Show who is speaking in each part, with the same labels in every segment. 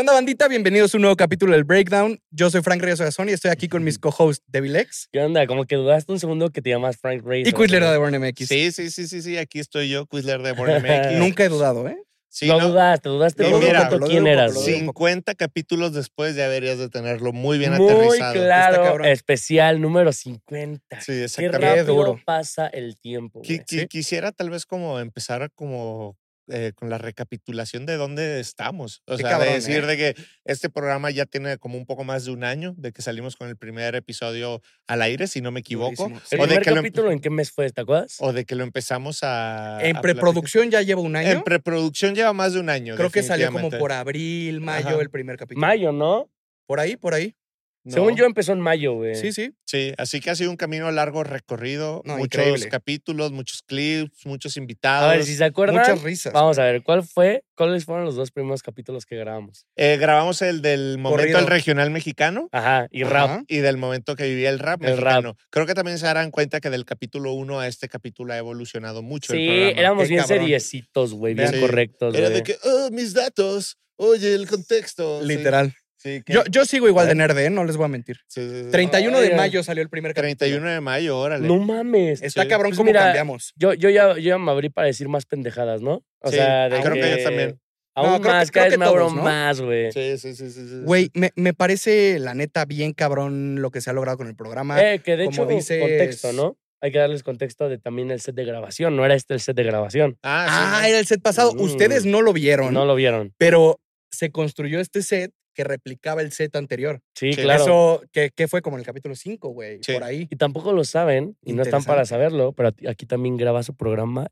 Speaker 1: onda, bandita? Bienvenidos a un nuevo capítulo del Breakdown. Yo soy Frank Reyes Ogazón y estoy aquí con mis co-hosts Devilex
Speaker 2: ¿Qué onda? Como que dudaste un segundo que te llamas Frank Reyes.
Speaker 1: y Quizler de Born MX.
Speaker 3: Sí, sí, sí, sí, sí, aquí estoy yo, Quizler de Born MX.
Speaker 1: Nunca he dudado, ¿eh?
Speaker 3: Sí,
Speaker 2: no,
Speaker 3: no,
Speaker 2: dudaste, dudaste
Speaker 3: Sí,
Speaker 2: por un
Speaker 3: mira,
Speaker 2: rato
Speaker 1: lo
Speaker 2: quién
Speaker 1: dudo,
Speaker 2: eras.
Speaker 1: lo
Speaker 2: güey.
Speaker 1: dudo.
Speaker 3: 50 capítulos después ya deberías de tenerlo muy bien
Speaker 2: Muy
Speaker 3: aterrizado. Este
Speaker 1: está
Speaker 2: claro,
Speaker 1: cabrón.
Speaker 2: especial número 50.
Speaker 3: Sí,
Speaker 2: Qué
Speaker 3: exactamente.
Speaker 2: rápido
Speaker 1: duro.
Speaker 2: pasa el tiempo.
Speaker 3: Qui-
Speaker 2: güey.
Speaker 3: qui-
Speaker 1: sí.
Speaker 3: Quisiera tal vez como empezar a como eh, con la recapitulación de dónde estamos. O
Speaker 1: Qué
Speaker 3: sea,
Speaker 1: cabrón,
Speaker 3: de decir
Speaker 1: ¿eh?
Speaker 3: de que este programa ya tiene como un poco más de un año, de que salimos con el primer episodio al aire, si no me equivoco.
Speaker 1: Durísimo.
Speaker 2: El
Speaker 3: O de,
Speaker 2: primer
Speaker 3: que lo, em-
Speaker 2: capítulo, ¿en qué mes fue? ¿Te acuerdas?
Speaker 3: o de que lo empezamos a...
Speaker 1: En
Speaker 3: a
Speaker 1: preproducción ya llevo un
Speaker 3: platicar.
Speaker 1: año.
Speaker 3: Ah, En preproducción lleva más de un año.
Speaker 1: Creo que salió como
Speaker 3: definitivamente.
Speaker 1: por abril, mayo,
Speaker 3: Ajá.
Speaker 1: el primer capítulo.
Speaker 2: Mayo, ¿no?
Speaker 1: Por ahí, por ahí.
Speaker 3: No.
Speaker 2: Según yo empezó en mayo, güey.
Speaker 1: Sí, sí.
Speaker 3: Sí, así que ha sido un camino largo recorrido,
Speaker 1: No,
Speaker 3: muchos
Speaker 1: increíble.
Speaker 3: capítulos, muchos clips, muchos
Speaker 2: A
Speaker 3: invitados.
Speaker 2: ver si se acuerdan.
Speaker 1: Muchas risas.
Speaker 2: Vamos a ver, ¿cuál fue? ¿Cuáles fueron los dos primeros capítulos que grabamos?
Speaker 3: Eh, grabamos el del momento
Speaker 1: Corrido.
Speaker 3: del regional mexicano
Speaker 2: Ajá, y
Speaker 1: Ajá.
Speaker 2: rap.
Speaker 3: y del momento que vivía el rap
Speaker 2: El rap.
Speaker 3: mexicano. Creo que también se darán cuenta que del capítulo 1 a este capítulo ha evolucionado mucho el
Speaker 2: Sí,
Speaker 3: programa.
Speaker 2: éramos
Speaker 1: Qué
Speaker 2: bien
Speaker 1: cabrón.
Speaker 2: seriecitos, güey, bien
Speaker 3: Sí.
Speaker 2: correctos,
Speaker 3: Era
Speaker 2: güey.
Speaker 3: de que, oh, mis datos, oye, el contexto. sí,
Speaker 1: Literal.
Speaker 3: sí, que-
Speaker 1: Yo, yo sigo igual de
Speaker 3: A ver.
Speaker 1: nerd, ¿eh? No les voy a mentir.
Speaker 3: sí, sí, sí.
Speaker 1: 31 de
Speaker 2: Ay, ay.
Speaker 1: mayo salió el primer capítulo.
Speaker 3: 31 de mayo, órale.
Speaker 2: No mames.
Speaker 1: Está
Speaker 3: Sí.
Speaker 1: cabrón
Speaker 2: Pues
Speaker 1: cómo
Speaker 2: mira,
Speaker 1: cambiamos.
Speaker 2: Yo, yo, ya, yo ya me abrí para decir más pendejadas, ¿no? O
Speaker 3: Sí,
Speaker 2: sea,
Speaker 1: Ah,
Speaker 2: de
Speaker 3: creo que yo también.
Speaker 2: Aún
Speaker 1: No, creo que-
Speaker 2: más,
Speaker 1: creo
Speaker 2: cada
Speaker 1: que
Speaker 2: vez me abro
Speaker 1: todos, ¿no?
Speaker 2: más, güey.
Speaker 3: Sí, sí, sí, sí, sí,
Speaker 2: pues,
Speaker 3: sí.
Speaker 1: Güey, me, me parece la neta bien cabrón lo que se ha logrado con el programa.
Speaker 2: Eh, que de
Speaker 1: como
Speaker 2: hecho,
Speaker 1: dices-
Speaker 2: contexto, ¿no? Hay que darles contexto de también el set de grabación. No era este el set de grabación.
Speaker 3: Ah,
Speaker 1: ah,
Speaker 3: sí,
Speaker 1: era el set pasado.
Speaker 2: Mm.
Speaker 1: Ustedes no lo vieron,
Speaker 2: No lo vieron.
Speaker 1: pero se construyó este set que replicaba el set anterior.
Speaker 2: Sí,
Speaker 3: Sí.
Speaker 2: claro.
Speaker 1: Eso que, que fue como en el capítulo 5, güey,
Speaker 3: Sí.
Speaker 1: por ahí.
Speaker 2: Y tampoco lo saben y no están para
Speaker 1: Interesante.
Speaker 2: saberlo, pero aquí también graba su programa.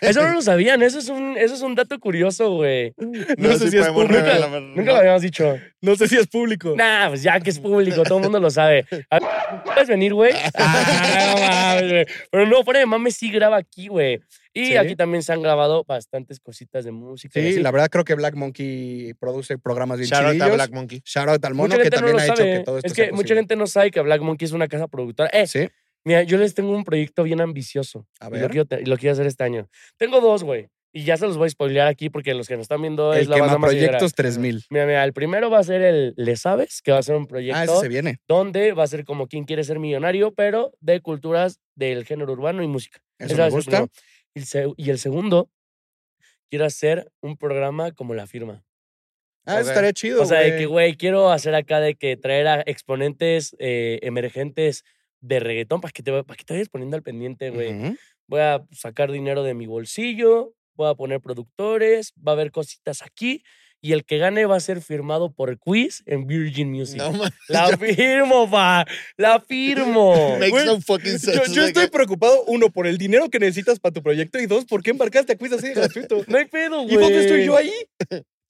Speaker 2: Eso no lo sabían. Eso es un, eso es un dato curioso, güey.
Speaker 1: no sé si es
Speaker 3: podemos
Speaker 1: público.
Speaker 3: revelar-
Speaker 2: Nunca lo habíamos dicho.
Speaker 1: No sé si es público.
Speaker 2: Nah, pues ya que es público, todo el mundo lo sabe. A ver, ¿Puedes venir, güey? Ah, no mames, güey. Pero no, fuera de mames, sí graba aquí, güey. Y
Speaker 1: Sí.
Speaker 2: aquí también se han grabado bastantes cositas de música. y
Speaker 1: Sí,
Speaker 2: así.
Speaker 1: la verdad creo que Black Monkey produce programas bien
Speaker 3: Shout out a
Speaker 1: chidillos.
Speaker 3: Black Monkey.
Speaker 1: Shout out al mono
Speaker 2: Mucha
Speaker 1: que
Speaker 2: gente no
Speaker 1: también
Speaker 2: lo
Speaker 1: ha hecho
Speaker 2: sabe. ¿eh?
Speaker 1: que todo esto
Speaker 2: Es que
Speaker 1: sea
Speaker 2: mucha
Speaker 1: posible.
Speaker 2: gente no sabe que Black Monkey es una casa productora. Eh,
Speaker 1: Sí,
Speaker 2: mira, yo les tengo un proyecto bien ambicioso.
Speaker 1: a
Speaker 2: Y lo,
Speaker 1: ver.
Speaker 2: quiero, te- y lo quiero hacer este año. Tengo dos, güey. Y ya se los voy a spoilear aquí porque los que nos están viendo es
Speaker 1: El
Speaker 2: la banda
Speaker 1: quema
Speaker 2: más llegada.
Speaker 1: proyectos 3000.
Speaker 2: Mira, mira, el primero va a ser el ¿Le Sabes? Que va a ser un
Speaker 1: Ah,
Speaker 2: proyecto
Speaker 1: ese se viene.
Speaker 2: donde va a ser como quien quiere ser millonario, pero de culturas del género urbano y música.
Speaker 1: Eso
Speaker 2: Ese va
Speaker 1: me
Speaker 2: a ser el
Speaker 1: gusta.
Speaker 2: primero. Y el, se- y el segundo, quiero hacer un programa como La Firma.
Speaker 1: Ah, eso
Speaker 3: Ok.
Speaker 1: estaría chido,
Speaker 2: O sea, de
Speaker 1: güey.
Speaker 2: que, güey, quiero hacer acá de que traer a exponentes eh, emergentes de reggaetón para que, te, para que te vayas poniendo al pendiente, güey.
Speaker 1: Ujú.
Speaker 2: Voy a sacar dinero de mi bolsillo, voy a poner productores, va a haber cositas aquí. Y el que gane va a ser firmado por Quiz en Virgin Music.
Speaker 3: No mames.
Speaker 2: La firmo, pa. La firmo.
Speaker 3: Makes
Speaker 1: Güey,
Speaker 3: no fucking sense.
Speaker 1: Yo,
Speaker 3: Es
Speaker 1: yo
Speaker 3: de
Speaker 1: estoy
Speaker 3: que-
Speaker 1: preocupado, uno, por el dinero que necesitas para tu proyecto y dos, ¿por qué embarcaste a quiz así de gratuito?
Speaker 2: No hay pedo, güey.
Speaker 1: ¿Y dónde estoy yo ahí?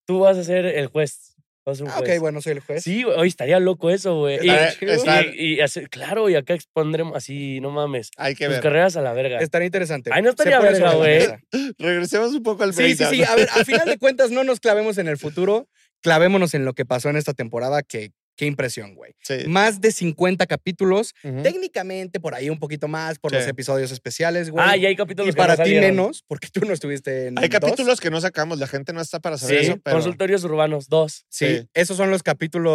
Speaker 2: Tú vas a ser el juez. Vas a ser un
Speaker 1: Ah, ok,
Speaker 2: juez.
Speaker 1: bueno, soy el juez.
Speaker 2: pues. Sí, güey, hoy estaría loco eso, güey. Y,
Speaker 3: Estaría- estaría-
Speaker 2: y- y hacer- claro, y acá expondremos así, no mames.
Speaker 3: Hay que
Speaker 2: Tus
Speaker 3: ver.
Speaker 2: carreras a la verga.
Speaker 1: Estaría interesante.
Speaker 2: Ay,
Speaker 1: Se
Speaker 2: no estaría
Speaker 1: pone sobre
Speaker 2: verga,
Speaker 1: la
Speaker 2: güey.
Speaker 1: mesa.
Speaker 3: Regresemos un poco al
Speaker 1: Sí, sí,
Speaker 3: breakdown.
Speaker 1: sí. A ver, a final de cuentas, no nos clavemos en el futuro, clavémonos en lo que pasó en esta temporada, que qué impresión, güey.
Speaker 3: Sí.
Speaker 1: Más de 50 capítulos,
Speaker 3: Ujú.
Speaker 1: técnicamente por ahí un poquito más, por
Speaker 3: Sí.
Speaker 1: los episodios especiales, güey.
Speaker 2: Ah, y hay capítulos
Speaker 1: y
Speaker 2: que no
Speaker 1: para ti
Speaker 2: salieron.
Speaker 1: menos, porque tú no estuviste en
Speaker 3: Hay
Speaker 1: dos.
Speaker 3: capítulos que no sacamos, la gente no está para
Speaker 2: Sí,
Speaker 3: saber eso, pero
Speaker 2: consultorios urbanos, dos.
Speaker 1: Sí,
Speaker 3: Sí.
Speaker 1: esos son los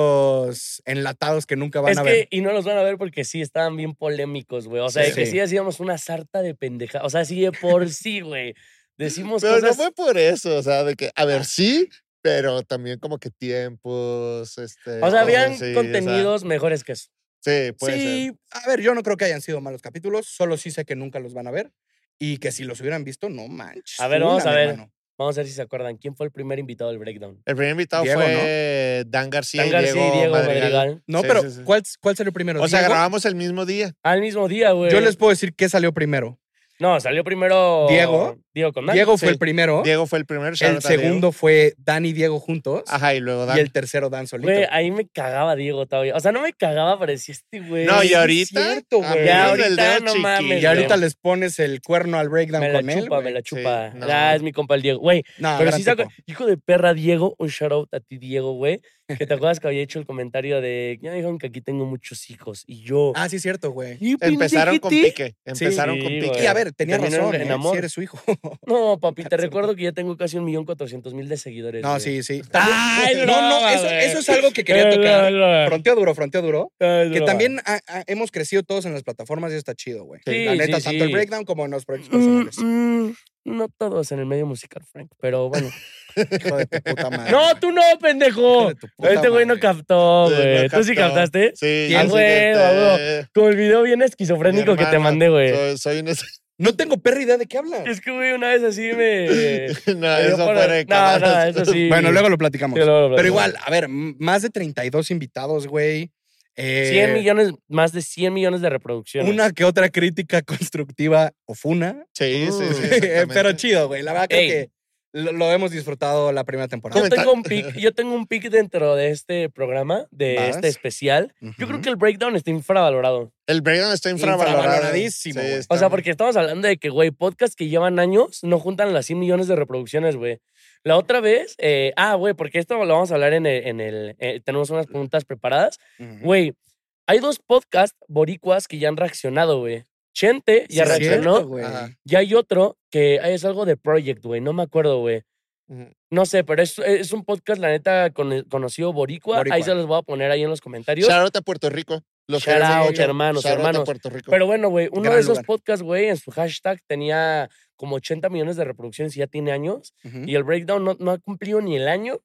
Speaker 1: capítulos enlatados que nunca van
Speaker 2: es
Speaker 1: a
Speaker 2: que,
Speaker 1: ver.
Speaker 2: y no los van a ver porque sí estaban bien polémicos, güey. O sea, de que
Speaker 1: Sí.
Speaker 2: sí hacíamos una sarta de pendeja. O sea, sí de por sí, güey. Decimos
Speaker 3: pero no
Speaker 2: cosas.
Speaker 3: fue por eso, o sea, de que a ver, sí, pero también como que tiempos, este
Speaker 2: o sea,
Speaker 3: cosas
Speaker 2: habían
Speaker 3: así, o sea,
Speaker 2: contenidos mejores que eso.
Speaker 3: sí, puede
Speaker 1: sí, a ver, yo no creo que hayan sido malos capítulos, solo sí sé que nunca los van a ver y que si los hubieran visto, no manches.
Speaker 2: A ver,
Speaker 1: una,
Speaker 2: vamos a
Speaker 1: mi
Speaker 2: ver.
Speaker 1: hermano.
Speaker 2: Vamos a ver si se acuerdan. ¿Quién fue el primer invitado del breakdown?
Speaker 3: ser. El primer invitado
Speaker 1: Diego,
Speaker 3: fue Dan García,
Speaker 2: Dan
Speaker 3: y
Speaker 2: García
Speaker 3: Diego,
Speaker 2: y Diego
Speaker 3: Madrigal.
Speaker 2: Madrigal.
Speaker 1: No,
Speaker 3: Sí,
Speaker 1: pero
Speaker 3: sí, sí.
Speaker 1: ¿cuál, ¿cuál salió primero?
Speaker 3: O sea,
Speaker 1: ¿Diego?
Speaker 3: grabamos el mismo día.
Speaker 2: Al mismo día, güey.
Speaker 1: Yo les puedo decir qué salió primero.
Speaker 2: No, salió primero.
Speaker 1: Diego.
Speaker 2: Diego con Dan.
Speaker 1: Diego fue
Speaker 3: Sí.
Speaker 1: el primero,
Speaker 3: Diego fue el primero, shout
Speaker 1: el
Speaker 3: out a Diego.
Speaker 1: segundo fue Dan y Diego juntos
Speaker 3: Ajá, y luego Dan.
Speaker 1: y el tercero Dan solito.
Speaker 2: Güey, ahí me cagaba Diego todavía. O sea, no me cagaba, pero decía este güey.
Speaker 3: no,
Speaker 1: sí
Speaker 3: y
Speaker 1: es
Speaker 3: ahorita,
Speaker 1: cierto, güey.
Speaker 3: a mí
Speaker 1: Ya
Speaker 3: es el
Speaker 2: ahorita,
Speaker 3: dedo
Speaker 2: no
Speaker 3: chiquillo.
Speaker 2: mames,
Speaker 1: y ahorita
Speaker 2: güey.
Speaker 1: les pones el cuerno al breakdown
Speaker 2: Me la
Speaker 1: con él.
Speaker 2: chupa, me
Speaker 1: güey. Ah,
Speaker 2: la chupa.
Speaker 3: no.
Speaker 2: Ah, es mi compa el Diego. Güey,
Speaker 1: No,
Speaker 2: pero
Speaker 1: gran
Speaker 2: sí se acuer-
Speaker 1: tipo.
Speaker 2: Hijo de perra, Diego, un shout out a ti, Diego, güey. Que te acuerdas que había hecho el comentario de. Ya me dijeron que aquí tengo muchos hijos. Y yo.
Speaker 1: Ah, sí, es cierto, güey.
Speaker 2: "¿Y
Speaker 3: Empezaron con
Speaker 2: pendejete?".
Speaker 3: pique, empezaron
Speaker 2: Sí,
Speaker 3: con
Speaker 2: güey.
Speaker 3: pique.
Speaker 1: Y a ver, tenía
Speaker 2: Terminó
Speaker 1: razón,
Speaker 2: en
Speaker 1: ¿eh?
Speaker 2: amor.
Speaker 1: si eres su hijo.
Speaker 2: No, papi, te recuerdo que ya tengo casi un millón cuatrocientos mil de seguidores.
Speaker 1: No,
Speaker 2: güey.
Speaker 1: sí, sí.
Speaker 2: Ay,
Speaker 1: no, no,
Speaker 2: broma,
Speaker 1: eso,
Speaker 2: güey.
Speaker 1: eso es algo que quería
Speaker 2: Ay,
Speaker 1: tocar.
Speaker 2: broma.
Speaker 1: Fronteo duro, fronteo duro.
Speaker 2: Ay,
Speaker 1: Que
Speaker 2: broma.
Speaker 1: también ah, ah, hemos crecido todos en las plataformas y está chido, güey.
Speaker 2: Sí,
Speaker 1: la neta,
Speaker 2: sí,
Speaker 1: tanto
Speaker 2: sí.
Speaker 1: el breakdown como en los proyectos
Speaker 2: Mm,
Speaker 1: personales.
Speaker 2: mm, no todos en el medio musical, Frank, pero bueno.
Speaker 1: Hijo de tu puta madre.
Speaker 2: ¡No, tú no, pendejo!
Speaker 1: Hijo de tu puta
Speaker 2: Este güey no
Speaker 1: madre.
Speaker 2: captó,
Speaker 3: Sí, no
Speaker 2: güey. ¿Tú sí
Speaker 3: captó.
Speaker 2: captaste?
Speaker 3: Sí,
Speaker 2: Ah,
Speaker 3: yo
Speaker 2: güey,
Speaker 3: soy de-
Speaker 2: babo.
Speaker 3: de-
Speaker 2: Como el video bien esquizofrénico
Speaker 3: mi
Speaker 2: que te
Speaker 3: hermano,
Speaker 2: mandé, güey.
Speaker 3: Soy, soy un. es-
Speaker 1: No tengo perra idea de qué hablas.
Speaker 2: Es que, güey, una vez así me...
Speaker 3: no,
Speaker 2: me dio
Speaker 3: eso
Speaker 2: por-
Speaker 3: fuera de
Speaker 2: No, no,
Speaker 3: cámaras.
Speaker 2: eso sí.
Speaker 1: Bueno, luego lo platicamos.
Speaker 2: Sí, luego lo
Speaker 1: Pero
Speaker 2: platicamos.
Speaker 1: igual, a ver, m- más de 32 invitados, güey. Eh,
Speaker 2: 100 millones, más de 100 millones de reproducciones.
Speaker 1: Una que otra crítica constructiva o funa.
Speaker 3: Sí, sí, sí. exactamente.
Speaker 1: Pero chido, güey. La verdad creo
Speaker 2: Ey.
Speaker 1: que lo, lo hemos disfrutado la primera temporada.
Speaker 2: yo
Speaker 3: Comenta-
Speaker 2: tengo, un pic, yo tengo un pic dentro de este programa, de
Speaker 1: ¿Vas?
Speaker 2: este especial. Yo creo que el breakdown está infravalorado.
Speaker 3: El breakdown está infravalorado.
Speaker 1: Infravaloradísimo, güey.
Speaker 2: O
Speaker 3: está
Speaker 2: sea,
Speaker 3: muy-
Speaker 2: porque estamos hablando de que, güey, podcasts que llevan años no juntan las 100 millones de reproducciones, güey. La otra vez, eh, ah, güey, porque esto lo vamos a hablar en el. en el- eh, tenemos unas preguntas preparadas.
Speaker 1: Ujú.
Speaker 2: Güey, hay dos podcasts boricuas que ya han reaccionado, güey. Chente ya
Speaker 1: Sí, es
Speaker 2: reaccionó.
Speaker 1: cierto, güey.
Speaker 3: Ajá.
Speaker 2: Y hay otro que es algo de Project, güey. No me acuerdo, güey.
Speaker 3: Ujú.
Speaker 2: No sé, pero es, es un podcast, la neta, con- conocido boricua.
Speaker 1: Boricua.
Speaker 2: Ahí se los voy a poner ahí en los comentarios.
Speaker 3: Shout out a Puerto Rico. Los
Speaker 2: Shout
Speaker 3: queremos
Speaker 2: out,
Speaker 3: mucho.
Speaker 2: hermanos,
Speaker 3: Shout out a
Speaker 2: hermanos.
Speaker 3: Puerto Rico.
Speaker 2: Pero bueno, güey, uno
Speaker 1: Gran
Speaker 2: de esos
Speaker 1: lugar.
Speaker 2: podcasts, güey, en su hashtag tenía como 80 millones de reproducciones y ya tiene años.
Speaker 1: Ujú.
Speaker 2: Y el breakdown no, no ha cumplido ni el año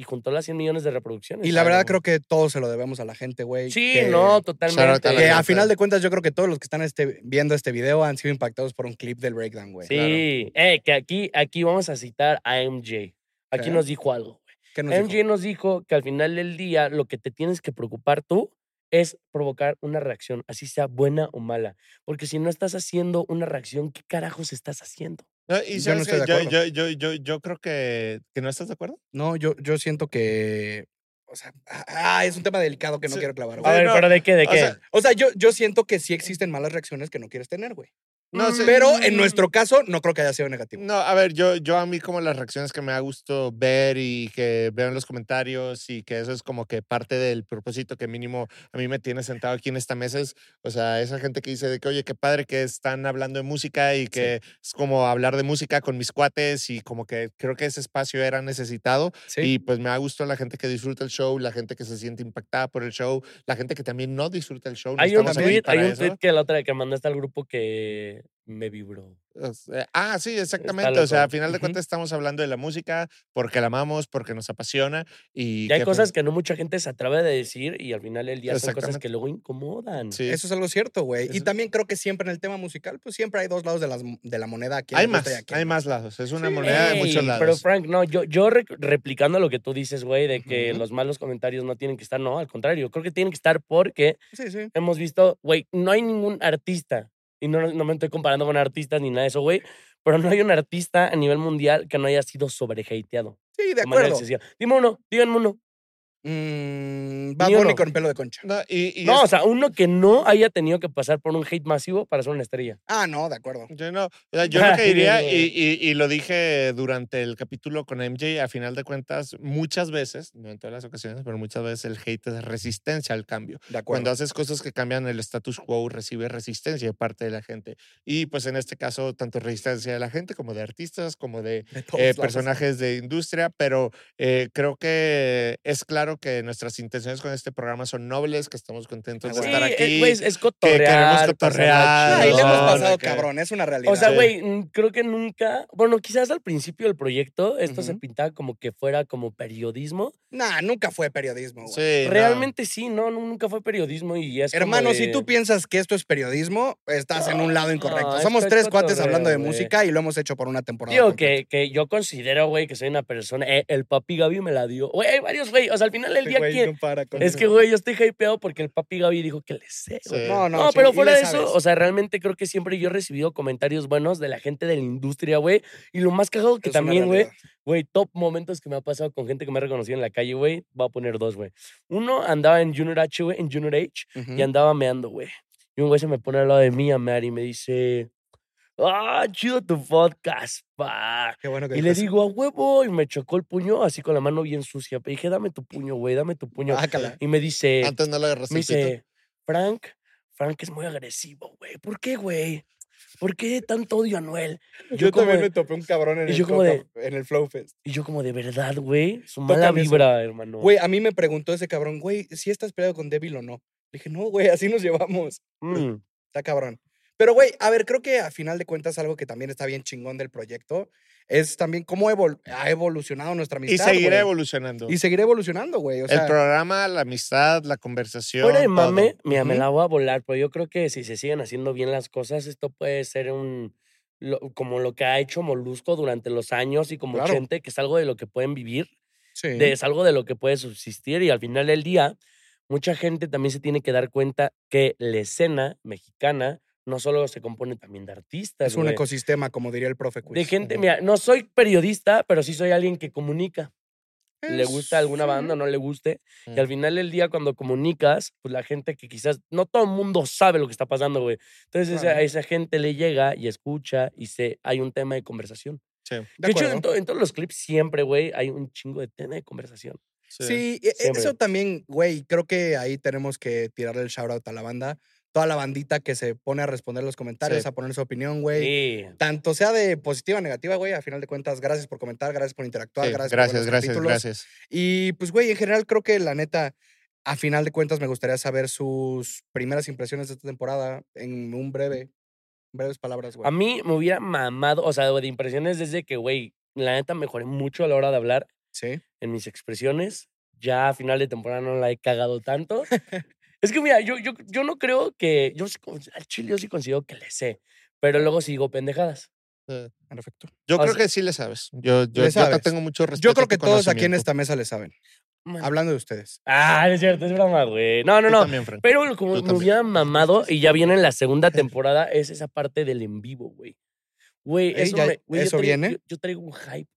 Speaker 2: y juntó las 100 millones de reproducciones.
Speaker 1: Y la verdad
Speaker 2: Algo.
Speaker 1: creo que todos se lo debemos a la gente, güey.
Speaker 2: Sí,
Speaker 1: que-
Speaker 2: no,
Speaker 3: Shout out
Speaker 2: totalmente.
Speaker 3: a la
Speaker 1: Que
Speaker 3: gente.
Speaker 1: a final de cuentas yo creo que todos los que están este, viendo este video han sido impactados por un clip del breakdown, güey.
Speaker 2: Sí, eh, que aquí, aquí vamos a citar a MJ. Aquí
Speaker 1: Sí.
Speaker 2: nos dijo algo.
Speaker 1: ¿Qué nos
Speaker 2: MJ
Speaker 1: dijo?
Speaker 2: nos dijo que al final del día lo que te tienes que preocupar tú es provocar una reacción, así sea buena o mala. Porque si no estás haciendo una reacción, ¿qué carajos estás haciendo?
Speaker 3: No, y
Speaker 1: Yo
Speaker 3: sabes
Speaker 1: no estoy
Speaker 3: que
Speaker 1: de
Speaker 3: yo, yo, yo, yo, yo creo que, que no estás de acuerdo.
Speaker 1: No, yo, yo siento que... O sea, ah, es un tema delicado que no
Speaker 3: Sí.
Speaker 1: quiero clavar,
Speaker 2: A
Speaker 1: güey.
Speaker 3: Ay,
Speaker 2: ver,
Speaker 3: no.
Speaker 2: pero ¿de qué? ¿De
Speaker 3: O
Speaker 2: qué?
Speaker 3: sea,
Speaker 1: O sea, yo, yo siento que sí existen malas reacciones que no quieres tener, güey.
Speaker 3: no sé.
Speaker 1: Pero en nuestro caso no creo que haya sido negativo.
Speaker 3: No, a ver, yo, yo a mí como las reacciones que me da gusto ver y que veo en los comentarios y que eso es como que parte del propósito que mínimo a mí me tiene sentado aquí en esta mesa es, o sea, esa gente que dice de que, oye, qué padre que están hablando de música y que es como hablar de música con mis cuates y como que creo que ese espacio era necesitado
Speaker 1: Sí.
Speaker 3: y pues me da gusto la gente que disfruta el show, la gente que se siente impactada por el show, la gente que también no disfruta el show. no
Speaker 2: Hay un
Speaker 3: estamos aquí
Speaker 2: tweet, hay
Speaker 3: para
Speaker 2: un
Speaker 3: eso.
Speaker 2: tweet que la otra que mandaste al grupo que me vibró.
Speaker 3: O sea, Ah, sí, exactamente.
Speaker 2: loco.
Speaker 3: O sea, a final de
Speaker 1: Ujú.
Speaker 3: cuentas estamos hablando de la música porque la amamos, porque nos apasiona y...
Speaker 2: Y hay
Speaker 3: que,
Speaker 2: cosas
Speaker 3: pues,
Speaker 2: que no mucha gente se atreve a decir y al final del día son cosas
Speaker 3: Exactamente.
Speaker 2: que mm, luego incomodan.
Speaker 3: sí.
Speaker 1: Eso es algo cierto, güey. Y
Speaker 3: Eso-
Speaker 1: también creo que siempre en el tema musical, pues siempre hay dos lados de, las, de la moneda. Aquí
Speaker 3: Hay más, hay más lados. Es una
Speaker 1: Sí.
Speaker 3: moneda de
Speaker 2: Ey,
Speaker 3: muchos
Speaker 2: Pero
Speaker 3: lados.
Speaker 2: Frank, no, yo, yo re- replicando lo que tú dices, güey, de que
Speaker 1: Ujú.
Speaker 2: los malos comentarios no tienen que estar, no, al contrario, creo que tienen que estar porque
Speaker 1: Sí, sí.
Speaker 2: hemos visto, güey, no hay ningún artista, y no, no me estoy comparando con artistas ni nada de eso, güey, pero no hay un artista a nivel mundial que no haya sido sobrehateado.
Speaker 1: Sí, de
Speaker 2: de manera
Speaker 1: acuerdo.
Speaker 2: excesiva. Dime uno, díganme uno.
Speaker 1: Mm, Bad
Speaker 2: Ni uno.
Speaker 1: Bunny con pelo de concha.
Speaker 3: No, y, y
Speaker 2: No,
Speaker 3: es-
Speaker 2: o sea, uno que no haya tenido que pasar por un hate masivo para ser una estrella.
Speaker 1: Ah, no, de acuerdo.
Speaker 3: Yo no, o sea, yo lo que diría, y,
Speaker 2: Ay,
Speaker 3: y- y lo dije durante el capítulo con MJ, a final de cuentas, muchas veces, no en todas las ocasiones, pero muchas veces el hate es resistencia al cambio.
Speaker 1: De acuerdo.
Speaker 3: Cuando haces cosas que cambian el status quo, recibes resistencia de parte de la gente. Y pues en este caso, tanto resistencia de la gente como de artistas, como de
Speaker 1: De todos
Speaker 3: eh,
Speaker 1: lados.
Speaker 3: personajes de industria, pero eh, creo que es claro que nuestras intenciones con este programa son nobles, que estamos contentos de
Speaker 1: Sí,
Speaker 3: estar
Speaker 2: eh,
Speaker 3: aquí.
Speaker 2: güey, es, es
Speaker 3: queremos
Speaker 2: cotorrear.
Speaker 3: cotorrear,
Speaker 2: pasarla
Speaker 1: Ah,
Speaker 2: chido.
Speaker 1: y le hemos
Speaker 3: No,
Speaker 1: pasado,
Speaker 3: de que-
Speaker 1: cabrón. Es una realidad.
Speaker 2: O sea,
Speaker 3: Sí.
Speaker 2: güey, mm, creo que nunca, bueno, quizás al principio del proyecto esto se
Speaker 1: Ujú.
Speaker 2: pintaba como que fuera como periodismo.
Speaker 1: Nah, nunca fue periodismo, güey.
Speaker 3: Sí, no.
Speaker 2: Realmente sí, no, no, nunca fue periodismo y es como
Speaker 1: Hermano, si
Speaker 2: de-
Speaker 1: tú piensas que esto es periodismo, estás en un lado incorrecto.
Speaker 2: no,
Speaker 1: Somos
Speaker 2: esto es
Speaker 1: tres cuates
Speaker 2: cotorreo,
Speaker 1: hablando de
Speaker 2: güey.
Speaker 1: música y lo hemos hecho por una temporada.
Speaker 2: Digo
Speaker 1: completa.
Speaker 2: que, que yo considero, güey, que soy una persona. eh, el papi Gaby me la dio. Güey, hay varios, güey. O sea, al final del día,
Speaker 1: Güey,
Speaker 2: ¿quién?
Speaker 1: no para con
Speaker 2: Es que,
Speaker 1: eso.
Speaker 2: güey, yo estoy hypeado porque el papi Gaby dijo que le sé, güey.
Speaker 3: Sí.
Speaker 1: No, no,
Speaker 2: No,
Speaker 1: sí,
Speaker 2: pero
Speaker 1: y
Speaker 2: fuera
Speaker 1: le
Speaker 2: de eso,
Speaker 1: sabes.
Speaker 2: o sea, realmente creo que siempre yo he recibido comentarios buenos de la gente de la industria, güey. Y lo más cagado que
Speaker 1: Es una
Speaker 2: también, güey,
Speaker 1: realidad.
Speaker 2: güey, top momentos que me ha pasado con gente que me ha reconocido en la calle, güey. Voy a poner dos, güey. Uno andaba en Junior H, güey, en Junior H, y
Speaker 1: Ujú.
Speaker 2: andaba meando, güey. Y un güey se me pone al lado de mí a mear y me dice, ah, chido tu podcast, pa.
Speaker 1: Qué bueno que
Speaker 2: Y le
Speaker 1: dijo eso.
Speaker 2: digo, a huevo, y me chocó el puño así con la mano bien sucia. Y dije, dame tu puño, güey, dame tu puño.
Speaker 1: Bácala.
Speaker 2: Y me dice,
Speaker 1: Eh,
Speaker 3: Antes no lo agarraste
Speaker 2: me
Speaker 3: el pito.
Speaker 2: dice, Frank, Frank es muy agresivo, güey. ¿Por qué, güey? ¿Por qué tanto odio a Noel?
Speaker 1: Yo,
Speaker 2: como
Speaker 1: también
Speaker 2: de-
Speaker 1: me topé un cabrón en
Speaker 2: y
Speaker 1: el,
Speaker 2: yo como
Speaker 1: Flow
Speaker 2: de-
Speaker 1: Caf- en el Flow Fest.
Speaker 2: Y yo como de verdad, güey, su mala
Speaker 1: Tócame eso.
Speaker 2: vibra, hermano.
Speaker 1: Güey, a mí me preguntó ese cabrón, güey, si estás peleado con Devil o no. Le dije, no, güey, así nos llevamos.
Speaker 2: Mm.
Speaker 1: Está cabrón. Pero, güey, a ver, creo que a final de cuentas algo que también está bien chingón del proyecto es también cómo evol- ha evolucionado nuestra amistad.
Speaker 3: Y seguirá
Speaker 1: güey.
Speaker 3: evolucionando.
Speaker 1: Y seguirá evolucionando, güey. O sea,
Speaker 3: el programa, la amistad, la conversación.
Speaker 2: Fuera de
Speaker 3: todo.
Speaker 2: mame, mira, me
Speaker 1: Ujú.
Speaker 2: la voy a volar, pero yo creo que si se siguen haciendo bien las cosas, esto puede ser un lo- como lo que ha hecho Molusco durante los años y como
Speaker 1: Claro.
Speaker 2: gente que es algo de lo que pueden vivir,
Speaker 1: sí.
Speaker 2: de- es algo de lo que puede subsistir y al final del día mucha gente también se tiene que dar cuenta que la escena mexicana no solo se compone también de artistas,
Speaker 1: es pues, un
Speaker 2: güey,
Speaker 1: ecosistema, como diría el profe
Speaker 2: de
Speaker 1: Quiz.
Speaker 2: gente,
Speaker 1: Ujú.
Speaker 2: mira, no soy periodista, pero sí soy alguien que comunica le
Speaker 1: Es-
Speaker 2: gusta alguna banda, no le guste. Y al
Speaker 3: Mm.
Speaker 2: final del día, cuando comunicas, pues la gente que quizás no todo el mundo sabe lo que está pasando, güey. Entonces esa-
Speaker 1: Claro.
Speaker 2: a esa gente le llega y escucha y se, hay un tema de conversación.
Speaker 3: Sí,
Speaker 1: De
Speaker 2: De, hecho, en,
Speaker 1: acuerdo.
Speaker 2: to- en todos los clips siempre, güey, hay un chingo de tema de conversación.
Speaker 3: sí.
Speaker 1: Sí, e-
Speaker 2: Siempre.
Speaker 1: eso también, güey, creo que ahí tenemos que tirarle el shout out a la banda. Toda la bandita que se pone a responder los comentarios,
Speaker 3: Sí.
Speaker 1: a poner su opinión, güey.
Speaker 2: Sí.
Speaker 1: Tanto sea de positiva o negativa, güey, a final de cuentas, gracias por comentar, gracias por interactuar,
Speaker 3: Sí,
Speaker 1: gracias, por ver
Speaker 3: gracias,
Speaker 1: los
Speaker 3: gracias,
Speaker 1: capítulos.
Speaker 3: gracias.
Speaker 1: Y pues, güey, en general creo que la neta, a final de cuentas, me gustaría saber sus primeras impresiones de esta temporada en
Speaker 2: Mm.
Speaker 1: un breve, breves palabras, güey.
Speaker 2: A mí me hubiera mamado, o sea, de impresiones desde que, güey, la neta mejoré mucho a la hora de hablar
Speaker 1: Sí.
Speaker 2: en mis expresiones. Ya a final de temporada no la he cagado tanto. es que mira, yo, yo, yo no creo que. Yo sí con- al chile yo sí considero que le sé. Pero luego sigo pendejadas.
Speaker 1: Perfecto.
Speaker 3: Yo
Speaker 2: O
Speaker 3: creo
Speaker 2: sea-
Speaker 3: que sí le sabes. Yo, yo,
Speaker 1: Le
Speaker 3: yo te
Speaker 1: sabes.
Speaker 3: tengo mucho respeto.
Speaker 1: Yo creo
Speaker 3: a tu
Speaker 1: que todos aquí en
Speaker 3: conocimiento.
Speaker 1: esta mesa le saben.
Speaker 2: Man.
Speaker 1: Hablando de ustedes.
Speaker 2: Ah, no es cierto, es broma, güey. No, no,
Speaker 3: Tú
Speaker 2: no.
Speaker 3: también, Frank.
Speaker 2: Pero lo- como
Speaker 3: Tú
Speaker 2: me
Speaker 3: también.
Speaker 2: hubiera mamado y ya viene en la segunda temporada, es esa parte del en vivo, güey. Güey,
Speaker 1: Ey,
Speaker 2: eso,
Speaker 1: ya-
Speaker 2: me- güey, yo
Speaker 1: ¿eso
Speaker 2: traigo-
Speaker 1: viene?
Speaker 2: Yo, yo traigo un hype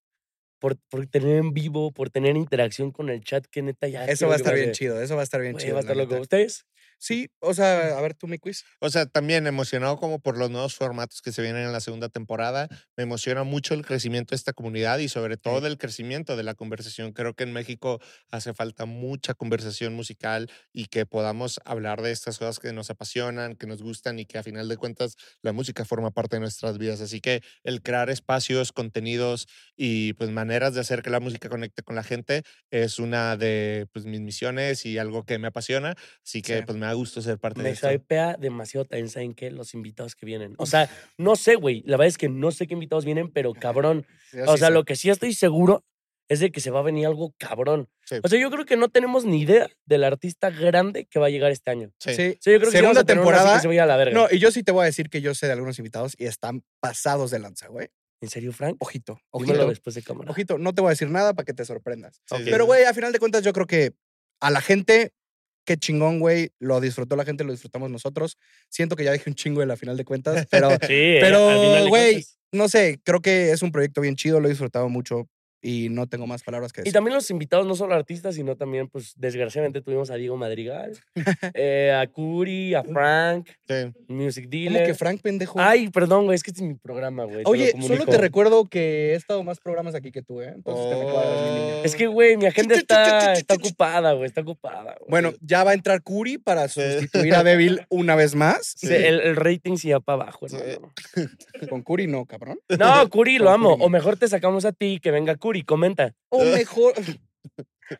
Speaker 2: por, por tener en vivo, por tener interacción con el chat, que neta ya.
Speaker 1: Eso
Speaker 2: quiero
Speaker 1: va a
Speaker 2: que
Speaker 1: estar bien
Speaker 2: pase.
Speaker 1: chido, eso va a estar bien
Speaker 2: Güey,
Speaker 1: chido.
Speaker 2: Va a
Speaker 1: la
Speaker 2: estar loco.
Speaker 1: neta.
Speaker 2: ¿Ustedes?
Speaker 1: Sí, o sea, a ver tú mi quiz.
Speaker 3: O sea, también emocionado como por los nuevos formatos que se vienen en la segunda temporada. Me emociona mucho el crecimiento de esta comunidad y sobre todo el crecimiento de la conversación. Creo que en México hace falta mucha conversación musical y que podamos hablar de estas cosas que nos apasionan, que nos gustan y que a final de cuentas la música forma parte de nuestras vidas. Así que el crear espacios, contenidos y pues maneras de hacer que la música conecte con la gente es una de pues, mis misiones y algo que me apasiona. Así que
Speaker 1: Sí.
Speaker 3: pues me da gusto ser parte
Speaker 2: Me
Speaker 3: de esto.
Speaker 2: hypea demasiado también, ¿saben qué? Los invitados que vienen. O sea, no sé, güey. La verdad es que no sé qué invitados vienen, pero cabrón. O sea, lo que sí estoy seguro es de que se va a venir algo cabrón.
Speaker 3: Sí.
Speaker 2: O sea, yo creo que no tenemos ni idea del artista grande que va a llegar este año.
Speaker 3: Sí.
Speaker 1: Sí.
Speaker 2: O sea, yo creo que sí
Speaker 1: Segunda
Speaker 2: vamos a tener uno así
Speaker 1: temporada.
Speaker 2: que se vaya a la verga.
Speaker 1: No, y yo sí te voy a decir que yo sé de algunos invitados y están pasados de lanza, güey.
Speaker 2: ¿En serio, Frank?
Speaker 1: Ojito,
Speaker 2: Dímelo
Speaker 1: ojito.
Speaker 2: después de cámara.
Speaker 1: Ojito, no te voy a decir nada para que te sorprendas.
Speaker 3: Sí,
Speaker 2: Ok.
Speaker 3: sí,
Speaker 1: Pero,
Speaker 3: sí.
Speaker 1: güey, a final de cuentas, yo creo que a la gente, qué chingón, güey. Lo disfrutó la gente, lo disfrutamos nosotros. Siento que ya dije un chingo de la final de cuentas, pero
Speaker 2: Sí, eh,
Speaker 1: Pero,
Speaker 2: al final de
Speaker 1: güey,
Speaker 2: cuentas.
Speaker 1: no sé, creo que es un proyecto bien chido, lo he disfrutado mucho y no tengo más palabras que
Speaker 2: Y
Speaker 1: decir.
Speaker 2: también los invitados, no solo artistas, sino también, pues, desgraciadamente tuvimos a Diego Madrigal, eh, a Curi, a Frank,
Speaker 3: Sí.
Speaker 2: Music
Speaker 1: Como
Speaker 2: Dealer.
Speaker 1: que Frank, pendejo.
Speaker 2: Ay, perdón, güey, es que este es mi programa, güey. te lo
Speaker 1: Oye, solo te
Speaker 2: comunico.
Speaker 1: recuerdo que he estado más programas aquí que tú, ¿eh? Entonces te me cuadras, mi niño.
Speaker 2: Es que, güey, mi agenda
Speaker 1: chu, chu,
Speaker 2: está,
Speaker 1: chu, chu,
Speaker 2: está
Speaker 1: chu, chu.
Speaker 2: ocupada, güey, está ocupada. güey.
Speaker 1: Bueno, ya va a entrar Curi para sustituir a Devil una vez más.
Speaker 2: Sí, El, el rating se va para abajo,
Speaker 3: Sí.
Speaker 2: hermano.
Speaker 1: Con Curi no, cabrón.
Speaker 2: No, Curi, lo
Speaker 1: Con
Speaker 2: amo.
Speaker 1: Curi.
Speaker 2: O mejor te sacamos a ti, que venga Curi, comenta.
Speaker 1: O mejor.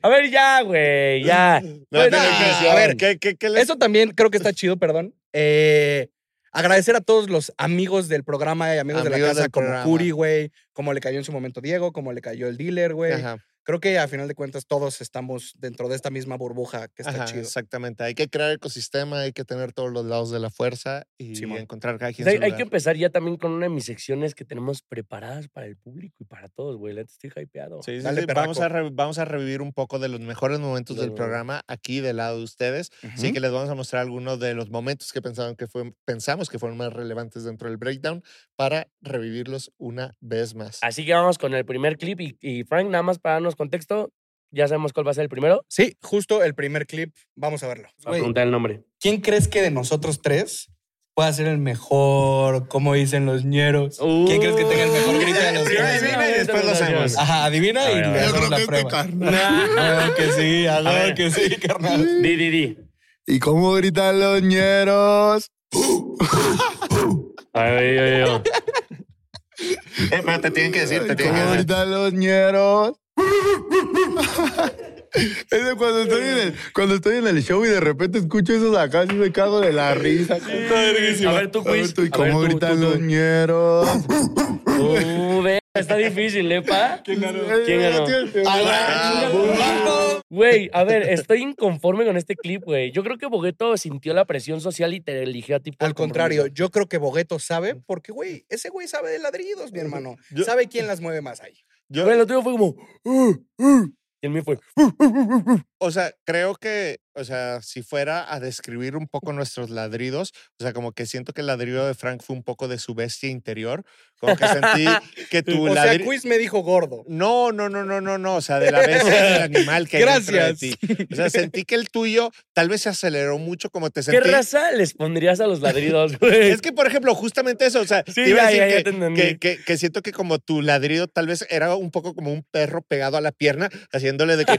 Speaker 2: A ver, ya, güey, ya.
Speaker 3: No,
Speaker 1: Bueno,
Speaker 3: no,
Speaker 1: Pues,
Speaker 3: no,
Speaker 1: ah, a
Speaker 3: no,
Speaker 1: ver.
Speaker 3: ¿qué, qué, qué le-
Speaker 1: Eso también creo que está chido, perdón. Eh, agradecer a todos los amigos del programa y amigos, de la
Speaker 3: Amigos
Speaker 1: casa,
Speaker 3: del
Speaker 1: como
Speaker 3: programa.
Speaker 1: Curi, güey, como le cayó en su momento Diego, como le cayó el dealer, güey.
Speaker 3: Ajá,
Speaker 1: Creo que a final de cuentas todos estamos dentro de esta misma burbuja que está
Speaker 3: ajá,
Speaker 1: chido.
Speaker 3: exactamente. Hay que crear ecosistema, hay que tener todos los lados de la fuerza y
Speaker 1: Simón.
Speaker 3: encontrar cada quien
Speaker 2: Hay,
Speaker 3: su
Speaker 2: hay
Speaker 3: lugar.
Speaker 2: que empezar ya también con una de mis secciones que tenemos preparadas para el público y para todos, güey. La neta, estoy hypeado.
Speaker 3: Sí, sí,
Speaker 1: Dale,
Speaker 3: sí, Vamos,
Speaker 1: perraco.
Speaker 3: a re- vamos a revivir un poco de los mejores momentos
Speaker 2: Los
Speaker 3: del
Speaker 2: mejores.
Speaker 3: programa aquí del lado de ustedes. Así que les vamos a mostrar algunos de los momentos que, pensaron que fue, pensamos que fueron más relevantes dentro del breakdown para revivirlos una vez más.
Speaker 2: Así que vamos con el primer clip y, y Frank, nada más para darnos contexto, ya sabemos cuál va a ser el primero.
Speaker 1: Sí, justo el primer clip. Vamos a verlo.
Speaker 2: Va a preguntar el nombre.
Speaker 1: ¿Quién crees que de nosotros tres pueda ser el mejor? Como dicen los ñeros. ¿Quién crees que tenga el mejor
Speaker 2: Uh,
Speaker 1: grito de los
Speaker 3: Primero
Speaker 1: tres?
Speaker 3: adivina y después lo hacemos.
Speaker 1: Ajá, adivina
Speaker 2: A
Speaker 1: y
Speaker 2: ver, a
Speaker 1: le
Speaker 2: ver.
Speaker 1: hacemos la prueba. Ah, que sí, a
Speaker 2: A
Speaker 1: ver
Speaker 2: ver.
Speaker 1: que sí, carnal.
Speaker 2: Di, di, di.
Speaker 4: ¿Y cómo gritan los ñeros?
Speaker 2: Ay, ay, ay, ay.
Speaker 3: Eh, pero te tienen que decir, te tienen que decir.
Speaker 4: Ahorita los ñeros. Es de cuando estoy, en el, cuando estoy en el show y de repente escucho eso de acá, sí me cago de la risa.
Speaker 2: A ver, tú, quiz.
Speaker 4: ¿Y
Speaker 2: A ver,
Speaker 4: cómo
Speaker 2: tú,
Speaker 4: gritan
Speaker 2: tú,
Speaker 4: los
Speaker 2: tú.
Speaker 4: ñeros?
Speaker 2: Uh, ve, está difícil, ¿eh, pa? ¿Quién ganó?
Speaker 3: Ah,
Speaker 2: Güey, a ver, estoy inconforme con este clip, güey. Yo creo que Bogueto sintió la presión social y te eligió a ti por
Speaker 1: Al contrario,
Speaker 2: compromiso.
Speaker 1: yo creo que Bogueto sabe, porque, güey, ese güey sabe de ladridos, mi hermano.
Speaker 3: Yo-
Speaker 1: Sabe quién las mueve más ahí.
Speaker 3: yo-
Speaker 2: Güey, lo tuyo fue como... "Uh, uh", y el mío fue... "Uh, uh, uh, uh".
Speaker 3: O sea, creo que, o sea, si fuera a describir un poco nuestros ladridos, o sea, como que siento que el ladrido de Frank fue un poco de su bestia interior, como que sentí que tu
Speaker 1: O sea,
Speaker 3: ladrido...
Speaker 1: Quiz me dijo gordo.
Speaker 3: No, no, no, no, no, no, o sea, de la bestia del animal que hay dentro de
Speaker 1: Gracias.
Speaker 3: ti. O sea, sentí que el tuyo tal vez se aceleró mucho como te
Speaker 2: ¿Qué
Speaker 3: sentí.
Speaker 2: raza les pondrías a los ladridos, güey?
Speaker 3: Es que, por ejemplo, justamente eso, o sea,
Speaker 2: Sí,
Speaker 3: te iba a
Speaker 2: ya, ya,
Speaker 3: decir
Speaker 2: ya te entendí.
Speaker 3: que, que, que- que siento que como tu ladrido tal vez era un poco como un perro pegado a la pierna, haciéndole de que,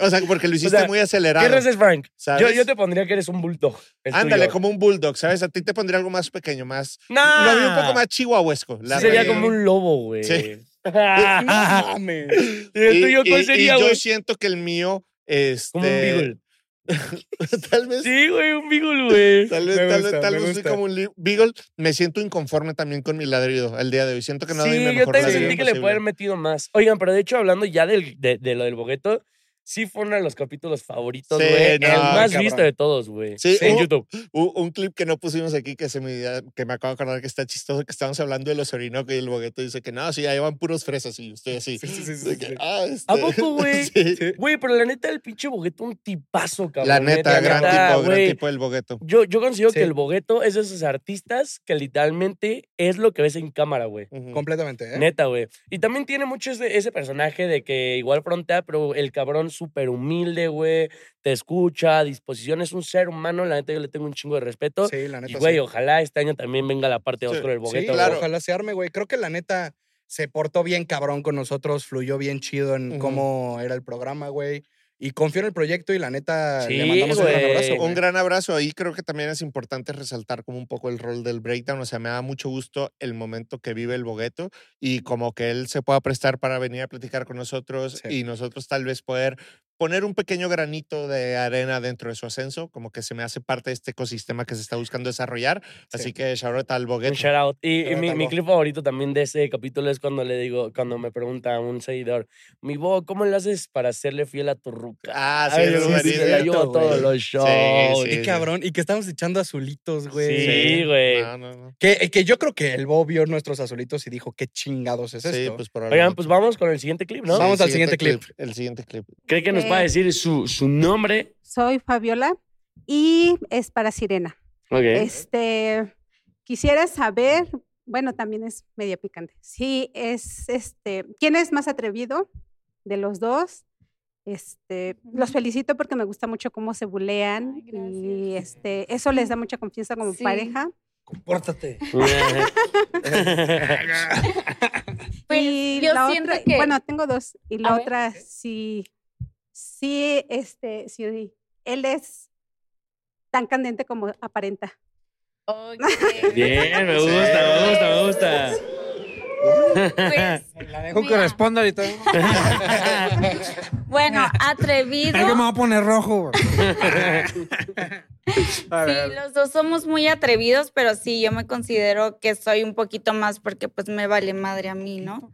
Speaker 3: o sea, porque lo hiciste
Speaker 2: sea,
Speaker 3: muy
Speaker 2: ¿Qué
Speaker 3: acelerado.
Speaker 2: raza es Frank? Yo,
Speaker 3: ¿sabes?
Speaker 2: yo te pondría que eres un bulldog. el
Speaker 3: Ándale,
Speaker 2: tuyo.
Speaker 3: como un bulldog, ¿sabes? A ti te pondría algo más pequeño, más.
Speaker 2: ¡Nah!
Speaker 3: Lo vi un poco más chihuahuesco.
Speaker 2: Ah. Sí,
Speaker 3: la
Speaker 2: sería
Speaker 3: realidad.
Speaker 2: como un lobo, güey.
Speaker 3: Sí.
Speaker 1: No mames.
Speaker 2: ¿Y el tuyo cuál sería,
Speaker 3: yo este
Speaker 2: güey?
Speaker 3: siento que el mío. Este,
Speaker 2: Como un beagle.
Speaker 3: Tal vez.
Speaker 2: Sí, güey, un beagle, güey.
Speaker 3: Tal vez,
Speaker 1: Me
Speaker 3: tal,
Speaker 1: gusta,
Speaker 3: vez, tal
Speaker 1: me
Speaker 3: vez soy
Speaker 1: gusta.
Speaker 3: como un li- beagle. Me siento inconforme también con mi ladrido al día de hoy. Siento que no doy mi
Speaker 2: Sí, yo
Speaker 3: mejor
Speaker 2: también
Speaker 3: ladrido
Speaker 2: sentí que le
Speaker 3: posible.
Speaker 2: puede haber metido más. Oigan, pero de hecho, hablando ya del, de, de lo del bogueto, sí fue uno de los capítulos favoritos,
Speaker 3: Sí,
Speaker 2: güey. el
Speaker 3: no,
Speaker 2: más
Speaker 1: cabrón.
Speaker 2: visto de todos, güey.
Speaker 3: Sí,
Speaker 2: en
Speaker 3: hubo-
Speaker 2: YouTube.
Speaker 3: U- Un, clip que no pusimos aquí que, se me, que me acabo de acordar que está chistoso, que estábamos hablando de los Orinoco y el bogueto dice que no, sí, ahí van puros fresas y yo estoy así.
Speaker 1: Sí, sí, sí, sí,
Speaker 3: De
Speaker 1: sí.
Speaker 3: que, ah,
Speaker 2: ¿A
Speaker 3: este,
Speaker 2: poco, güey?
Speaker 3: sí.
Speaker 2: Güey, pero la neta, el pinche bogueto, un tipazo, cabrón.
Speaker 3: La neta, gran tipo, gran
Speaker 2: güey.
Speaker 3: tipo el bogueto.
Speaker 2: Yo, yo considero que
Speaker 1: Sí.
Speaker 2: el bogueto es de esos artistas que literalmente es lo que ves en cámara, güey.
Speaker 3: Ujú.
Speaker 1: Completamente, ¿eh?
Speaker 2: Neta, güey. Y también tiene mucho ese, ese personaje de que igual frontea, pero el cabrón súper humilde, güey. Te escucha, a disposición, es un ser humano. La neta, yo le tengo un chingo de respeto.
Speaker 1: Sí, la neta.
Speaker 2: y, güey,
Speaker 1: sí.
Speaker 2: ojalá este año también venga la parte
Speaker 3: Sí,
Speaker 2: 2 con el bogueto.
Speaker 1: Sí,
Speaker 2: güey.
Speaker 1: claro.
Speaker 3: güey.
Speaker 1: Ojalá se arme, güey. Creo que la neta se portó bien cabrón con nosotros, fluyó bien chido en
Speaker 3: Ujú.
Speaker 1: cómo era el programa, güey. Y confío en el proyecto y la neta le
Speaker 2: Sí,
Speaker 1: mandamos un gran
Speaker 2: güey.
Speaker 1: abrazo.
Speaker 3: Un
Speaker 1: güey.
Speaker 3: gran abrazo. Ahí creo que también es importante resaltar como un poco el rol del breakdown. O sea, me da mucho gusto el momento que vive el Bogueto y como que él se pueda prestar para venir a platicar con nosotros
Speaker 1: Sí.
Speaker 3: y nosotros tal vez poder poner un pequeño granito de arena dentro de su ascenso, como que se me hace parte de este ecosistema que se está buscando desarrollar. Así que shout out al
Speaker 2: Un
Speaker 3: Bogueto.
Speaker 2: shout out. Y, y
Speaker 1: Shout out
Speaker 2: mi,
Speaker 1: al
Speaker 2: mi
Speaker 1: Bo.
Speaker 2: clip favorito también de ese capítulo es cuando le digo, cuando me pregunta a un seguidor, mi Bo, ¿cómo le haces para serle fiel a tu ruca?
Speaker 3: Ah, sí,
Speaker 2: Ay,
Speaker 3: es
Speaker 1: sí, sí,
Speaker 2: güey,
Speaker 1: sí,
Speaker 2: te la
Speaker 1: cierto,
Speaker 2: llevo a todos
Speaker 1: güey.
Speaker 2: los shows.
Speaker 3: sí.
Speaker 1: Qué cabrón. Y que estamos echando azulitos, güey.
Speaker 2: Sí, güey.
Speaker 3: No, no, no.
Speaker 1: Que, que yo creo que el Bob vio nuestros azulitos y dijo, qué chingados es
Speaker 3: Sí,
Speaker 1: esto.
Speaker 3: pues
Speaker 2: Oigan,
Speaker 3: probablemente.
Speaker 2: pues vamos con el siguiente clip, ¿no?
Speaker 3: Sí,
Speaker 1: Vamos
Speaker 3: el
Speaker 1: al siguiente clip.
Speaker 3: El siguiente clip.
Speaker 2: ¿Cree que nos va a decir su, su nombre?
Speaker 5: Soy Fabiola y es para Sirena.
Speaker 2: Ok.
Speaker 5: Este, quisiera saber, bueno, también es media picante. Sí, es este, ¿quién es más atrevido de los dos? Este, los felicito porque me gusta mucho cómo se bulean y este, eso les da mucha confianza como
Speaker 6: Sí.
Speaker 5: pareja.
Speaker 1: Compórtate.
Speaker 6: Pues,
Speaker 5: y
Speaker 6: yo
Speaker 5: la
Speaker 6: siento
Speaker 5: otra-
Speaker 6: que-
Speaker 5: bueno, tengo dos y
Speaker 6: A
Speaker 5: la
Speaker 6: ver.
Speaker 5: otra sí sí este sí él es tan candente como aparenta.
Speaker 6: Ok.
Speaker 2: Bien, me gusta, me gusta, me gusta.
Speaker 6: Pues,
Speaker 1: La
Speaker 6: dejo que Mira. responda
Speaker 1: ahorita.
Speaker 6: bueno, atrevido.
Speaker 4: a poner rojo.
Speaker 6: Sí, los dos somos muy atrevidos, pero sí, yo me considero que soy un poquito más porque pues me vale madre a mí, ¿no?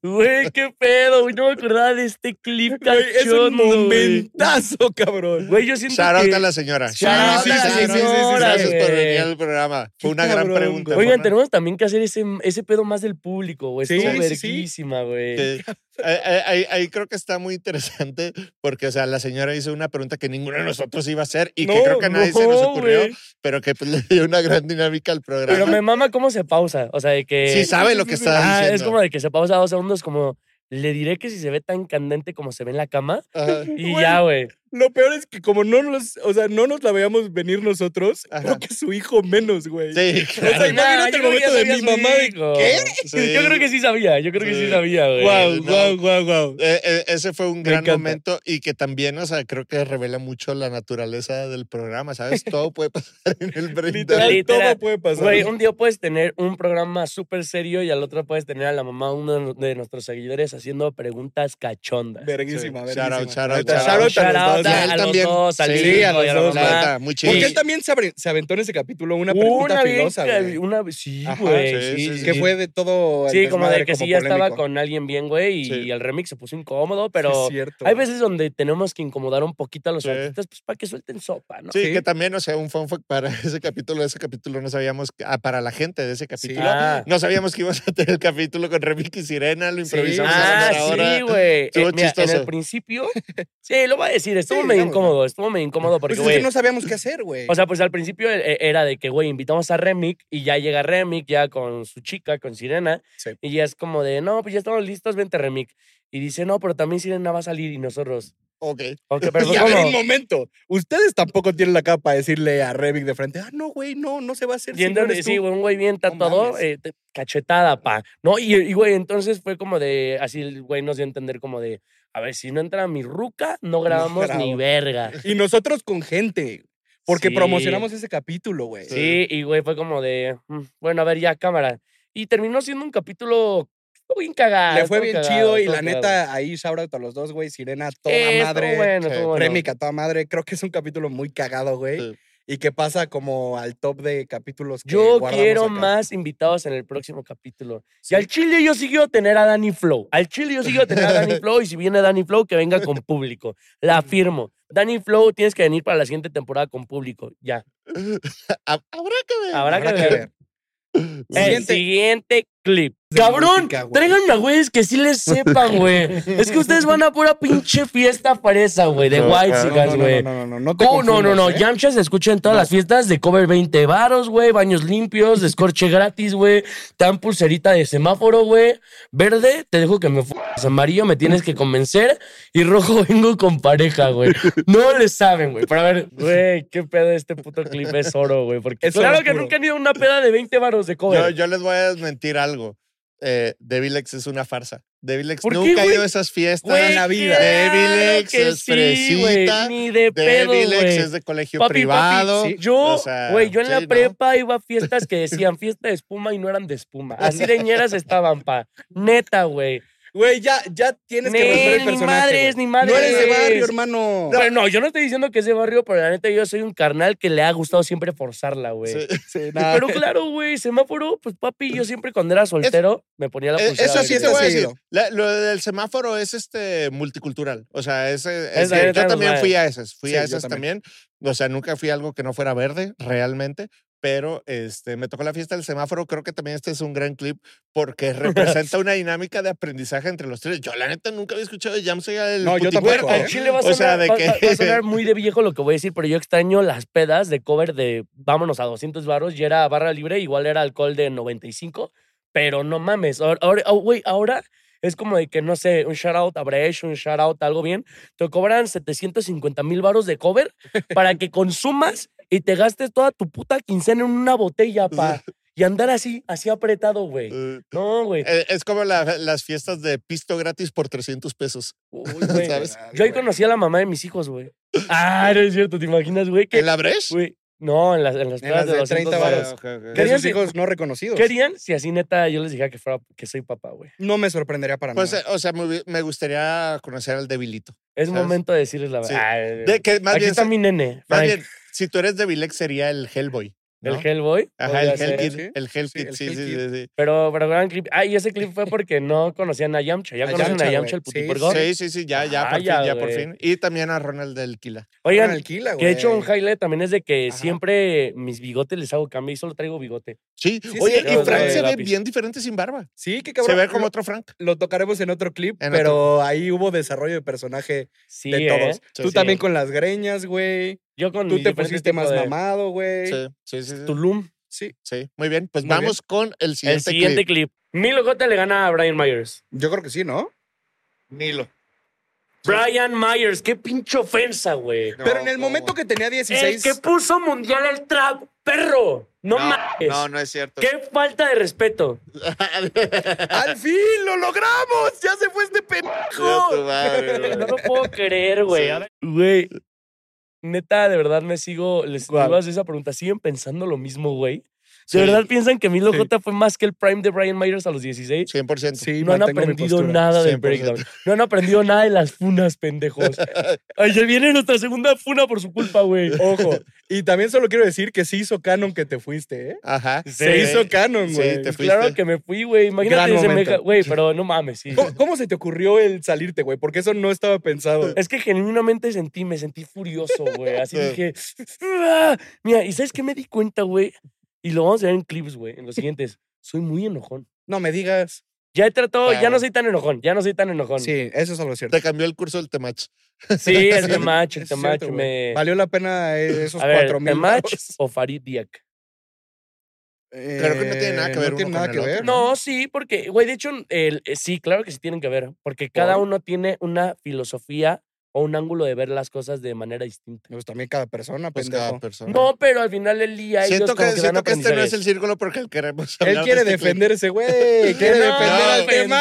Speaker 2: Güey, qué pedo, güey. No me acordaba de este clip
Speaker 1: Es un
Speaker 2: cachondo, güey.
Speaker 1: momentazo, cabrón.
Speaker 2: Güey, yo siento
Speaker 3: Shout out
Speaker 2: que...
Speaker 3: a la señora.
Speaker 2: Sí,
Speaker 3: Shout
Speaker 1: sí,
Speaker 3: out a
Speaker 1: sí, sí, sí, sí, sí,
Speaker 3: Gracias por
Speaker 2: güey.
Speaker 3: venir al programa. Fue una gran
Speaker 1: cabrón,
Speaker 3: pregunta.
Speaker 1: güey.
Speaker 2: Oigan,
Speaker 3: fue una-
Speaker 2: tenemos también que hacer ese, ese pedo más del público, güey.
Speaker 1: Sí,
Speaker 2: Estuvo
Speaker 1: sí, sí.
Speaker 2: verguísima, güey.
Speaker 3: que- ahí- ahí- ahí- ahí creo que está muy interesante porque, o sea, la señora hizo una pregunta que ninguno de nosotros iba a hacer y que
Speaker 2: No,
Speaker 3: creo que a nadie se nos
Speaker 2: no,
Speaker 3: ocurrió,
Speaker 2: güey.
Speaker 3: pero que pues, le dio una gran dinámica al
Speaker 2: Pero
Speaker 3: programa.
Speaker 2: me mama cómo se pausa. O sea, de que...
Speaker 3: sí sabe lo que está
Speaker 2: Ah,
Speaker 3: diciendo.
Speaker 2: es como de que se pausa dos segundos como... Le diré que si se ve tan candente como se ve en la cama.
Speaker 3: Ajá.
Speaker 2: Y ya, güey.
Speaker 1: Lo peor es que como no nos, o sea, no nos la veíamos venir nosotros,
Speaker 3: Ajá.
Speaker 1: creo que su hijo menos, güey.
Speaker 3: Sí,
Speaker 1: O sea,
Speaker 3: claro.
Speaker 2: Nah,
Speaker 1: imagínate
Speaker 2: yo
Speaker 1: el
Speaker 2: creo que ya
Speaker 1: momento de
Speaker 2: sabía
Speaker 1: mi
Speaker 2: su
Speaker 1: mamá de,
Speaker 2: hijo.
Speaker 1: ¿qué?
Speaker 3: Sí.
Speaker 2: Yo creo que sí sabía, yo creo que sí
Speaker 3: Sí.
Speaker 2: sabía, güey.
Speaker 3: Guau,
Speaker 1: Wow,
Speaker 3: no.
Speaker 1: wow, wow, wow.
Speaker 3: E- e- ese fue un
Speaker 2: Me
Speaker 3: gran
Speaker 2: encanta.
Speaker 3: momento y que también, o sea, creo que revela mucho la naturaleza del programa, ¿sabes? Todo puede pasar en el brain
Speaker 1: Literal,
Speaker 3: Dance.
Speaker 2: Literal.
Speaker 1: todo puede pasar.
Speaker 2: Güey, un día puedes tener un programa súper serio y al otro puedes tener a la mamá de uno de nuestros seguidores haciendo preguntas cachondas.
Speaker 1: Verguísima,
Speaker 3: Sí.
Speaker 1: verguísima.
Speaker 3: Shout out, shout out,
Speaker 1: Neta,
Speaker 3: shout
Speaker 1: shout
Speaker 3: out.
Speaker 1: out a los
Speaker 2: Shout out
Speaker 1: dos.
Speaker 3: Ya
Speaker 2: a los dos, al
Speaker 3: sí,
Speaker 1: hijo
Speaker 3: a los
Speaker 1: y a la
Speaker 3: dos,
Speaker 1: mamá.
Speaker 3: neta, muy chido.
Speaker 1: Porque él
Speaker 2: Sí.
Speaker 1: también se, abre- se aventó en ese capítulo una pregunta
Speaker 2: bien
Speaker 1: filosa,
Speaker 2: ca-
Speaker 1: güey.
Speaker 2: una- sí,
Speaker 1: Ajá,
Speaker 2: güey.
Speaker 3: sí, sí, sí.
Speaker 1: Que fue de todo. el
Speaker 2: Sí, como de
Speaker 1: desmadre,
Speaker 2: que sí
Speaker 1: como
Speaker 2: ya estaba
Speaker 1: polémico.
Speaker 2: con alguien bien, güey, y
Speaker 3: Sí.
Speaker 2: el remix se puso incómodo,
Speaker 1: Sí,
Speaker 2: pero
Speaker 1: es cierto. Pues
Speaker 2: hay veces donde tenemos que incomodar un poquito a los
Speaker 3: Sí.
Speaker 2: artistas, pues para que suelten sopa, ¿no?
Speaker 3: Sí,
Speaker 1: Sí.
Speaker 3: que también, o sea, un fun fact para ese capítulo, ese capítulo no sabíamos, que- ah, para la gente de ese capítulo,
Speaker 2: Ah.
Speaker 3: no sabíamos que ibas a tener el capítulo con Remix y Sirena, lo
Speaker 1: Sí.
Speaker 3: improvisamos
Speaker 2: Ah,
Speaker 3: a la hora.
Speaker 2: sí, güey.
Speaker 3: Estuvo
Speaker 2: Eh, mira, en el
Speaker 3: chistoso.
Speaker 2: principio, sí, lo voy a decir, estuvo
Speaker 1: Sí,
Speaker 2: medio
Speaker 1: digamos,
Speaker 2: incómodo, estuvo medio incómodo porque,
Speaker 1: Pues es que
Speaker 2: güey,
Speaker 1: no sabíamos qué hacer, güey.
Speaker 2: o sea, pues al principio eh, era de que, güey, invitamos a Remick y ya llega Remick ya con su chica, con Sirena,
Speaker 1: Sí.
Speaker 2: y ya es como de, no, pues ya estamos listos, vente Remick. Y dice, no, pero también Sirena va a salir y nosotros.
Speaker 3: Ok.
Speaker 2: Ok, pero pues,
Speaker 1: y a ver,
Speaker 2: ¿cómo?
Speaker 1: un momento. Ustedes tampoco tienen la capa de decirle a Revic de frente, ah, no, güey, no, no se va a hacer. si
Speaker 2: Y
Speaker 1: no
Speaker 2: entonces,
Speaker 1: eres
Speaker 2: sí,
Speaker 1: tú".
Speaker 2: güey, un güey bien tatuado,
Speaker 1: mames.
Speaker 2: eh, te- cachetada, pa. No, y, y, güey, entonces fue como de, así el güey nos dio a entender como de, a ver, si no entra mi ruca, no grabamos ni
Speaker 1: grabo.
Speaker 2: verga.
Speaker 1: Y nosotros con gente, porque
Speaker 2: Sí.
Speaker 1: promocionamos ese capítulo, güey.
Speaker 2: Sí, y güey, fue como de, "Mm, bueno, a ver, ya, cámara. Y terminó siendo un capítulo estuvo bien cagado.
Speaker 1: Le fue
Speaker 2: Ah, estuvo
Speaker 1: bien
Speaker 2: cagado,
Speaker 1: chido y
Speaker 2: estuvo
Speaker 1: la
Speaker 2: cagado.
Speaker 1: neta, ahí shout out a los dos, güey. Sirena a toda
Speaker 2: Eh, estuvo
Speaker 1: madre.
Speaker 2: bueno, estuvo
Speaker 3: sí,
Speaker 2: bueno.
Speaker 1: Remic a toda madre. Creo que es un capítulo muy cagado, güey.
Speaker 3: Sí.
Speaker 1: Y que pasa como al top de capítulos que
Speaker 2: Yo
Speaker 1: Eh, guardamos
Speaker 2: quiero
Speaker 1: acá.
Speaker 2: más invitados en el próximo capítulo. Y al Chile yo sigo tener a Danny Flow. Al Chile yo sigo tener a Danny Flow y si viene Danny Flow, que venga con público. La firmo. Danny Flow, tienes que venir para la siguiente temporada con público. Ya.
Speaker 3: Ha- Habrá que ver.
Speaker 2: Habrá que
Speaker 1: Habrá que
Speaker 2: ver.
Speaker 1: ver.
Speaker 2: El
Speaker 1: Siguiente.
Speaker 2: siguiente clip.
Speaker 1: de
Speaker 2: Cabrón,
Speaker 1: música, güey.
Speaker 2: traigan a güeyes que sí les sepan, güey. Es que ustedes van a pura pinche fiesta fresa, güey, de
Speaker 3: No,
Speaker 2: White
Speaker 3: claro,
Speaker 2: Chicas, güey.
Speaker 1: No, no, no, no, no. te
Speaker 2: ¿Cómo? No, no,
Speaker 1: confundas,
Speaker 2: no.
Speaker 1: ¿eh?
Speaker 2: Yamcha se escucha en todas las fiestas de cover 20 varos, güey. Baños limpios, descorche gratis, güey. Te dan pulserita de semáforo, güey. Verde, te dejo que me fues. Amarillo, me tienes que convencer. Y rojo, vengo con pareja, güey. No le saben, güey. Pero a ver, güey, qué pedo este puto clip es oro, güey. Porque
Speaker 1: Es oro
Speaker 2: claro que
Speaker 1: puro.
Speaker 2: nunca han ido a una peda de 20 varos de cover.
Speaker 3: Yo, yo les voy a mentir algo. Eh, Devilex es una farsa. Devilex
Speaker 2: ¿Por qué,
Speaker 3: nunca ha ido
Speaker 2: güey?
Speaker 3: a esas fiestas.
Speaker 2: Güey,
Speaker 1: la vida.
Speaker 2: claro
Speaker 3: Devilex
Speaker 2: que
Speaker 3: es
Speaker 2: sí, güey,
Speaker 3: fresita.
Speaker 2: Ni de pedo,
Speaker 3: Devilex
Speaker 2: güey.
Speaker 3: es de colegio
Speaker 2: Papi, papi,
Speaker 3: privado.
Speaker 1: sí.
Speaker 2: Yo,
Speaker 3: O sea,
Speaker 2: güey, yo en
Speaker 3: sí,
Speaker 2: la
Speaker 3: ¿no?
Speaker 2: prepa iba a fiestas que decían fiesta de espuma y no eran de espuma. Así de ñeras estaban, pa. Neta, güey.
Speaker 1: Güey, ya, ya tienes que
Speaker 2: Nel,
Speaker 1: romper el
Speaker 2: ni
Speaker 1: personaje.
Speaker 2: madres,
Speaker 1: güey.
Speaker 2: ni madres.
Speaker 1: No eres de barrio, hermano.
Speaker 2: Pero no, yo no estoy diciendo que es de barrio, pero la neta yo soy un carnal que le ha gustado siempre forzarla, güey.
Speaker 3: Sí.
Speaker 1: Sí, nada.
Speaker 2: Pero claro, güey, semáforo, pues papi, yo siempre cuando era soltero me ponía la
Speaker 3: Eh,
Speaker 2: pulsera.
Speaker 3: Eso sí
Speaker 2: verde.
Speaker 3: te voy a
Speaker 1: Sí.
Speaker 3: decir. La- lo del semáforo es este multicultural. O sea, ese,
Speaker 2: Es
Speaker 3: yo-
Speaker 2: la neta,
Speaker 3: yo también
Speaker 2: güey.
Speaker 3: fui a esas. Fui
Speaker 1: Sí,
Speaker 3: a
Speaker 1: yo
Speaker 3: esas
Speaker 1: también.
Speaker 3: también. O sea, nunca fui a algo que no fuera verde, realmente. Pero este, me tocó la fiesta del semáforo. Creo que también este es un gran clip porque representa una dinámica de aprendizaje entre los tres. Yo, la neta, nunca había escuchado de Jamsey el
Speaker 1: No, yo
Speaker 3: putipuerco.
Speaker 1: tampoco,
Speaker 2: Al
Speaker 1: ¿eh?
Speaker 2: Chile va a,
Speaker 3: O
Speaker 2: sonar,
Speaker 3: sea, de
Speaker 2: va-
Speaker 3: que-
Speaker 2: va- va a sonar muy de viejo lo que voy a decir, pero yo extraño las pedas de cover de vámonos a 200 baros y era barra libre, igual era alcohol de 95, pero no mames. Ahora, ahora, oh, güey, ahora es como de que, no sé, un shout out a Bresh, un shout out a algo bien, te cobran 750 mil baros de cover para que consumas y te gastes toda tu puta quincena en una botella, pa. Y andar así, así apretado, güey.
Speaker 3: Eh,
Speaker 2: No, güey.
Speaker 3: eh, Es como la- las fiestas de pisto gratis por 300 pesos.
Speaker 2: Uy, güey.
Speaker 3: ¿Sabes?
Speaker 2: Yo ahí conocí a la mamá de mis hijos, güey. Ah, no es cierto, ¿te imaginas, güey? Que,
Speaker 3: ¿En la Bresh?
Speaker 2: güey, no, en las, en las
Speaker 1: En
Speaker 2: pruebas
Speaker 1: las
Speaker 2: de
Speaker 1: de
Speaker 2: 200
Speaker 1: 30
Speaker 2: varos.
Speaker 1: varos.
Speaker 3: Ok, ok.
Speaker 1: De sus
Speaker 2: Querían-
Speaker 1: hijos no reconocidos.
Speaker 2: ¿Qué harían si así neta yo les dijera que, fuera, que soy papá, güey?
Speaker 1: No me sorprendería para
Speaker 3: Pues, eh,
Speaker 1: nada.
Speaker 3: o sea, me hubi- me gustaría conocer al debilito.
Speaker 2: Es
Speaker 3: ¿Sabes?
Speaker 2: momento de decirles la
Speaker 3: Sí.
Speaker 2: verdad.
Speaker 3: De que más
Speaker 2: Aquí
Speaker 3: bien
Speaker 2: está
Speaker 3: se-
Speaker 2: mi nene,
Speaker 3: Más
Speaker 2: Frank,
Speaker 3: bien, si tú eres de Vilex sería el Hellboy. ¿no? Ah.
Speaker 2: el Hellboy.
Speaker 3: Ajá,
Speaker 2: podría
Speaker 3: el
Speaker 2: ser.
Speaker 3: Hellkid.
Speaker 1: ser, sí.
Speaker 3: El Hellkid,
Speaker 1: el
Speaker 3: sí, sí, sí.
Speaker 1: Hellkid.
Speaker 3: sí.
Speaker 2: Pero, pero gran clip. Ah, y ese clip fue porque no conocían a Yamcha. ¿Ya
Speaker 1: A
Speaker 2: conocen
Speaker 1: Yamcha,
Speaker 2: a Yamcha,
Speaker 1: güey.
Speaker 2: el
Speaker 1: Sí,
Speaker 2: putipurgo?
Speaker 3: Sí, sí, sí, ya, ya, por fin,
Speaker 2: Vaya,
Speaker 3: ya por
Speaker 2: güey.
Speaker 3: fin. Y también a Ronald del Kila.
Speaker 2: Oigan,
Speaker 1: Tranquila,
Speaker 2: que he hecho un
Speaker 1: güey.
Speaker 2: highlight también es de que
Speaker 1: Ajá.
Speaker 2: siempre mis bigotes les hago cambio y solo traigo bigote.
Speaker 3: Sí,
Speaker 1: Sí,
Speaker 3: oye,
Speaker 1: sí,
Speaker 3: y
Speaker 1: los
Speaker 3: Frank
Speaker 1: de
Speaker 3: se ve
Speaker 2: lápiz.
Speaker 3: bien diferente sin barba.
Speaker 1: Sí, qué
Speaker 3: Se
Speaker 1: cabrón.
Speaker 3: ve como
Speaker 1: Lo-
Speaker 3: otro Frank.
Speaker 1: Lo tocaremos en otro clip,
Speaker 3: En
Speaker 1: pero ahí hubo desarrollo de personaje
Speaker 2: Sí,
Speaker 1: de
Speaker 2: ¿eh?
Speaker 1: todos.
Speaker 3: Sí,
Speaker 1: Tú
Speaker 3: sí.
Speaker 1: también con las greñas, güey.
Speaker 2: Yo con mi
Speaker 1: Tú te
Speaker 2: diferente
Speaker 1: pusiste
Speaker 2: tipo
Speaker 1: más
Speaker 2: de
Speaker 1: mamado, güey.
Speaker 3: Sí, sí, sí. sí,
Speaker 2: Tulum.
Speaker 1: Sí.
Speaker 3: sí. Muy bien, pues
Speaker 1: Muy
Speaker 3: vamos con el siguiente,
Speaker 2: el siguiente
Speaker 3: clip.
Speaker 2: clip. Milo Cota le gana a Brian Myers.
Speaker 1: Yo creo que sí, ¿no?
Speaker 3: Nilo.
Speaker 2: Brian Myers, qué pinche ofensa, güey.
Speaker 1: Pero en el momento que tenía
Speaker 2: El
Speaker 1: 16.
Speaker 2: que puso mundial al trap, perro. No,
Speaker 3: No,
Speaker 2: mames.
Speaker 3: no, no es cierto.
Speaker 2: Qué falta de respeto.
Speaker 1: ¡Al fin! ¡Lo logramos! ¡Ya se fue este
Speaker 3: Chinga tu
Speaker 1: pendejo!
Speaker 3: madre, güey.
Speaker 2: No lo puedo creer, güey.
Speaker 3: Sí.
Speaker 2: A ver, Güey. Neta, de verdad me sigo. Les
Speaker 1: ¿Cuál?
Speaker 2: iba a hacer esa pregunta. ¿Siguen pensando lo mismo, güey?
Speaker 3: Sí.
Speaker 2: ¿De verdad piensan que Milo J fue más que el prime de Brian Myers a los 16?
Speaker 3: 100%.
Speaker 1: Sí,
Speaker 2: no han
Speaker 1: mantengo mi
Speaker 2: aprendido
Speaker 1: postura.
Speaker 2: nada del
Speaker 3: 100%.
Speaker 2: breakdown. No han aprendido nada de las funas, pendejos. Ay, ya viene nuestra segunda funa por su culpa, güey.
Speaker 1: Ojo. Y también solo quiero decir que se hizo canon que te fuiste, ¿eh?
Speaker 3: Ajá.
Speaker 1: Se hizo canon,
Speaker 3: Sí,
Speaker 1: güey.
Speaker 3: te fuiste.
Speaker 2: Claro que me fui, güey. Imagínate
Speaker 1: Gran
Speaker 2: ese
Speaker 1: momento.
Speaker 2: meca- Güey, pero no mames, sí.
Speaker 1: ¿Cómo, cómo se te ocurrió el salirte, güey? Porque eso no estaba pensado.
Speaker 2: Es que genuinamente sentí, me sentí furioso, güey. Así
Speaker 3: Sí.
Speaker 2: dije, "Ah". mira, ¿y sabes qué me di cuenta, güey? Y lo vamos a ver en clips, güey, en los siguientes. Soy muy enojón.
Speaker 1: No me digas.
Speaker 2: Ya he tratado, ya
Speaker 3: Claro.
Speaker 2: no soy tan enojón, ya no soy tan enojón. Sí,
Speaker 1: Sí, eso es algo cierto.
Speaker 3: Te cambió el curso del temach.
Speaker 2: el Temach, el
Speaker 1: Es cierto,
Speaker 2: Temach
Speaker 1: güey.
Speaker 2: me...
Speaker 1: Valió la pena eh, esos
Speaker 2: A ver,
Speaker 1: cuatro mil.
Speaker 2: Temach
Speaker 1: varos?
Speaker 2: o Farid Diak.
Speaker 1: Eh,
Speaker 3: Creo que no tiene nada que
Speaker 1: No
Speaker 3: ver uno
Speaker 1: tiene
Speaker 3: con
Speaker 1: nada
Speaker 3: el
Speaker 1: que
Speaker 3: otro,
Speaker 1: ver.
Speaker 2: No, sí, porque, güey, de hecho, el- eh, sí, claro que sí tienen que ver, porque cada
Speaker 1: ¿Por?
Speaker 2: uno tiene una filosofía o un ángulo de ver las cosas de manera distinta.
Speaker 1: Pues también cada persona,
Speaker 3: Pues
Speaker 1: pendejo.
Speaker 3: cada persona.
Speaker 2: No, pero al final del día ellos
Speaker 3: siento
Speaker 2: como
Speaker 3: que,
Speaker 2: que, dan
Speaker 3: siento que este no es
Speaker 2: aprendizajes.
Speaker 3: el círculo porque el queremos
Speaker 1: Él
Speaker 3: hablar de
Speaker 1: quiere
Speaker 3: este clip.
Speaker 1: defenderse, güey. Quiere
Speaker 2: No,
Speaker 1: defender al
Speaker 2: pendejo.
Speaker 1: tema.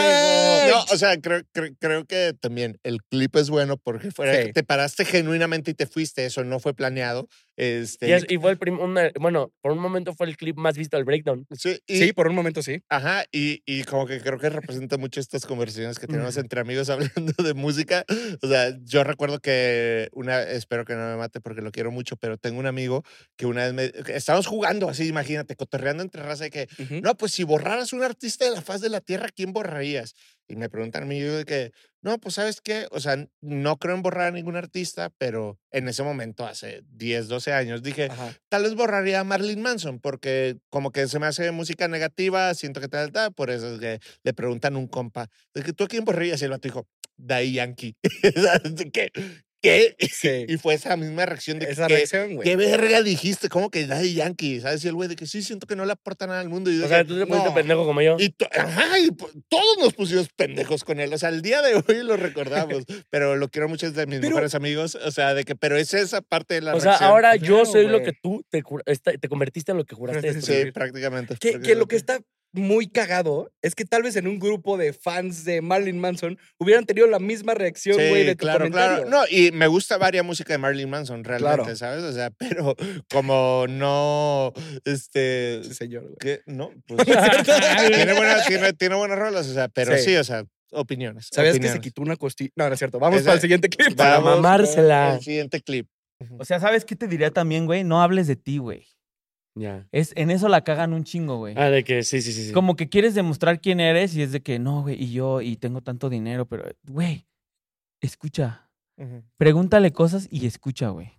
Speaker 3: No, o sea, creo, creo, creo que también el clip es bueno porque fuera
Speaker 1: Sí.
Speaker 3: que te paraste genuinamente y te fuiste, eso no fue planeado. Este,
Speaker 2: Y, es- y fue el prim- una- bueno, por un momento fue el clip más visto del breakdown.
Speaker 3: sí, y-
Speaker 1: Sí, por un momento sí.
Speaker 3: Ajá, y, y como que creo que representa mucho estas conversaciones que tenemos entre amigos hablando de música. O sea, yo recuerdo que una, espero que no me mate porque lo quiero mucho, pero tengo un amigo que una vez me, que estábamos jugando así, imagínate, cotorreando entre raza y que,
Speaker 1: Ujú.
Speaker 3: no, pues si borraras un artista de la faz de la tierra, ¿quién borrarías? Y me preguntan a mí, yo de que, no, pues sabes qué, o sea, no creo en borrar a ningún artista, pero en ese momento, hace 10, 12 años, dije,
Speaker 1: Ajá.
Speaker 3: tal vez borraría a Marilyn Manson porque como que se me hace música negativa, siento que tal, tal, por eso es que le preguntan a un compa, de que, ¿tú a quién borrarías? Y el vato dijo, Dai Yankee. ¿Sabes de ¿Qué? ¿Qué?
Speaker 1: Sí.
Speaker 3: Y fue esa misma reacción de
Speaker 1: Esa
Speaker 3: que,
Speaker 1: reacción, güey.
Speaker 3: ¿qué verga dijiste? ¿Cómo que Dai Yankee? ¿Sabes? Y el güey de que sí, siento que no le aporta nada al mundo. Y yo
Speaker 2: O
Speaker 3: de
Speaker 2: sea,
Speaker 3: que,
Speaker 2: tú te pusiste
Speaker 3: "No".
Speaker 2: pendejo como yo.
Speaker 3: Y, to- ajá, y po- todos nos pusimos pendejos con él. O sea, el día de hoy lo recordamos, pero lo quiero mucho, es de mis
Speaker 1: Pero-
Speaker 3: mejores amigos. O sea, de que, pero es esa parte de la
Speaker 2: O sea,
Speaker 3: reacción.
Speaker 2: ahora yo
Speaker 1: Claro,
Speaker 2: soy lo
Speaker 1: güey.
Speaker 2: que tú te, jur- esta- te convertiste en lo que juraste.
Speaker 1: Juraste
Speaker 2: destruir.
Speaker 3: Sí,
Speaker 1: escribir.
Speaker 3: prácticamente.
Speaker 1: Que, que lo que está muy cagado es que tal vez en un grupo de fans de Marilyn Manson hubieran tenido la misma reacción, güey, de tu
Speaker 3: claro,
Speaker 1: comentario.
Speaker 3: claro. No, y me gusta varia música de Marilyn Manson, realmente,
Speaker 1: Claro.
Speaker 3: ¿sabes? O sea, pero como no, este,
Speaker 1: Sí, señor, güey.
Speaker 3: ¿qué? no, pues, tiene, buena- tiene- tiene buenas rolas, o sea, pero
Speaker 1: Sí.
Speaker 3: sí, o sea, opiniones.
Speaker 1: ¿Sabías que se
Speaker 3: opiniones.
Speaker 1: quitó una costilla? No, no es cierto. Vamos
Speaker 3: Esa-
Speaker 1: para el siguiente clip.
Speaker 2: para
Speaker 3: Vamos con
Speaker 2: mamársela.
Speaker 3: El siguiente clip.
Speaker 7: O sea, ¿sabes qué te diría también, güey? No hables de ti, güey.
Speaker 2: Ya.
Speaker 7: Es, en eso la cagan un chingo, güey.
Speaker 2: Ah, de que sí, sí, sí. sí.
Speaker 7: Como que quieres demostrar quién eres y es de que no, güey, y yo, y tengo tanto dinero, pero, güey, escucha.
Speaker 3: Ujú.
Speaker 7: Pregúntale cosas y escucha, güey.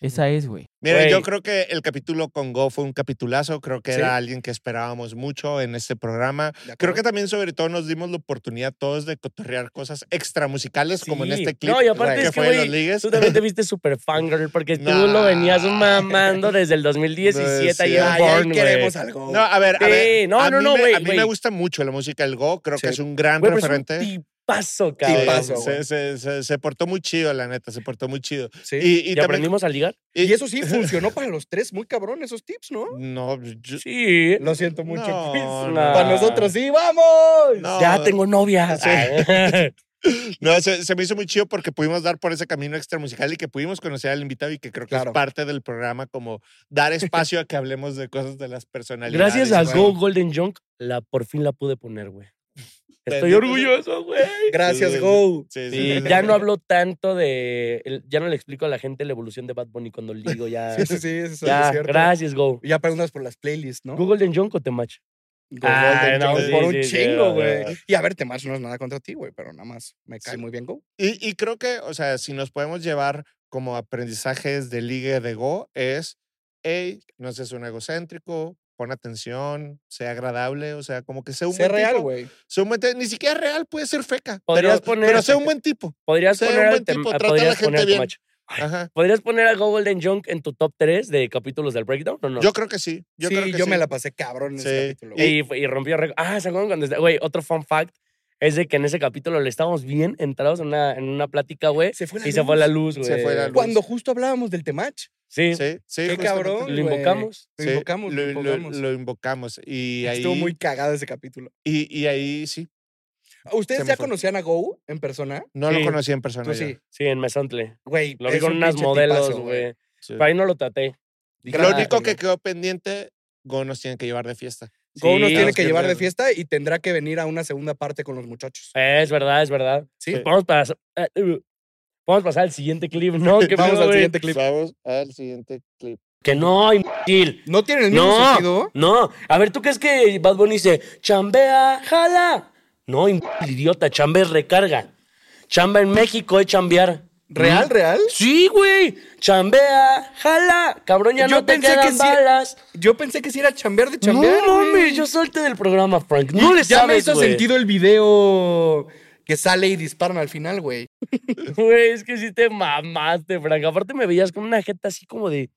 Speaker 7: Esa es, güey.
Speaker 3: Mira, yo
Speaker 2: Güey.
Speaker 3: creo que el capítulo con Go fue un capitulazo. Creo que
Speaker 1: Sí.
Speaker 3: era alguien que esperábamos mucho en este programa.
Speaker 1: De acuerdo.
Speaker 3: Creo que también, sobre todo, nos dimos la oportunidad todos de cotorrear cosas extra musicales, como en
Speaker 2: Sí.
Speaker 3: este clip.
Speaker 2: No, y aparte
Speaker 3: que
Speaker 2: es que,
Speaker 3: fue de los
Speaker 2: güey,
Speaker 3: ligues.
Speaker 2: Tú también te viste super fangirl porque tú lo
Speaker 3: Nah.
Speaker 2: venías mamando desde el
Speaker 3: No es
Speaker 2: 2017 ahí en
Speaker 3: cierto.
Speaker 1: Ay,
Speaker 2: Born,
Speaker 1: ahí
Speaker 2: güey.
Speaker 1: queremos algo.
Speaker 3: No, a ver, a
Speaker 2: Sí,
Speaker 3: ver.
Speaker 2: no,
Speaker 3: a
Speaker 2: no,
Speaker 3: mí
Speaker 2: no,
Speaker 3: me-
Speaker 2: güey,
Speaker 3: A mí me
Speaker 2: güey.
Speaker 3: gusta mucho la música del Go. Creo
Speaker 1: Sí.
Speaker 3: que es un gran
Speaker 2: Güey, pues, pero
Speaker 3: referente.
Speaker 2: Es un tipazo,
Speaker 3: Sí,
Speaker 2: cabrón.
Speaker 1: tipazo, güey.
Speaker 3: se, se, se- se portó muy chido, la neta, se portó muy chido.
Speaker 1: Sí.
Speaker 3: Y,
Speaker 1: Y,
Speaker 3: y
Speaker 2: ¿Y,
Speaker 3: también-
Speaker 2: aprendimos a ligar?
Speaker 1: eso sí funcionó para los tres, muy cabrón, esos tips, ¿no?
Speaker 3: No, yo-
Speaker 2: Sí.
Speaker 1: Lo siento mucho,
Speaker 3: No,
Speaker 1: Chris.
Speaker 3: no.
Speaker 1: Para nosotros sí, ¡vamos!
Speaker 3: no,
Speaker 2: Ya tengo novia.
Speaker 3: Sí.
Speaker 2: Ah.
Speaker 3: No, se, se me hizo muy chido porque pudimos dar por ese camino extra musical y que pudimos conocer al invitado y que creo que
Speaker 1: Claro.
Speaker 3: es parte del programa, como dar espacio a que hablemos de cosas de las personalidades.
Speaker 2: Gracias a
Speaker 3: güey.
Speaker 2: Go Golden Junk, la, por fin la pude poner, güey. Estoy
Speaker 3: Bendito.
Speaker 2: orgulloso, güey.
Speaker 1: Gracias,
Speaker 3: Sí,
Speaker 1: Go.
Speaker 3: Sí, sí,
Speaker 2: Sí,
Speaker 3: sí,
Speaker 2: ya
Speaker 3: sí.
Speaker 2: no hablo tanto de. el- Ya no le explico a la gente la evolución de Bad Bunny cuando ligo ya.
Speaker 1: Sí, sí, sí, eso
Speaker 2: Ah. ya,
Speaker 1: es cierto.
Speaker 2: gracias, Go.
Speaker 1: Y Ya preguntas por las playlists, ¿no?
Speaker 2: Google de Jonko te match.
Speaker 1: Go
Speaker 2: Ah,
Speaker 1: Golden
Speaker 2: no,
Speaker 1: Child
Speaker 2: sí,
Speaker 1: por un
Speaker 2: sí, sí,
Speaker 1: chingo,
Speaker 2: no,
Speaker 1: güey.
Speaker 2: no.
Speaker 1: Y a ver, Temach no es nada contra ti, güey, pero nada más me cae
Speaker 3: Sí.
Speaker 1: muy bien Go.
Speaker 3: Y, y creo que, o sea, si nos podemos llevar como aprendizajes de ligue de Go, es, hey, no seas un egocéntrico, pon atención, sea agradable, o sea, como que sea un
Speaker 1: Sé
Speaker 3: buen
Speaker 1: real,
Speaker 3: tipo.
Speaker 1: güey.
Speaker 3: Sea un buen tipo, ni siquiera real, puede ser feca.
Speaker 2: Podrías
Speaker 3: Pero,
Speaker 2: poner-
Speaker 3: pero sea un buen tipo.
Speaker 2: Podrías
Speaker 3: Sé un
Speaker 2: poner, al
Speaker 3: buen
Speaker 2: Tem-
Speaker 3: tipo,
Speaker 2: ah,
Speaker 3: trata a la
Speaker 2: podrías
Speaker 3: gente
Speaker 2: poner al
Speaker 3: bien.
Speaker 2: Temach.
Speaker 3: Ajá.
Speaker 2: ¿Podrías poner a Go Golden Junk en tu top 3 de capítulos del Breakdown o no?
Speaker 3: Yo creo que sí.
Speaker 1: Yo
Speaker 3: Yo
Speaker 1: sí,
Speaker 3: creo que
Speaker 1: yo
Speaker 3: sí.
Speaker 1: me la pasé cabrón en ese
Speaker 3: Sí.
Speaker 1: capítulo. güey.
Speaker 2: y, y rompió récord. Ah, ¿se acuerdan cuando... está- Güey, otro fun fact. es de que en ese capítulo le estábamos bien entrados en una, en una plática, güey.
Speaker 1: Se fue la
Speaker 2: Y se fue la
Speaker 1: luz.
Speaker 2: luz, güey.
Speaker 3: Se fue la luz.
Speaker 1: Cuando justo hablábamos del temach.
Speaker 2: Sí,
Speaker 3: Sí, sí.
Speaker 1: Qué
Speaker 3: justamente.
Speaker 1: cabrón,
Speaker 2: lo invocamos.
Speaker 1: Lo
Speaker 3: Sí,
Speaker 1: invocamos, lo
Speaker 3: lo, lo-
Speaker 1: invocamos.
Speaker 3: lo invocamos. Y ahí,
Speaker 1: Estuvo muy cagado ese capítulo.
Speaker 3: y, y ahí sí.
Speaker 1: ¿Ustedes
Speaker 3: Se me
Speaker 1: ya
Speaker 3: fue.
Speaker 1: conocían a Go en persona?
Speaker 3: No
Speaker 2: Sí.
Speaker 3: lo conocí en persona.
Speaker 1: Tú
Speaker 3: yo.
Speaker 1: sí.
Speaker 2: Sí, en Mesontle.
Speaker 1: Güey,
Speaker 2: Lo vi
Speaker 1: es
Speaker 2: con
Speaker 1: un
Speaker 2: unas
Speaker 1: pinche
Speaker 2: modelos,
Speaker 1: tipazo,
Speaker 2: güey.
Speaker 3: Sí.
Speaker 2: Pero ahí no lo traté. Dije,
Speaker 3: Lo
Speaker 2: "Ah,
Speaker 3: único que
Speaker 1: también.
Speaker 3: quedó pendiente, Go nos tiene que llevar de fiesta.
Speaker 1: Go nos
Speaker 2: sí,
Speaker 1: tiene
Speaker 3: los
Speaker 1: que llevar de
Speaker 3: pierdes.
Speaker 1: fiesta y tendrá que venir a una segunda parte con los muchachos.
Speaker 2: Es verdad, es verdad.
Speaker 1: Sí.
Speaker 2: Pues Vamos para... eh, uh, Vamos a pasar al siguiente clip, ¿no? Que
Speaker 1: Vamos al siguiente clip.
Speaker 3: Vamos al siguiente clip.
Speaker 2: Que no, imbécil.
Speaker 1: ¿No tienen el mismo
Speaker 2: No.
Speaker 1: sentido?
Speaker 2: No. A ver, ¿tú crees que Bad Bunny dice, chambea, jala? No, imbécil, idiota, chambea es recarga. Chamba en México es chambear.
Speaker 1: ¿Real,
Speaker 2: ¿Mm?
Speaker 1: real?
Speaker 2: Sí, güey. Chambea, jala. Cabrón, ya
Speaker 1: Yo
Speaker 2: no te
Speaker 1: pensé
Speaker 2: quedan
Speaker 1: que sí-
Speaker 2: balas.
Speaker 1: Yo pensé que si era chambear de chambear.
Speaker 2: no
Speaker 1: güey.
Speaker 2: mames, yo salte del programa, Frank. No
Speaker 1: Y
Speaker 2: le
Speaker 1: ya me
Speaker 2: sabes,
Speaker 1: hizo
Speaker 2: güey.
Speaker 1: sentido el video que sale y disparan al final, güey.
Speaker 2: Güey, es que sí te mamaste, Frank. Aparte me veías con una jeta así como de...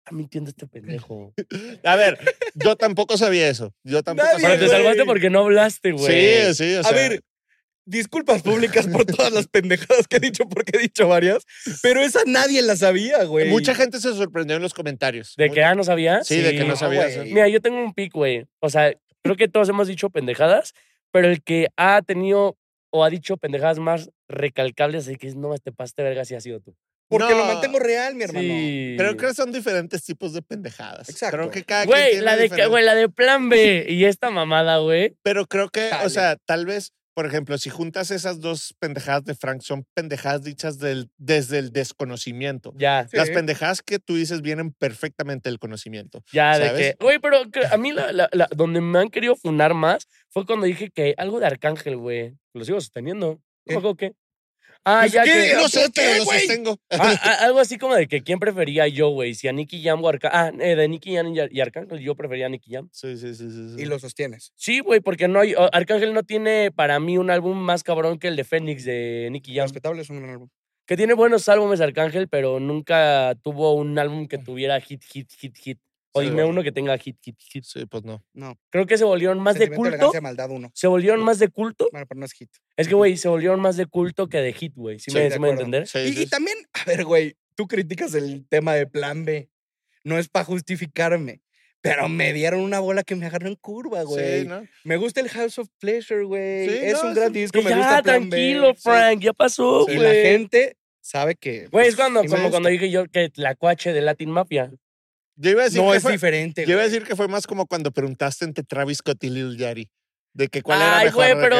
Speaker 2: Está mintiendo este pendejo.
Speaker 3: A ver, yo tampoco sabía eso. Yo tampoco
Speaker 1: Nadie,
Speaker 2: Pero
Speaker 3: sabía
Speaker 2: te
Speaker 1: güey.
Speaker 3: eso.
Speaker 2: salvaste porque no hablaste, güey.
Speaker 3: Sí, sí, o
Speaker 1: A
Speaker 3: sea,
Speaker 1: ver, disculpas públicas por todas las pendejadas que he dicho, porque he dicho varias, pero esa nadie la sabía, güey.
Speaker 3: Mucha gente se sorprendió en los comentarios.
Speaker 2: ¿De que ah, no sabías?
Speaker 3: Sí, de que no
Speaker 1: Ah,
Speaker 3: sabías.
Speaker 1: güey.
Speaker 2: Mira, yo tengo un pic, güey. O sea, creo que todos hemos dicho pendejadas, pero el que ha tenido o ha dicho pendejadas más recalcables y que es, no más te pasaste verga si ha sido tú.
Speaker 1: Porque lo
Speaker 3: No.
Speaker 1: mantengo real, mi hermano.
Speaker 2: Sí.
Speaker 3: Pero creo que son diferentes tipos de pendejadas.
Speaker 1: Exacto.
Speaker 3: Creo que cada quien
Speaker 2: Güey,
Speaker 3: tiene
Speaker 2: la de, que-
Speaker 3: diferente-
Speaker 2: güey, la de plan B y esta mamada, güey.
Speaker 3: Pero creo que,
Speaker 1: Chale.
Speaker 3: o sea, tal vez, por ejemplo, si juntas esas dos pendejadas de Frank, son pendejadas dichas del, desde el desconocimiento.
Speaker 2: Ya,
Speaker 1: Sí.
Speaker 3: Las pendejadas que tú dices vienen perfectamente del conocimiento.
Speaker 2: ya, de
Speaker 3: ¿Sabes?
Speaker 2: que. Güey, pero cre- a mí la- la- la- donde me han querido funar más fue cuando dije que algo de Arcángel, güey. Lo sigo sosteniendo.
Speaker 1: ¿Qué?
Speaker 2: ¿Cómo que? Ah,
Speaker 1: Pues,
Speaker 2: ya
Speaker 1: ¿qué?
Speaker 2: que.
Speaker 1: ¿Pero
Speaker 3: No sé,
Speaker 1: por qué,
Speaker 3: pero lo
Speaker 1: güey?
Speaker 3: sostengo.
Speaker 2: Ah, ah, algo así como de que quién prefería yo, güey. Si a Nicky Jam o Arcángel. Ah, eh, de Nicky Jam y Ar- y Arcángel, yo prefería a Nicky Jam.
Speaker 3: Sí, sí, sí, sí. sí.
Speaker 1: Y lo sostienes.
Speaker 2: Sí, güey, porque no hay, o- Arcángel no tiene para mí un álbum más cabrón que el de Fénix de Nicky Jam.
Speaker 1: Respetable es un gran álbum.
Speaker 2: Que tiene buenos álbumes Arcángel, pero nunca tuvo un álbum que tuviera hit, hit, hit, hit. O
Speaker 3: Mm. Sí,
Speaker 2: dime
Speaker 3: güey.
Speaker 2: uno que tenga hit, hit, hit.
Speaker 3: Sí, pues no.
Speaker 1: No.
Speaker 2: Creo que se volvieron más de
Speaker 1: Sentimiento,
Speaker 2: culto.
Speaker 1: elegancia, maldad uno.
Speaker 2: Se volvieron más de culto.
Speaker 1: Bueno, pero no es hit.
Speaker 2: Es que, güey, se volvieron más de culto que de hit, güey. ¿Sí,
Speaker 1: Sí,
Speaker 2: me,
Speaker 1: de
Speaker 2: sí me voy a
Speaker 1: acuerdo.
Speaker 2: entender?
Speaker 3: Sí,
Speaker 1: ¿Eh? Y,
Speaker 3: sí,
Speaker 1: y
Speaker 3: sí.
Speaker 1: también, a ver, güey, tú criticas el tema de plan B. No es para justificarme, pero me dieron una bola que me agarró en curva, güey.
Speaker 3: Sí, ¿no?
Speaker 1: Me gusta el House of Pleasure, güey.
Speaker 3: Sí,
Speaker 1: es
Speaker 3: no,
Speaker 1: un
Speaker 3: es
Speaker 1: gran
Speaker 3: un-
Speaker 1: disco,
Speaker 2: Que
Speaker 1: me
Speaker 2: ya,
Speaker 1: gusta plan B,
Speaker 2: "Ah, tranquilo,
Speaker 1: sí.
Speaker 2: Frank. Ya pasó,
Speaker 1: Y
Speaker 2: güey.
Speaker 1: la gente sabe que pues,
Speaker 2: Güey, es cuando,
Speaker 1: sí me
Speaker 2: como
Speaker 1: gusta.
Speaker 2: cuando dije yo que la coache de Latin Mafia.
Speaker 3: Yo iba a decir
Speaker 1: no
Speaker 3: que
Speaker 1: es
Speaker 3: fue-
Speaker 1: diferente.
Speaker 3: Yo iba a
Speaker 1: güey.
Speaker 3: decir que fue más como cuando preguntaste entre Travis Scott y Lil Yachty. De que cuál era
Speaker 2: Ay,
Speaker 3: mejor.
Speaker 2: güey,
Speaker 3: de que-
Speaker 2: pero,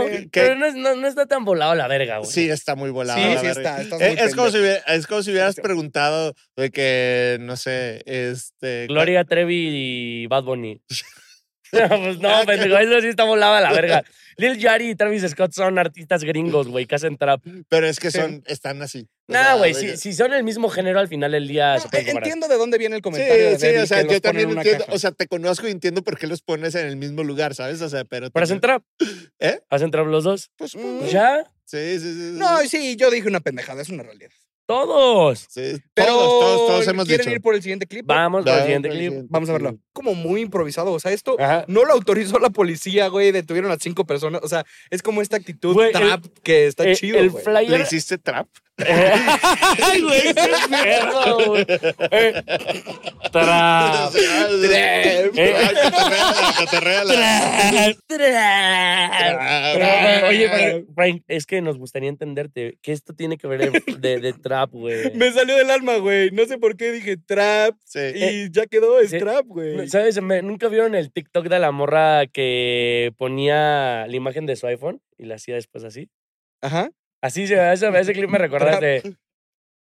Speaker 3: Ándale.
Speaker 2: pero no, es- no- no está tan volado la verga, güey.
Speaker 3: Sí, está muy volado.
Speaker 1: Sí,
Speaker 3: la
Speaker 1: sí
Speaker 3: verga.
Speaker 1: está, estás
Speaker 3: Eh,
Speaker 1: muy
Speaker 3: Es como, si,
Speaker 1: pendejo.
Speaker 3: hubiera- es como si hubieras
Speaker 1: Exacto.
Speaker 3: preguntado de que, no sé, este...
Speaker 2: Gloria Trevi y Bad Bunny. No, pues no,
Speaker 3: Ah,
Speaker 2: pendejo, eso sí está volado a la verga. Lil Yachty y Travis Scott son artistas gringos, güey, que hacen trap.
Speaker 3: Pero es que son, están así. O sea,
Speaker 2: Nah, güey,
Speaker 3: de
Speaker 2: si,
Speaker 3: que-
Speaker 2: si son el mismo género, al final del día Ah, se
Speaker 1: No,
Speaker 2: pueden
Speaker 1: eh,
Speaker 2: comparar.
Speaker 1: entiendo de dónde viene el
Speaker 3: Sí,
Speaker 1: comentario. de
Speaker 3: sí,
Speaker 1: Debbie
Speaker 3: o sea,
Speaker 1: que los
Speaker 3: yo
Speaker 1: ponen en
Speaker 3: también
Speaker 1: una
Speaker 3: entiendo,
Speaker 1: caja.
Speaker 3: o sea, te conozco y entiendo por qué los pones en el mismo lugar, ¿sabes? O sea, pero...
Speaker 2: Pero hacen
Speaker 3: también-
Speaker 2: trap.
Speaker 3: ¿Eh?
Speaker 2: Hacen trap los dos.
Speaker 3: Pues,
Speaker 1: Mm.
Speaker 2: Pues ya,
Speaker 3: Sí, sí, sí. sí.
Speaker 1: no, sí, yo dije una pendejada, es una realidad.
Speaker 2: todos.
Speaker 3: Sí,
Speaker 1: Pero
Speaker 3: todos, todos, todos hemos
Speaker 1: ¿quieren
Speaker 3: dicho.
Speaker 1: ir por el siguiente clip?
Speaker 2: Vamos al
Speaker 3: Dale,
Speaker 2: pues, siguiente
Speaker 3: dale,
Speaker 2: clip.
Speaker 3: siguiente.
Speaker 1: Vamos a verlo. mm, Como muy improvisado, o sea, esto
Speaker 2: Ajá.
Speaker 1: no lo autorizó la policía, güey, detuvieron a cinco personas, o sea, es como esta actitud
Speaker 2: Güey, el-
Speaker 1: trap que está
Speaker 2: Eh,
Speaker 1: chido,
Speaker 2: el
Speaker 1: güey.
Speaker 3: ¿Le
Speaker 2: flyer
Speaker 3: hiciste trap?
Speaker 2: Ay, güey, qué perro, güey. Eh, tra-
Speaker 3: Trap. Cotorréala, cotorréala.
Speaker 2: tra- tra-
Speaker 3: Trap.
Speaker 2: tra- Oye, Frank, Frank, es que nos gustaría entenderte. ¿Qué esto tiene que ver de, de- de trap, güey?
Speaker 1: Me salió del alma, güey, no sé por qué dije trap
Speaker 3: Sí.
Speaker 1: y ya quedó, es
Speaker 2: sí.
Speaker 1: trap, güey.
Speaker 2: ¿Sabes? E, Me- ¿Nunca vieron el TikTok de la morra que ponía la imagen de su iPhone y la hacía después así?
Speaker 1: Ajá.
Speaker 2: Así se ve, ese, ese clip me recuerdas de...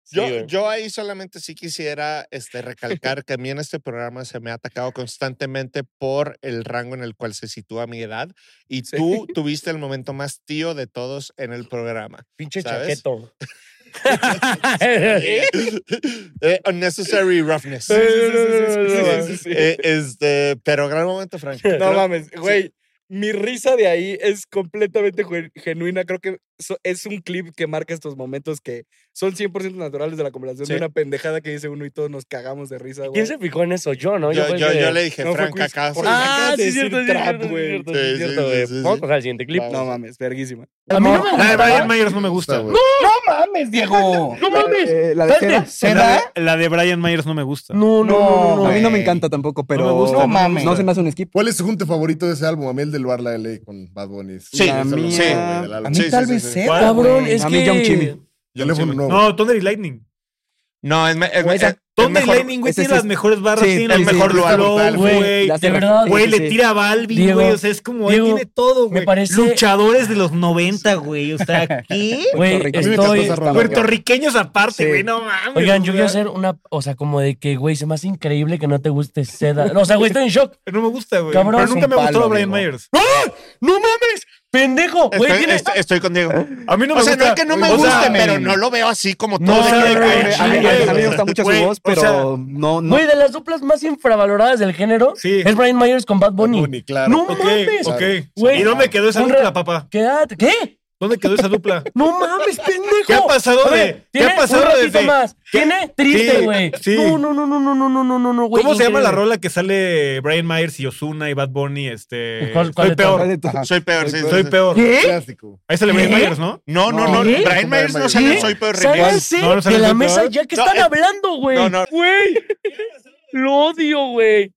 Speaker 2: Sí,
Speaker 3: Yo,
Speaker 2: güey.
Speaker 3: yo ahí solamente sí quisiera este, recalcar que a mí en este programa se me ha atacado constantemente por el rango en el cual se sitúa mi edad y
Speaker 1: Sí.
Speaker 3: tú tuviste el momento más tío de todos en el programa.
Speaker 2: Pinche
Speaker 3: ¿sabes?
Speaker 2: chaqueto.
Speaker 3: Eh, unnecessary roughness.
Speaker 1: Sí, sí, sí, sí, sí,
Speaker 3: Eh,
Speaker 1: sí, sí, sí.
Speaker 3: este, pero gran momento, Frank.
Speaker 1: No mames, güey. Mi risa de ahí es completamente ju- genuina. Creo que so- es un clip que marca estos momentos que son 100% naturales de la conversación de
Speaker 3: Sí.
Speaker 1: una pendejada que dice uno y todos nos cagamos de risa, güey.
Speaker 2: ¿Quién se fijó en eso? Yo, ¿no?
Speaker 3: yo,
Speaker 2: fue el
Speaker 3: yo,
Speaker 2: que-
Speaker 3: yo le dije,
Speaker 1: No, fue
Speaker 3: Frank
Speaker 1: quiz,
Speaker 3: Acaso.
Speaker 1: porque-
Speaker 2: Ah,
Speaker 1: acabas de
Speaker 2: sí, es
Speaker 1: decir
Speaker 2: cierto, sí, es
Speaker 1: trap,
Speaker 2: cierto, sí,
Speaker 1: güey.
Speaker 2: es cierto,
Speaker 3: Sí,
Speaker 2: sí, es
Speaker 3: sí,
Speaker 2: cierto,
Speaker 3: sí,
Speaker 2: güey.
Speaker 3: sí, sí.
Speaker 2: Vamos a pasar al siguiente clip.
Speaker 1: No mames, verguísima.
Speaker 2: A mí no me
Speaker 8: La de
Speaker 2: gustaba.
Speaker 8: Brian Myers no me gusta, güey.
Speaker 2: ¡No mames, Diego! ¡No mames!
Speaker 1: Eh, la
Speaker 2: Espérate.
Speaker 1: Jera.
Speaker 8: La de- La de Brian Myers no me gusta.
Speaker 2: No, no, no,
Speaker 1: A
Speaker 2: no.
Speaker 1: mí no me
Speaker 8: güey.
Speaker 1: encanta tampoco, pero
Speaker 8: me gusta, no me
Speaker 1: mames.
Speaker 8: gusta.
Speaker 1: No se me hace un skip.
Speaker 9: ¿Cuál es su junte favorito de ese álbum? A mí el del Luar La LA con Bad Bunny.
Speaker 3: Sí,
Speaker 1: La
Speaker 9: es lo
Speaker 1: mía-
Speaker 3: sí,
Speaker 9: mejor, güey, del
Speaker 1: A
Speaker 9: álbum.
Speaker 1: mí
Speaker 3: Sí, sí,
Speaker 1: tal
Speaker 3: sí,
Speaker 1: vez
Speaker 3: sí.
Speaker 1: sea,
Speaker 2: ¿Cuál, cabrón?
Speaker 1: güey.
Speaker 2: Es
Speaker 1: A mí Young
Speaker 2: que-
Speaker 1: Chimmy.
Speaker 9: Teléfono
Speaker 8: No,
Speaker 9: nuevo.
Speaker 8: Thunder y Lightning.
Speaker 3: No, es, me- es,
Speaker 2: Güey, esa-
Speaker 3: es- es
Speaker 8: Thunder y
Speaker 3: mejor-
Speaker 8: Lightning, güey,
Speaker 1: ese
Speaker 8: tiene
Speaker 1: sí
Speaker 8: las
Speaker 1: es-
Speaker 8: mejores barras.
Speaker 1: sí,
Speaker 8: tiene
Speaker 1: el
Speaker 8: las
Speaker 3: mejor
Speaker 8: mejores
Speaker 3: lugar,
Speaker 8: flows,
Speaker 2: güey.
Speaker 8: güey.
Speaker 2: De verdad.
Speaker 8: Güey,
Speaker 2: sí, sí.
Speaker 8: le tira a Balvin,
Speaker 2: Diego,
Speaker 8: güey. O sea, es como, él
Speaker 2: Diego,
Speaker 8: tiene todo,
Speaker 2: me
Speaker 8: güey.
Speaker 2: parece-
Speaker 8: Luchadores de los 90, güey. O sea, ¿qué?
Speaker 2: Güey,
Speaker 1: Puerto Rico.
Speaker 9: A mí me encantó
Speaker 2: estoy...
Speaker 9: esa rola, güey.
Speaker 8: Puertorriqueños aparte,
Speaker 1: Sí.
Speaker 8: güey. No mames.
Speaker 2: Oigan, yo
Speaker 8: o
Speaker 2: quiero
Speaker 8: sea,
Speaker 2: hacer una... O sea, como de que, güey, se me hace increíble que no te guste seda. No, O sea, güey, estoy en shock.
Speaker 8: No me gusta, güey.
Speaker 2: Cabrón,
Speaker 8: Pero
Speaker 2: es
Speaker 8: nunca
Speaker 1: un
Speaker 8: me ha gustado
Speaker 1: palo,
Speaker 8: Brian
Speaker 1: amigo.
Speaker 8: Myers.
Speaker 2: ¡No mames! ¡Pendejo! Güey,
Speaker 3: Estoy,
Speaker 2: tiene...
Speaker 3: estoy, estoy con Diego.
Speaker 8: A mí no me
Speaker 3: O sea, no
Speaker 8: gusta.
Speaker 3: es que no me
Speaker 8: O sea,
Speaker 3: guste, pero no lo veo así como
Speaker 2: No,
Speaker 3: todo. de que-
Speaker 8: no, no, no,
Speaker 1: A mí, a mí me gusta mucho
Speaker 8: Güey,
Speaker 1: su voz,
Speaker 8: o sea,
Speaker 1: pero no, no.
Speaker 2: Güey, de las duplas más infravaloradas del género
Speaker 8: Sí.
Speaker 2: es Brian Myers con Bad Bunny.
Speaker 9: Bunny, claro.
Speaker 2: No
Speaker 8: Ok,
Speaker 2: mames.
Speaker 8: ok.
Speaker 2: Güey.
Speaker 8: ¿Y dónde quedó esa
Speaker 2: Un
Speaker 8: dupla,
Speaker 2: re-
Speaker 8: papá?
Speaker 2: ¿Qué? edad? ¿Qué?
Speaker 8: ¿Dónde quedó esa dupla?
Speaker 2: No mames, pendejo.
Speaker 8: ¿Qué ha pasado
Speaker 2: A
Speaker 8: de-
Speaker 2: ver,
Speaker 8: qué ha
Speaker 2: tiene
Speaker 8: pasado
Speaker 2: un ratito
Speaker 8: desde-
Speaker 2: más. Tiene triste,
Speaker 8: Sí,
Speaker 2: güey.
Speaker 8: sí.
Speaker 2: No, no, no, no, no, no, no, no, no, güey.
Speaker 8: ¿Cómo se llama la
Speaker 2: increíble.
Speaker 8: rola que sale Brian Myers y Ozuna y Bad Bunny? Este.
Speaker 2: ¿Cuál- cuál
Speaker 8: soy
Speaker 2: de
Speaker 8: peor.
Speaker 2: todas?
Speaker 3: Soy peor, sí,
Speaker 8: Soy
Speaker 3: sí.
Speaker 8: peor.
Speaker 1: ¿Eh?
Speaker 2: ¿Qué?
Speaker 9: Clásico.
Speaker 8: Ahí sale Brian
Speaker 2: ¿Qué?
Speaker 8: Myers, ¿no?
Speaker 3: No, no, no.
Speaker 2: No. ¿Qué?
Speaker 3: Brian Myers no
Speaker 9: ¿Qué?
Speaker 3: sale en
Speaker 2: ¿Qué?
Speaker 3: Soy peor remix.
Speaker 2: Sálganse
Speaker 8: No, no sale
Speaker 2: de la
Speaker 8: Soy
Speaker 2: mesa
Speaker 8: Peor.
Speaker 2: ya que
Speaker 3: No,
Speaker 2: están
Speaker 3: eh.
Speaker 2: hablando, güey.
Speaker 3: No, no.
Speaker 2: Güey. Lo odio, güey.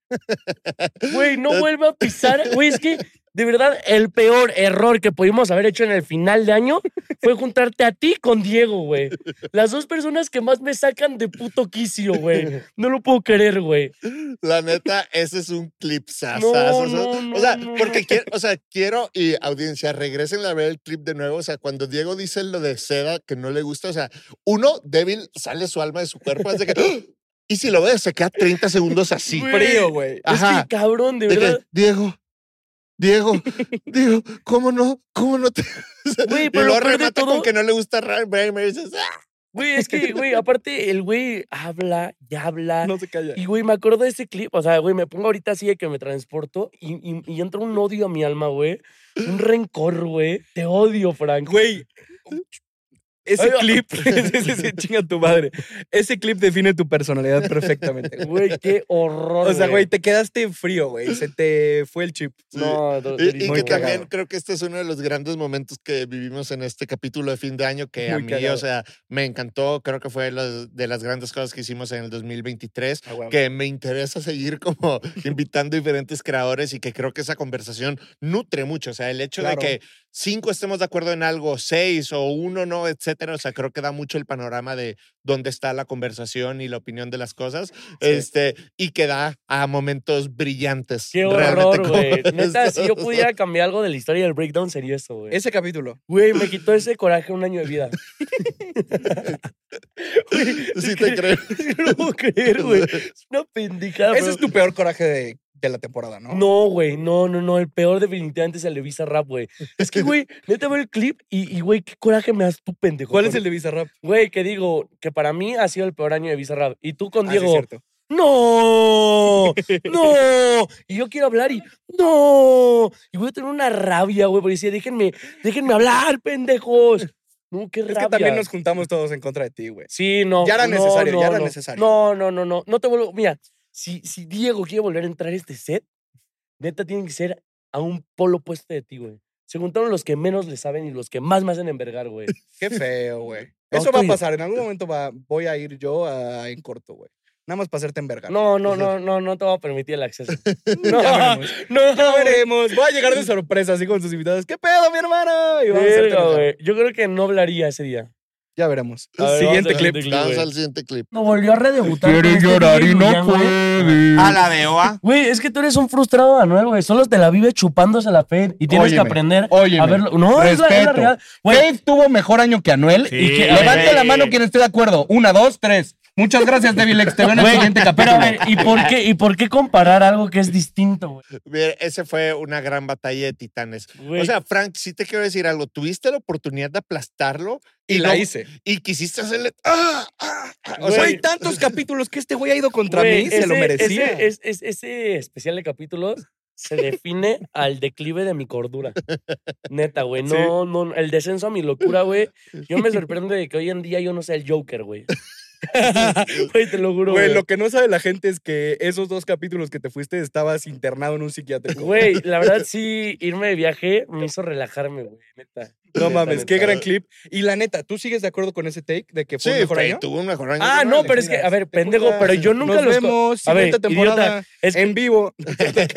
Speaker 2: Güey, no vuelva a pisar. Güey, es que de verdad el peor error que pudimos haber hecho en el final de año fue juntarte a ti con Diego, güey. Las dos personas que más me sacan de puto quicio, güey. No lo puedo creer, güey.
Speaker 3: La neta, ese es un clip
Speaker 2: No,
Speaker 3: sasazo.
Speaker 2: no, no,
Speaker 3: o sea,
Speaker 2: no,
Speaker 3: porque
Speaker 2: no.
Speaker 3: quiero, o sea, quiero y audiencia, regresen a ver el clip de nuevo. O sea, cuando Diego dice lo de seda que no le gusta, o sea, uno débil sale su alma de su cuerpo. hace que, ¡Ah! y si lo ves, se queda 30 segundos así.
Speaker 2: Güey,
Speaker 1: frío, güey.
Speaker 3: Ajá.
Speaker 2: Es que cabrón, de
Speaker 3: De que,
Speaker 2: verdad.
Speaker 3: Diego, Diego, Diego, ¿cómo no? ¿Cómo no te.? O sea,
Speaker 2: Güey,
Speaker 3: y
Speaker 2: pero
Speaker 3: luego
Speaker 2: lo peor de
Speaker 3: remata
Speaker 2: todo-
Speaker 3: con que no le gusta Ryan Brian Myers. es, ¡ah!
Speaker 2: Güey, es que, güey, aparte el güey habla y habla.
Speaker 1: No se calla.
Speaker 2: Y, güey, me acuerdo de ese clip. O sea, güey, me pongo ahorita así de que me transporto y, y- y entra un odio a mi alma, güey. Un rencor, güey. Te odio, Frank.
Speaker 1: Güey. Ese
Speaker 2: Ay, va.
Speaker 1: clip, ese, ese- ese- chinga tu madre. Ese clip define tu personalidad perfectamente. güey.
Speaker 2: Güey, qué horror.
Speaker 1: O sea, güey, te quedaste frío, güey. Se te fue el chip.
Speaker 2: No, do-
Speaker 3: Y, y
Speaker 2: durísimo.
Speaker 1: Muy
Speaker 3: que
Speaker 1: cagado.
Speaker 3: también creo que este es uno de los grandes momentos que vivimos en este capítulo de fin de año que a
Speaker 1: Muy
Speaker 3: mí,
Speaker 1: cagado.
Speaker 3: o sea, me encantó. Creo que fue las- de las grandes cosas que hicimos en el 2023
Speaker 1: Ah, güey.
Speaker 3: que me interesa seguir como invitando diferentes creadores y que creo que esa conversación nutre mucho. O sea, el hecho
Speaker 1: Claro.
Speaker 3: de que cinco estemos de acuerdo en algo, seis o uno no, etcétera. O sea, creo que da mucho el panorama de dónde está la conversación y la opinión de las cosas. Este, y que da a momentos brillantes.
Speaker 2: Qué
Speaker 3: realmente
Speaker 2: horror,
Speaker 3: como
Speaker 2: güey. Neta, si yo
Speaker 3: estos.
Speaker 2: pudiera cambiar algo de la historia del breakdown, sería eso, güey.
Speaker 1: Ese capítulo.
Speaker 2: Güey, me quitó ese coraje un año de vida. Güey,
Speaker 3: Sí
Speaker 2: es
Speaker 3: te
Speaker 2: que-
Speaker 3: creo.
Speaker 2: es que no lo puedo creer, güey. Es una pendejada.
Speaker 1: Ese
Speaker 2: pero-
Speaker 1: es tu peor coraje de, de la temporada, ¿no?
Speaker 2: No, güey, no, no, no. El peor definitivamente es el de Visa Rap, güey. Es que, güey, neta veo el clip y, y, güey, qué coraje me das tú, pendejo.
Speaker 1: ¿Cuál es
Speaker 2: con-
Speaker 1: el de Bizarrap?
Speaker 2: Güey, que digo, que para mí ha sido el peor año de Visa Rap. Y tú con
Speaker 1: Ah, sí, es
Speaker 2: Diego,
Speaker 1: cierto.
Speaker 2: ¡no! ¡No! Y yo quiero hablar y ¡no! Y voy a tener una rabia, güey, porque decía, déjenme, déjenme hablar, pendejos. No, qué
Speaker 1: Es
Speaker 2: rabia.
Speaker 1: que también nos juntamos todos en contra de ti, güey.
Speaker 2: Sí, no.
Speaker 1: Ya era
Speaker 2: no,
Speaker 1: necesario,
Speaker 2: no,
Speaker 1: ya era
Speaker 2: no.
Speaker 1: necesario.
Speaker 2: No, no, no, no. No te vuelvo. Mira, si, si Diego quiere volver a entrar a este set, neta tiene que ser a un polo opuesto de ti, güey. Se juntaron los que menos le saben y los que más me hacen envergar, güey.
Speaker 1: Qué feo, güey.
Speaker 2: No,
Speaker 1: Eso va a
Speaker 2: estoy-
Speaker 1: pasar. En algún momento va, voy a ir yo a- en corto, güey. Nada más para hacerte envergar.
Speaker 2: No, no, no, no, no te voy a permitir el acceso. No,
Speaker 1: Ya
Speaker 2: no,
Speaker 1: veremos. Ya veremos. Voy a llegar de sorpresa, así con sus invitados. ¿Qué pedo, mi hermano? Y vamos a hacerte
Speaker 2: Verga,
Speaker 1: enojar.
Speaker 2: güey. Yo creo que no hablaría ese día.
Speaker 1: Ya veremos.
Speaker 2: A ver, vamos
Speaker 1: Siguiente
Speaker 2: al
Speaker 1: clip.
Speaker 2: siguiente
Speaker 3: Vamos
Speaker 2: güey.
Speaker 3: al siguiente clip.
Speaker 2: No, volvió a redebutar. con
Speaker 4: Quieres
Speaker 2: este
Speaker 4: llorar
Speaker 2: DJ
Speaker 4: y no
Speaker 2: Luyan, güey.
Speaker 4: puedes.
Speaker 3: la de OA.
Speaker 2: Güey, es que tú eres un frustrado Manuel, güey. Solo te la vive chupándose la fe y tienes que
Speaker 4: Óyeme,
Speaker 2: aprender
Speaker 4: óyeme,
Speaker 2: a verlo. No, es la, es la
Speaker 4: respeto.
Speaker 2: realidad. Güey,
Speaker 4: Dave tuvo mejor año que Anuel.
Speaker 8: Sí,
Speaker 4: y que-
Speaker 8: güey.
Speaker 4: levante la mano quien esté de acuerdo. Una, dos, tres. Muchas gracias, Devilex. Te veo en el
Speaker 2: Güey,
Speaker 4: siguiente
Speaker 2: Pero
Speaker 4: capítulo.
Speaker 2: a ver, ¿y por qué, y por qué comparar algo que es distinto, güey?
Speaker 3: Ese fue una gran batalla de titanes.
Speaker 2: Güey,
Speaker 3: O sea, Frank, sí te quiero decir algo. Tuviste la oportunidad de aplastarlo
Speaker 1: Y,
Speaker 3: y,
Speaker 1: la
Speaker 3: no-
Speaker 1: hice.
Speaker 3: y quisiste hacerle. ¡Ah! ah, ah! O sea,
Speaker 1: Güey, tantos capítulos que este güey ha ido contra
Speaker 2: güey,
Speaker 1: mí. se lo
Speaker 2: ese-
Speaker 1: merecía.
Speaker 2: Ese, es- es- ese especial de capítulos se define al declive de mi cordura. Neta, güey. No,
Speaker 8: Sí.
Speaker 2: no, el descenso a mi locura, güey. Yo me sorprendo de que hoy en día yo no sea el Joker, güey. Güey, te lo juro,
Speaker 1: Güey,
Speaker 2: güey.
Speaker 1: lo que no sabe la gente es que esos dos capítulos que te fuiste estabas internado en un psiquiátrico.
Speaker 2: Güey, la verdad sí, irme de viaje me hizo relajarme, güey, neta.
Speaker 1: No
Speaker 2: Neta,
Speaker 1: mames, qué
Speaker 2: neta.
Speaker 1: gran clip. Y la neta, ¿tú sigues de acuerdo con ese take de que fue
Speaker 3: Sí,
Speaker 1: un mejor
Speaker 3: fue-
Speaker 1: año?
Speaker 3: tuvo un mejor año.
Speaker 2: Ah, no, pero es que, a ver, pendejo, pero yo nunca
Speaker 1: Nos
Speaker 2: los... co-
Speaker 1: vemos,
Speaker 2: A ver,
Speaker 1: siguiente temporada
Speaker 2: Es que,
Speaker 1: en vivo.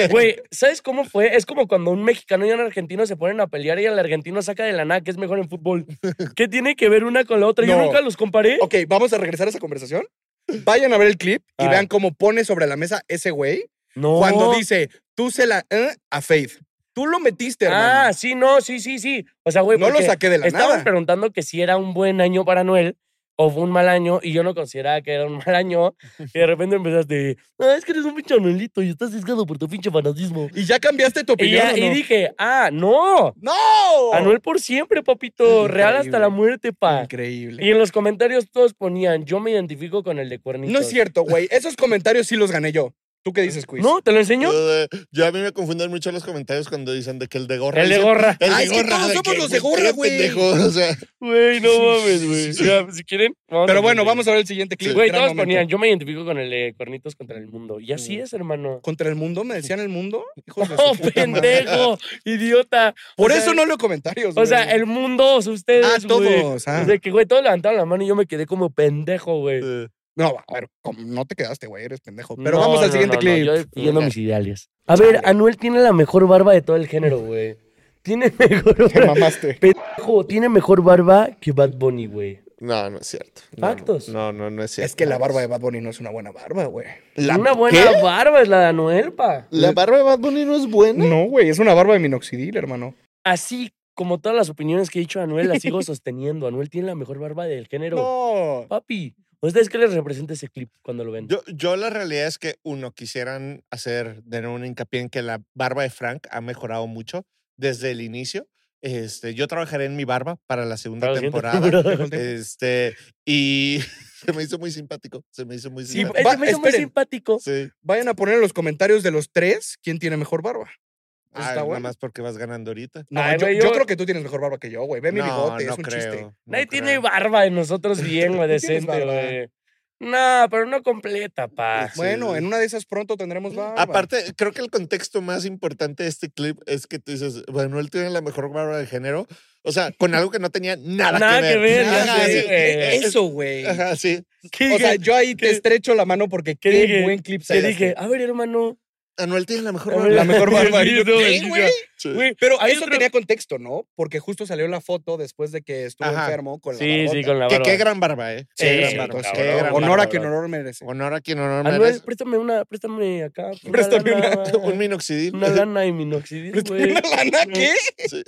Speaker 2: güey, ¿sabes cómo fue? Es como cuando un mexicano y un argentino se ponen a pelear y el argentino saca de la nada que es mejor en fútbol. ¿Qué tiene que ver una con la otra? Yo
Speaker 1: No.
Speaker 2: nunca los comparé.
Speaker 1: Ok, vamos a regresar a esa conversación. Vayan a ver el clip y
Speaker 2: Ah.
Speaker 1: vean cómo pone sobre la mesa ese güey
Speaker 2: No.
Speaker 1: cuando dice, tú se la eh, a Faith. Tú lo metiste, hermano.
Speaker 2: Ah, sí, no, sí, sí, sí. O sea, güey,
Speaker 1: no lo
Speaker 2: porque-
Speaker 1: saqué de la
Speaker 2: Estaban
Speaker 1: nada.
Speaker 2: preguntando que si era un buen año para Noel o fue un mal año y yo no consideraba que era un mal año. Y de repente empezaste, ah, es que eres un pinche Noelito y estás ciscado por tu pinche fanatismo.
Speaker 1: Y ya cambiaste tu
Speaker 2: Y,
Speaker 1: opinión.
Speaker 2: ya-
Speaker 1: ¿o
Speaker 2: y
Speaker 1: no?
Speaker 2: dije, ah, no,
Speaker 1: ¡No!
Speaker 2: a Noel por siempre, papito, real hasta la
Speaker 1: Increíble.
Speaker 2: muerte, pa.
Speaker 1: Increíble.
Speaker 2: Y en los comentarios todos ponían, yo me identifico con el de Cuernitos.
Speaker 1: No es cierto, güey. Esos comentarios sí los gané yo. ¿Tú qué dices, Quiz?
Speaker 2: ¿No? ¿Te lo enseño?
Speaker 3: Yo, de- yo a mí me confunden mucho los comentarios cuando dicen de que el de gorra.
Speaker 2: El de
Speaker 3: dice-
Speaker 2: gorra.
Speaker 3: El
Speaker 1: Ah,
Speaker 3: de
Speaker 1: es que
Speaker 3: gorra.
Speaker 1: todos somos los de gorra,
Speaker 3: qué
Speaker 1: güey.
Speaker 3: pendejo, o sea,
Speaker 2: Güey, no mames, güey. Ya, Si quieren, vamos
Speaker 1: Pero
Speaker 2: a-
Speaker 1: bueno, vamos a ver el siguiente clip.
Speaker 2: Güey,
Speaker 1: Gran
Speaker 2: todos
Speaker 1: momento.
Speaker 2: ponían, yo me identifico con el de Cuernitos contra el mundo. Y así es, hermano.
Speaker 1: ¿Contra el mundo? ¿Me decían el mundo? Hijos de
Speaker 2: ¡Oh,
Speaker 1: su puta madre.
Speaker 2: pendejo! ¡Idiota!
Speaker 1: Por
Speaker 2: O sea,
Speaker 1: eso no leo comentarios,
Speaker 2: O sea,
Speaker 1: Pues, güey.
Speaker 2: el mundo, o sea, ustedes.
Speaker 1: Ah,
Speaker 2: güey.
Speaker 1: todos. ah.
Speaker 2: O sea, que, güey, todos levantaron la mano y yo me quedé como pendejo, güey.
Speaker 3: eh,
Speaker 1: No, a ver, como no te quedaste, güey, eres pendejo. Pero
Speaker 2: No,
Speaker 1: vamos al
Speaker 2: no,
Speaker 1: siguiente
Speaker 2: no, no,
Speaker 1: clip.
Speaker 2: yo defiendo mis ideales. A ver, Anuel tiene la mejor barba de todo el género, güey. Tiene mejor
Speaker 1: Te
Speaker 2: barba.
Speaker 1: mamaste.
Speaker 2: Pendejo, tiene mejor barba que Bad Bunny, güey.
Speaker 3: No, no es cierto. No,
Speaker 2: Factos.
Speaker 3: No, no, no es
Speaker 1: Ah.
Speaker 3: cierto.
Speaker 1: Es que la barba de Bad Bunny no es una buena barba, güey.
Speaker 3: ¿La
Speaker 2: Una buena
Speaker 3: qué?
Speaker 2: barba es la de Anuel, pa.
Speaker 3: ¿La barba de Bad Bunny no es buena?
Speaker 1: No, güey, es una barba de minoxidil, hermano.
Speaker 2: Así como todas las opiniones que he dicho de Anuel, las sigo sosteniendo. Anuel tiene la mejor barba del género.
Speaker 1: No.
Speaker 2: Papi, ¿ustedes qué les representa ese clip cuando lo ven?
Speaker 3: Yo, yo la realidad es que, uno, quisieran hacer de nuevo un hincapié en que la barba de Frank ha mejorado mucho desde el inicio. Este, yo trabajaré en mi barba para la segunda
Speaker 2: Para la siguiente
Speaker 3: temporada.
Speaker 2: temporada.
Speaker 3: Este, y se me hizo muy simpático. Se me hizo muy
Speaker 2: Sí,
Speaker 3: simpático.
Speaker 2: eh,
Speaker 1: Va-
Speaker 2: se me hizo muy
Speaker 1: esperen.
Speaker 2: simpático.
Speaker 3: Sí.
Speaker 1: Vayan a poner en los comentarios de los tres quién tiene mejor barba. Eso
Speaker 3: Ah,
Speaker 1: está
Speaker 3: nada
Speaker 1: bueno.
Speaker 3: más porque vas ganando ahorita.
Speaker 1: No,
Speaker 2: Ay,
Speaker 1: yo,
Speaker 2: güey,
Speaker 1: yo
Speaker 2: yo-
Speaker 1: creo que tú tienes mejor barba que yo, güey. Ve mi bigote, es un chiste.
Speaker 3: no
Speaker 2: Nadie tiene
Speaker 3: creo.
Speaker 2: barba de nosotros bien, güey,
Speaker 1: Tú tienes
Speaker 2: decente,
Speaker 1: barba.
Speaker 2: güey. No, pero no completa, pa.
Speaker 1: Bueno, en una de esas pronto tendremos barba.
Speaker 3: Aparte, creo que el contexto más importante de este clip es que tú dices, Manuel tiene la mejor barba de género. O sea, con algo que no tenía nada,
Speaker 2: Nada que ver,
Speaker 1: Ya
Speaker 3: Ajá,
Speaker 1: sé,
Speaker 3: sí. e,
Speaker 1: güey.
Speaker 3: Es-
Speaker 1: eso, güey.
Speaker 3: Ajá, sí.
Speaker 2: ¿Qué
Speaker 1: O sea,
Speaker 2: dije?
Speaker 1: yo ahí te estrecho la mano porque qué,
Speaker 2: dije?
Speaker 1: buen clip
Speaker 2: Te
Speaker 1: sacaste.
Speaker 2: dije, a ver, hermano.
Speaker 3: Anuel tiene la mejor
Speaker 2: a
Speaker 3: barba.
Speaker 2: ver,
Speaker 1: La mejor barba.
Speaker 2: sí,
Speaker 1: Y yo,
Speaker 2: no,
Speaker 1: ¿qué,
Speaker 2: sí,
Speaker 1: güey?
Speaker 3: Sí.
Speaker 2: güey,
Speaker 1: Pero
Speaker 2: hay
Speaker 1: eso
Speaker 2: otro-
Speaker 1: tenía contexto, ¿no? Porque justo salió la foto después de que estuvo
Speaker 3: Ajá.
Speaker 1: enfermo con la
Speaker 2: Sí,
Speaker 1: barbota.
Speaker 2: sí, con la
Speaker 3: Que
Speaker 2: barba.
Speaker 3: qué gran barba, ¿eh?
Speaker 2: Sí,
Speaker 3: Qué
Speaker 2: sí,
Speaker 3: gran barba.
Speaker 2: cabrón.
Speaker 3: qué gran
Speaker 1: Honor
Speaker 3: barba.
Speaker 1: a quien honor merece.
Speaker 3: Honor a quien honor
Speaker 2: Anuel,
Speaker 3: merece.
Speaker 2: préstame una, préstame acá. pues, una
Speaker 3: Préstame una-
Speaker 2: lana,
Speaker 3: un minoxidil.
Speaker 2: Una lana y minoxidil, güey.
Speaker 1: ¿Una lana qué?
Speaker 3: Sí.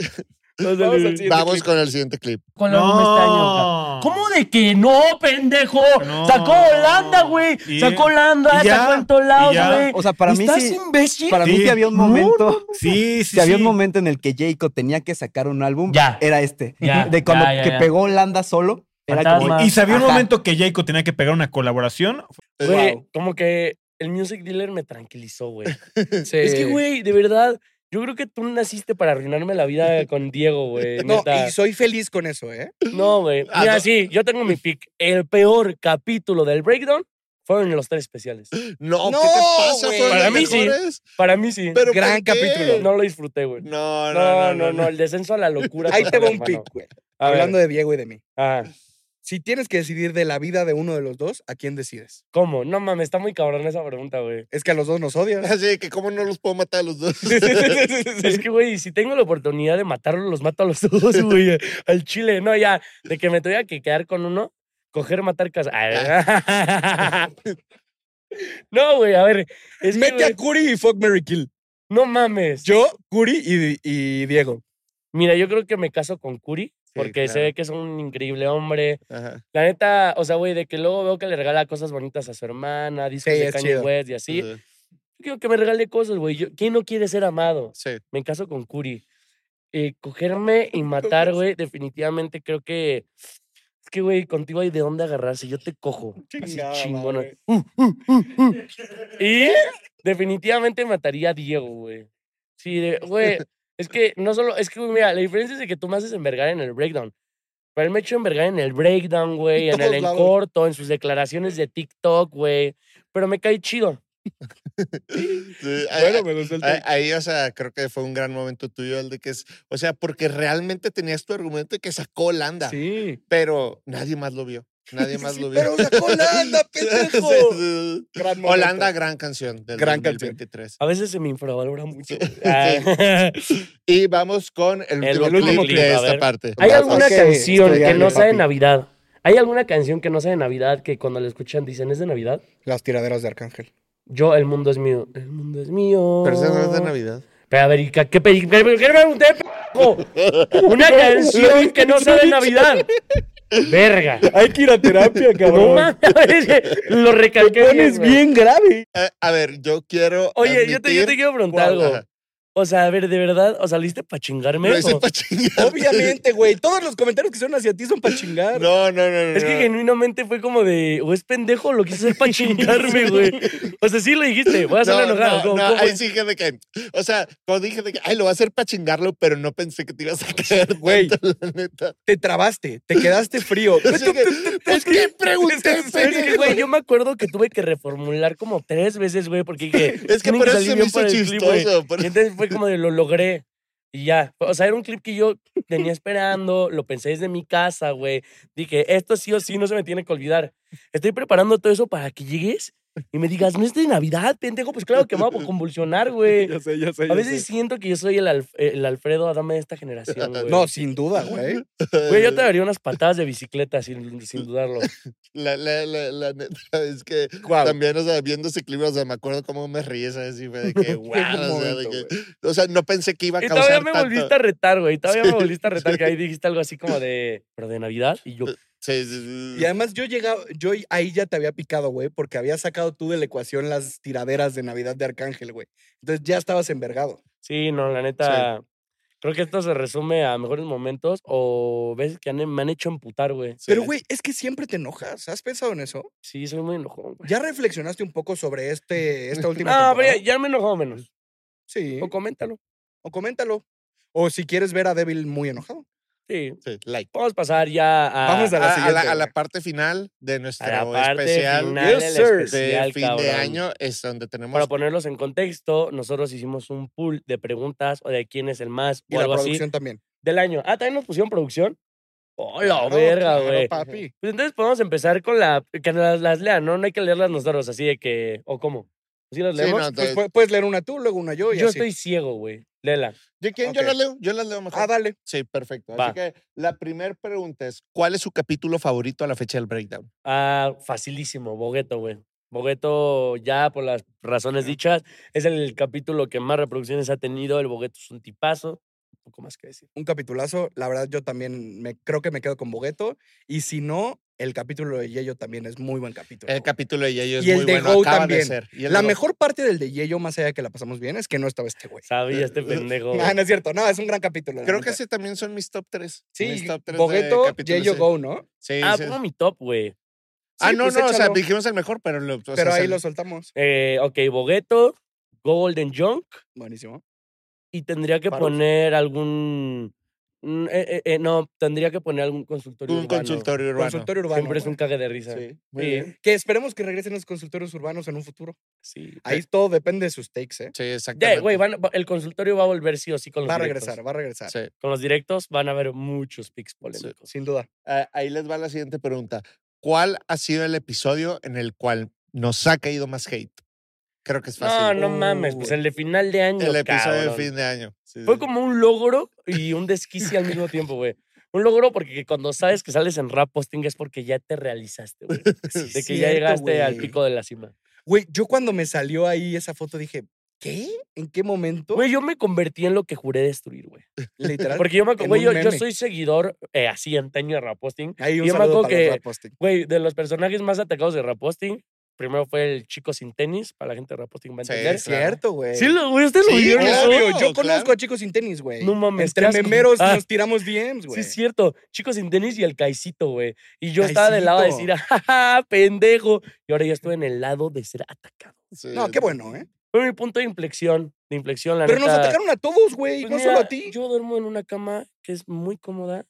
Speaker 2: O sea,
Speaker 1: Vamos al siguiente
Speaker 3: Vamos
Speaker 1: clip.
Speaker 3: con el siguiente clip.
Speaker 7: Con la cabrón.
Speaker 8: No.
Speaker 2: este ¿Cómo de que no, pendejo?
Speaker 8: No.
Speaker 2: Sacó Holanda, güey.
Speaker 8: Y-
Speaker 2: Sacó Holanda,
Speaker 8: y ya,
Speaker 2: sacó en todos lados,
Speaker 8: y ya.
Speaker 2: güey.
Speaker 10: O sea, para mí
Speaker 2: ¿Estás
Speaker 10: sí.
Speaker 2: imbécil?
Speaker 10: Para mí
Speaker 8: Sí.
Speaker 10: sí había un
Speaker 8: No,
Speaker 10: momento.
Speaker 8: Sí, sí,
Speaker 10: Si había
Speaker 8: sí.
Speaker 10: un momento en el que Jacob tenía que sacar un álbum,
Speaker 2: Ya.
Speaker 10: era este.
Speaker 2: Ya,
Speaker 10: de cuando
Speaker 2: ya, ya,
Speaker 10: que
Speaker 2: ya.
Speaker 10: pegó Holanda solo, era
Speaker 2: Fantasma.
Speaker 10: como.
Speaker 8: Y sabía un
Speaker 10: Ajá.
Speaker 8: momento que Jayco tenía que pegar una colaboración.
Speaker 2: Güey,
Speaker 1: Wow.
Speaker 2: como que el music dealer me tranquilizó, güey.
Speaker 1: Sí.
Speaker 2: Es que, güey, de verdad, yo creo que tú naciste para arruinarme la vida con Diego, güey.
Speaker 1: No,
Speaker 2: neta.
Speaker 1: y soy feliz con eso, ¿eh?
Speaker 2: No, güey.
Speaker 3: Ah,
Speaker 2: Mira,
Speaker 3: no.
Speaker 2: sí, yo tengo mi pick. El peor capítulo del breakdown fueron los tres especiales.
Speaker 3: No,
Speaker 1: No,
Speaker 3: ¿qué te pasa?
Speaker 1: güey.
Speaker 3: Fueron
Speaker 2: Para
Speaker 3: los
Speaker 2: mí sí.
Speaker 3: mejores.
Speaker 2: Para mí sí.
Speaker 3: Pero
Speaker 1: Gran
Speaker 3: ¿por qué?
Speaker 1: capítulo.
Speaker 2: no lo disfruté, güey.
Speaker 3: No,
Speaker 2: No,
Speaker 3: no, no, no.
Speaker 2: el descenso a la locura.
Speaker 1: Ahí te
Speaker 2: total,
Speaker 1: va un
Speaker 2: hermano.
Speaker 1: pic, güey.
Speaker 2: A ver,
Speaker 1: Hablando de Diego y de mí.
Speaker 2: ah,
Speaker 1: Si tienes que decidir de la vida de uno de los dos, ¿a quién decides?
Speaker 2: ¿Cómo? No mames, está muy cabrón esa pregunta, güey.
Speaker 1: Es que a los dos nos odias.
Speaker 3: Así que cómo no los puedo matar a los dos.
Speaker 2: Es que, güey, si tengo la oportunidad de matarlos, los mato a los dos, güey. Al chile, no, ya. De que me tuviera que quedar con uno, coger, matar, casa. Ah. No, güey, a ver. Es que,
Speaker 1: Mete a
Speaker 2: güey,
Speaker 1: Curi y fuck Mary Kill.
Speaker 2: no mames.
Speaker 1: Yo, Curi y, y Diego.
Speaker 2: Mira, yo creo que me caso con Curi. Porque se
Speaker 3: claro.
Speaker 2: ve que es un increíble hombre.
Speaker 3: Ajá.
Speaker 2: La neta, o sea, güey, de que luego veo que le regala cosas bonitas a su hermana, discos
Speaker 1: Sí,
Speaker 2: de
Speaker 1: es
Speaker 2: Kanye
Speaker 1: chido.
Speaker 2: West y así. Yo quiero que me regale cosas, güey. Yo- ¿Quién no quiere ser amado?
Speaker 3: Sí.
Speaker 2: Me caso con Curi. Eh, cogerme y matar, güey, definitivamente creo que. Es que, güey, contigo hay de dónde agarrarse. Yo te cojo. Así
Speaker 1: Chingada
Speaker 2: chingona. Uh,
Speaker 1: madre.
Speaker 2: Y definitivamente mataría a Diego, güey. Sí, de- güey. es que no solo. Es que, mira, la diferencia es de que tú me haces envergar en el breakdown. Pero él me ha hecho envergar en el breakdown, güey, en el
Speaker 3: todos lados.
Speaker 2: encorto, en sus declaraciones de TikTok, güey. Pero me cae chido.
Speaker 3: Sí, a-
Speaker 1: Ah, Bueno, pues, me gustó el
Speaker 3: a-
Speaker 1: take.
Speaker 3: Ahí, o sea, creo que fue un gran momento tuyo el de que es, o sea, porque realmente tenías tu argumento de que sacó Holanda,
Speaker 2: Sí.
Speaker 3: pero nadie más lo vio. Nadie más lo vio.
Speaker 1: Pero sacó Holanda,
Speaker 3: Sí,
Speaker 1: pendejo.
Speaker 3: sí, sí.
Speaker 1: Gran momento.
Speaker 3: Holanda, gran canción del
Speaker 1: Gran canción.
Speaker 3: 2023.
Speaker 2: A veces se me infravalora mucho.
Speaker 3: Sí.
Speaker 2: Ah.
Speaker 3: Y vamos con el último,
Speaker 2: El último
Speaker 3: clip
Speaker 2: clip,
Speaker 3: de
Speaker 2: a
Speaker 3: esta
Speaker 2: ver.
Speaker 3: parte.
Speaker 2: ¿Hay
Speaker 1: Vas,
Speaker 2: alguna
Speaker 1: ok,
Speaker 2: canción
Speaker 1: estoy
Speaker 2: que
Speaker 1: ahí,
Speaker 2: no sea de
Speaker 1: papi.
Speaker 2: Navidad? ¿Hay alguna canción que no sea de Navidad que cuando la escuchan dicen es de Navidad?
Speaker 1: Las tiraderas de Arcángel.
Speaker 2: Yo, el mundo es mío. El mundo es mío.
Speaker 3: Pero esa no es de
Speaker 2: Oh.
Speaker 3: Navidad.
Speaker 2: Pero a ver, ¿y ¿qué, qué, pedí? ¿Qué me pregunté, pendejo? Una canción que no sea de Navidad. Verga.
Speaker 10: Hay que ir a terapia,
Speaker 2: No mames, lo recalqué. güey.
Speaker 10: grave.
Speaker 3: Eh, a ver, yo quiero.
Speaker 2: Oye, yo te, yo te
Speaker 3: admitir-
Speaker 2: quiero preguntar
Speaker 3: ¿Cuál?
Speaker 2: algo.
Speaker 3: Ajá.
Speaker 2: O sea, a ver, de verdad, o sea, ¿lo hiciste para chingarme?
Speaker 3: Lo hice
Speaker 2: o-
Speaker 3: pa' chingar.
Speaker 1: Obviamente, güey. Todos los comentarios que son hacia ti son para chingar.
Speaker 3: No, no, no, no.
Speaker 2: Es que
Speaker 3: no.
Speaker 2: genuinamente fue como de, o es pendejo, o lo quise hacer para chingarme, güey. O sea, sí lo dijiste, voy a hacerlo enojado.
Speaker 3: No,
Speaker 2: ¿cómo-
Speaker 3: no,
Speaker 2: cómo
Speaker 3: ahí
Speaker 2: es?
Speaker 3: sí dije de que. O sea, cuando dije de que, ay, lo voy a hacer para chingarlo, pero no pensé que te ibas a caer.
Speaker 1: Güey.
Speaker 3: tanto, la neta.
Speaker 1: Te trabaste, te quedaste frío.
Speaker 3: Es que, es que pregunté,
Speaker 2: Es que, güey, yo me acuerdo que tuve que reformular como tres veces, güey, porque dije,
Speaker 3: Es que
Speaker 2: "Tienen
Speaker 3: por eso
Speaker 2: salir
Speaker 3: se me
Speaker 2: bien
Speaker 3: hizo
Speaker 2: para el clip, güey".
Speaker 3: chistoso. por-
Speaker 2: Y entonces fue como de lo logré. Y ya. O sea, era un clip que yo tenía esperando, lo pensé desde mi casa, güey. Dije, esto sí o sí no se me tiene que olvidar. Estoy preparando todo eso para que llegues y me digas, no es de Navidad, pendejo. Pues claro que me voy a convulsionar, güey.
Speaker 1: Ya sé, ya sé.
Speaker 2: A veces siento que yo soy el, Alf- el Alfredo Adame de esta generación, güey.
Speaker 1: No, sin duda, güey.
Speaker 2: Güey, yo te daría unas patadas de bicicleta sin, sin dudarlo.
Speaker 3: La, la, la, la neta es que
Speaker 2: Ah,
Speaker 1: Guau.
Speaker 3: también, o sea, viendo ese clip, o sea, me acuerdo cómo me reí esa vez y fue de que, wow,
Speaker 1: Qué
Speaker 3: o, sea, de
Speaker 1: momento,
Speaker 3: que-
Speaker 1: güey.
Speaker 3: o sea, no pensé que iba a
Speaker 2: Y
Speaker 3: causar
Speaker 2: todavía me
Speaker 3: tanto.
Speaker 2: volviste a retar, güey. Todavía
Speaker 3: Sí,
Speaker 2: me volviste a retar, que ahí dijiste algo así como de, pero de Navidad. Y yo,
Speaker 3: Sí, sí, sí.
Speaker 1: Y además yo llegaba, yo ahí ya te había picado, güey, porque había sacado tú de la ecuación las tiraderas de Navidad de Arcángel, güey. Entonces ya estabas envergado.
Speaker 2: Sí, no, la neta. Creo que esto se resume a mejores momentos o veces que han- me han hecho emputar, güey.
Speaker 3: Sí.
Speaker 1: Pero, güey, es que siempre te enojas. ¿Has pensado en eso?
Speaker 2: Sí, soy muy enojón, güey.
Speaker 1: ¿Ya reflexionaste un poco sobre este, esta última
Speaker 2: No, pero
Speaker 1: temporada?
Speaker 2: ya, ya me enojó menos.
Speaker 1: Sí.
Speaker 2: Ah, O coméntalo.
Speaker 1: O coméntalo. O si quieres ver a Devil muy enojado.
Speaker 2: Sí.
Speaker 3: Sí, like.
Speaker 2: Vamos a pasar ya a,
Speaker 1: Vamos a la
Speaker 3: a, a la,
Speaker 1: siguiente,
Speaker 3: a la
Speaker 1: güey.
Speaker 3: parte final de nuestro
Speaker 2: a la parte
Speaker 3: especial
Speaker 2: final
Speaker 1: Yes,
Speaker 2: del
Speaker 1: sir.
Speaker 3: de
Speaker 2: especial,
Speaker 3: fin
Speaker 2: cabrón.
Speaker 3: de año, es donde tenemos
Speaker 2: Para ponerlos en contexto, nosotros hicimos un pool de preguntas o de quién es el más
Speaker 1: Y
Speaker 2: o
Speaker 1: la
Speaker 2: algo así
Speaker 1: producción también.
Speaker 2: del año. Ah, también nos pusieron producción. ¡Hola,
Speaker 1: Claro,
Speaker 2: verga,
Speaker 1: claro,
Speaker 2: güey!
Speaker 1: papi.
Speaker 2: Pues entonces podemos empezar con la... Que las, las lean, ¿no? No hay que leerlas nosotros así de que... ¿O cómo? ¿Sí las
Speaker 3: Sí,
Speaker 2: leemos?
Speaker 3: no,
Speaker 1: Pues
Speaker 3: entonces-
Speaker 1: pu- puedes leer una tú, luego una yo y
Speaker 2: Yo
Speaker 1: así.
Speaker 2: estoy ciego, güey. Lela.
Speaker 3: ¿Yo quién?
Speaker 1: Ok.
Speaker 3: Yo las leo, yo las leo mejor.
Speaker 1: Ah, dale.
Speaker 3: Sí, perfecto.
Speaker 2: Va.
Speaker 3: Así que la primera pregunta es, ¿cuál es su capítulo favorito a la fecha del breakdown?
Speaker 2: Ah, facilísimo, Bogueto, güey. Bogueto, ya por las razones dichas, es el capítulo que más reproducciones ha tenido. El Bogueto es un tipazo. Poco más que decir.
Speaker 1: Un capitulazo. La verdad, yo también me, creo que me quedo con Bogueto. Y si no, el capítulo de Yello también es muy buen capítulo.
Speaker 3: El capítulo de Yayo es
Speaker 1: Y el
Speaker 3: muy
Speaker 1: de
Speaker 3: bueno,
Speaker 1: Go
Speaker 3: acaba de
Speaker 1: también.
Speaker 3: ser. Y el
Speaker 1: La
Speaker 3: de Go.
Speaker 1: mejor parte del de Yello, más allá de que la pasamos bien, es que no estaba este güey. Ah,
Speaker 2: Sabía este pendejo. güey.
Speaker 1: No, no es cierto. No, es un gran capítulo. la
Speaker 3: Creo que
Speaker 1: neta.
Speaker 3: ese también son mis top 3.
Speaker 1: Sí,
Speaker 3: mis top tres de
Speaker 1: Bogueto,
Speaker 3: capítulos,
Speaker 1: Yello
Speaker 3: sí.
Speaker 1: Go, ¿no?
Speaker 3: Sí,
Speaker 2: ah,
Speaker 3: sí.
Speaker 2: pongo mi top, güey.
Speaker 3: Ah,
Speaker 1: Sí,
Speaker 3: no,
Speaker 1: pues
Speaker 3: no, o sea,
Speaker 1: échalo.
Speaker 3: dijimos el mejor, pero... Lo, o sea,
Speaker 1: Pero
Speaker 3: es
Speaker 1: ahí
Speaker 3: el-
Speaker 1: lo soltamos.
Speaker 2: Eh, ok, Bogueto, Golden Junk.
Speaker 1: Buenísimo.
Speaker 2: Y tendría que
Speaker 1: Faruf.
Speaker 2: poner algún... mm, eh, eh, eh, no, tendría que poner algún consultorio
Speaker 3: Un
Speaker 2: urbano.
Speaker 3: consultorio urbano.
Speaker 1: Consultorio urbano.
Speaker 2: Siempre es
Speaker 1: güey.
Speaker 2: un cague de risa. Sí.
Speaker 3: Sí, muy bien.
Speaker 1: Que esperemos que regresen los consultorios urbanos en un futuro.
Speaker 2: sí.
Speaker 1: Ahí todo depende de sus takes, ¿eh?
Speaker 3: Sí,
Speaker 2: Ya,
Speaker 3: exactamente.
Speaker 2: güey, van- va- el consultorio va a volver sí o sí con los
Speaker 1: Va a
Speaker 2: directos.
Speaker 1: regresar, va a regresar.
Speaker 3: Sí.
Speaker 2: Con los directos van a haber muchos pics polémicos.
Speaker 1: Sin duda.
Speaker 3: Ah, ahí les va la siguiente pregunta. ¿Cuál ha sido el episodio en el cual nos ha caído más hate? Creo que es
Speaker 2: No,
Speaker 3: fácil.
Speaker 2: no mames, pues el de final de año.
Speaker 3: el episodio
Speaker 2: cabrón.
Speaker 3: de fin de año. Sí,
Speaker 2: Fue
Speaker 3: sí.
Speaker 2: como un logro y un desquicio al mismo tiempo, güey. Un logro porque cuando sabes que sales en rap posting es porque ya te realizaste, güey. De
Speaker 1: Sí,
Speaker 2: que ya
Speaker 1: cierto,
Speaker 2: llegaste al
Speaker 1: güey.
Speaker 2: pico de la cima.
Speaker 1: Güey, yo cuando me salió ahí esa foto dije, ¿qué? ¿En qué momento?
Speaker 2: Güey, yo me convertí en lo que juré destruir, güey.
Speaker 1: Literal.
Speaker 2: Porque yo me acu-
Speaker 1: En
Speaker 2: güey,
Speaker 1: un
Speaker 2: yo, yo
Speaker 1: meme.
Speaker 2: soy seguidor eh, así antaño de rap posting.
Speaker 1: ahí un
Speaker 2: yo me
Speaker 1: saludo
Speaker 2: acuerdo
Speaker 1: para los
Speaker 2: que-
Speaker 1: Raposting.
Speaker 2: Güey, de los personajes más atacados de rap posting, primero fue el chico sin tenis, para la gente de rap posting va a
Speaker 3: Sí,
Speaker 2: entender.
Speaker 1: Es
Speaker 3: claro.
Speaker 1: cierto, güey.
Speaker 2: Sí, lo, güey, ustedes lo
Speaker 3: Sí,
Speaker 2: vieron.
Speaker 3: claro,
Speaker 2: eso?
Speaker 1: Obvio, yo
Speaker 3: claro.
Speaker 1: conozco a chicos sin tenis, güey.
Speaker 2: No mames.
Speaker 1: Entre
Speaker 2: qué asco.
Speaker 1: memeros
Speaker 2: Ah,
Speaker 1: nos tiramos DMs, güey.
Speaker 2: Sí, es cierto. Chicos sin tenis y el caicito, güey. Y yo estaba del lado de decir,
Speaker 1: Caicito.
Speaker 2: ¡ah, pendejo! Y ahora yo estoy en el lado de ser atacado.
Speaker 3: Sí,
Speaker 1: No, qué bueno, ¿eh?
Speaker 2: Fue mi punto de inflexión, de inflexión, la
Speaker 1: Pero nos
Speaker 2: neta.
Speaker 1: atacaron a todos, güey,
Speaker 2: Pues
Speaker 1: no
Speaker 2: mira,
Speaker 1: solo a ti.
Speaker 2: Yo duermo en una cama que es muy cómoda.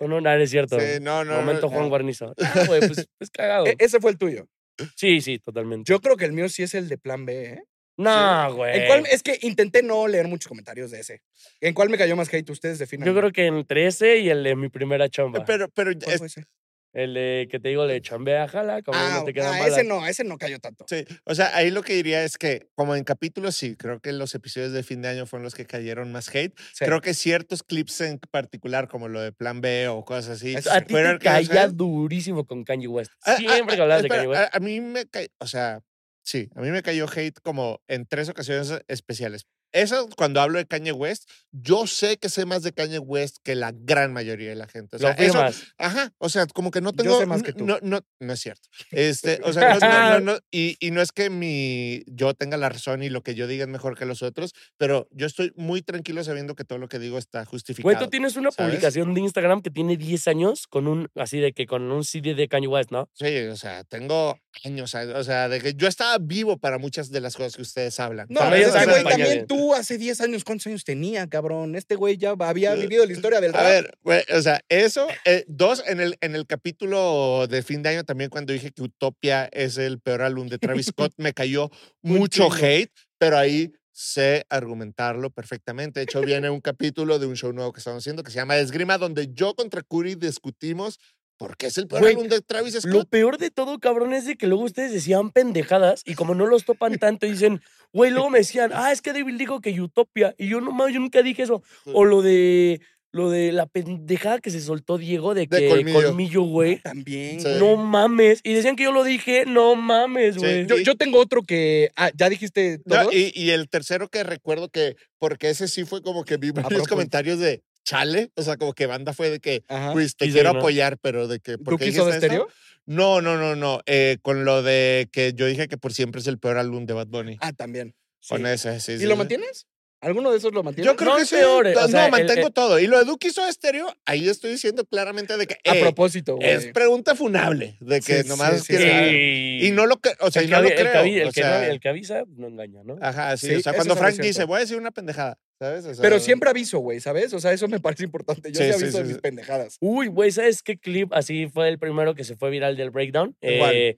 Speaker 2: O no, nada, es cierto.
Speaker 3: Sí, no, no.
Speaker 2: Momento
Speaker 3: no,
Speaker 2: Juan
Speaker 3: no. Eh,
Speaker 2: Guarnizo. Ah, güey, pues es cagado.
Speaker 1: E- ese fue el tuyo.
Speaker 2: Sí, sí, totalmente.
Speaker 1: Yo creo que el mío sí es el de plan B, ¿eh?
Speaker 2: no, güey.
Speaker 3: eh,
Speaker 1: ¿En cuál- es que intenté no leer muchos comentarios de ese. ¿En cuál me cayó más hate? Ustedes definan.
Speaker 2: Yo creo que entre ese y el de mi primera chamba.
Speaker 3: Eh, Pero, pero, es-
Speaker 2: El de que te digo, le chambea, jala, como
Speaker 1: Ah,
Speaker 2: no te quedan
Speaker 1: ah,
Speaker 2: balas.
Speaker 1: ese no, ese no cayó tanto.
Speaker 3: sí, o sea, ahí lo que diría es que, como en capítulos, sí, creo que los episodios de fin de año fueron los que cayeron más hate.
Speaker 1: Sí.
Speaker 3: Creo que ciertos clips en particular, como lo de Plan B o cosas así,
Speaker 1: Eso
Speaker 2: A ti
Speaker 3: fueron
Speaker 2: te
Speaker 3: los que más
Speaker 2: caía
Speaker 3: hate.
Speaker 2: durísimo con Kanye West.
Speaker 3: Ah, ah,
Speaker 2: Siempre que
Speaker 3: ah,
Speaker 2: hablabas de
Speaker 3: espera,
Speaker 2: Kanye West.
Speaker 3: A, a mí me cayó, o sea, sí, a mí me cayó hate como en tres ocasiones especiales. Eso, cuando hablo de Kanye West, yo sé que sé más de Kanye West que la gran mayoría de la gente. O sea,
Speaker 2: Lo
Speaker 3: eso-
Speaker 2: firmas.
Speaker 3: Ajá, o sea, como que no
Speaker 1: Yo
Speaker 3: tengo.
Speaker 1: sé más que
Speaker 3: n-
Speaker 1: tú.
Speaker 3: No, no, no es cierto. Este, o sea, no- no- no- no- y, y no es que mi, yo tenga la razón y lo que yo diga es mejor que los otros, pero yo estoy muy tranquilo sabiendo que todo lo que digo está
Speaker 2: Güey,
Speaker 3: justificado.
Speaker 2: tú tienes una
Speaker 3: ¿sabes?
Speaker 2: publicación de Instagram que tiene 10 años con un, así de que con un CD de Kanye West, ¿no?
Speaker 3: Sí, o sea, tengo años, o sea, de que yo estaba vivo para muchas de las cosas que ustedes hablan.
Speaker 1: No, pero
Speaker 2: También
Speaker 1: es
Speaker 2: saben
Speaker 1: que, güey,
Speaker 2: pañales.
Speaker 1: también tú hace 10 años, ¿cuántos años tenía, cabrón? Este güey ya había vivido la historia del
Speaker 3: A
Speaker 1: rap.
Speaker 3: ver, güey, o sea, eso. eh, dos, en el, en el capítulo de fin de año también cuando dije que Utopia es el peor álbum de Travis Scott, me cayó mucho hate, pero ahí sé argumentarlo perfectamente. De hecho, viene un capítulo de un show nuevo que estamos haciendo que se llama Esgrima, donde yo contra Curry discutimos por qué es el peor
Speaker 2: Güey,
Speaker 3: álbum de Travis Scott.
Speaker 2: Lo peor de todo, cabrón, es de que luego ustedes decían pendejadas y como no los topan tanto, dicen, güey, luego me decían, ah, es que David dijo que Utopia. Y yo no mames, yo nunca dije eso. O lo de. Lo de la pendejada que se soltó Diego de que
Speaker 3: De colmillo.
Speaker 2: colmillo, güey.
Speaker 1: También.
Speaker 3: Sí.
Speaker 1: güey.
Speaker 2: No mames. Y decían que yo lo dije, no mames,
Speaker 3: Sí,
Speaker 2: güey.
Speaker 1: Yo, yo tengo otro que. Ah, ya dijiste
Speaker 3: No,
Speaker 1: todo.
Speaker 3: y, y el tercero que recuerdo que, porque ese sí fue como que vi varios
Speaker 1: propósito.
Speaker 3: comentarios de chale, o sea, como que banda fue de que,
Speaker 1: Ajá.
Speaker 3: Luis, te
Speaker 2: Ah, Y sí,
Speaker 3: quiero
Speaker 2: ¿no?
Speaker 3: apoyar, pero de que...
Speaker 1: ¿Tú
Speaker 3: ¿por qué
Speaker 1: quiso de
Speaker 3: dijiste esto?
Speaker 1: estéreo?
Speaker 3: No, no, no, no. eh, con lo de que yo dije que por siempre es el peor álbum de Bad Bunny.
Speaker 1: Ah, también.
Speaker 3: Con
Speaker 1: Sí.
Speaker 3: ese, sí.
Speaker 1: ¿Y
Speaker 3: sí,
Speaker 1: lo
Speaker 3: sí.
Speaker 1: mantienes? ¿Alguno de esos lo mantienes?
Speaker 3: Yo creo
Speaker 2: No
Speaker 3: que
Speaker 2: es
Speaker 3: sí.
Speaker 2: peor, eh, o
Speaker 3: no,
Speaker 2: sea, el-
Speaker 3: mantengo
Speaker 2: el-
Speaker 3: todo. Y lo de Duki hizo estéreo, ahí estoy diciendo claramente de que
Speaker 1: A
Speaker 3: eh,
Speaker 1: propósito, güey.
Speaker 3: es pregunta funable. De que
Speaker 1: Sí,
Speaker 3: nomás
Speaker 1: sí, sí,
Speaker 3: quiere-
Speaker 2: Y-
Speaker 3: Y no lo, cre- o sea,
Speaker 2: el
Speaker 3: y
Speaker 2: que
Speaker 3: no lo
Speaker 2: avi- el que
Speaker 3: creo.
Speaker 2: avi- el
Speaker 3: o
Speaker 2: que no-
Speaker 3: sea, Ah.
Speaker 2: el que avisa no engaña, ¿no?
Speaker 3: Ajá, sí.
Speaker 1: Sí,
Speaker 3: o sea,
Speaker 1: eso
Speaker 3: cuando
Speaker 1: es
Speaker 3: Frank
Speaker 1: cierto.
Speaker 3: dice, voy a decir una pendejada, ¿sabes? O sea,
Speaker 1: Pero siempre aviso, güey, ¿sabes? O sea, eso me parece importante. Yo
Speaker 3: Sí,
Speaker 1: sí,
Speaker 3: sí,
Speaker 1: aviso
Speaker 3: sí,
Speaker 1: de
Speaker 3: sí.
Speaker 1: mis pendejadas.
Speaker 2: Uy, güey, ¿sabes qué clip? Así fue el primero que se fue viral del breakdown.
Speaker 3: ¿Cuál?
Speaker 2: Eh,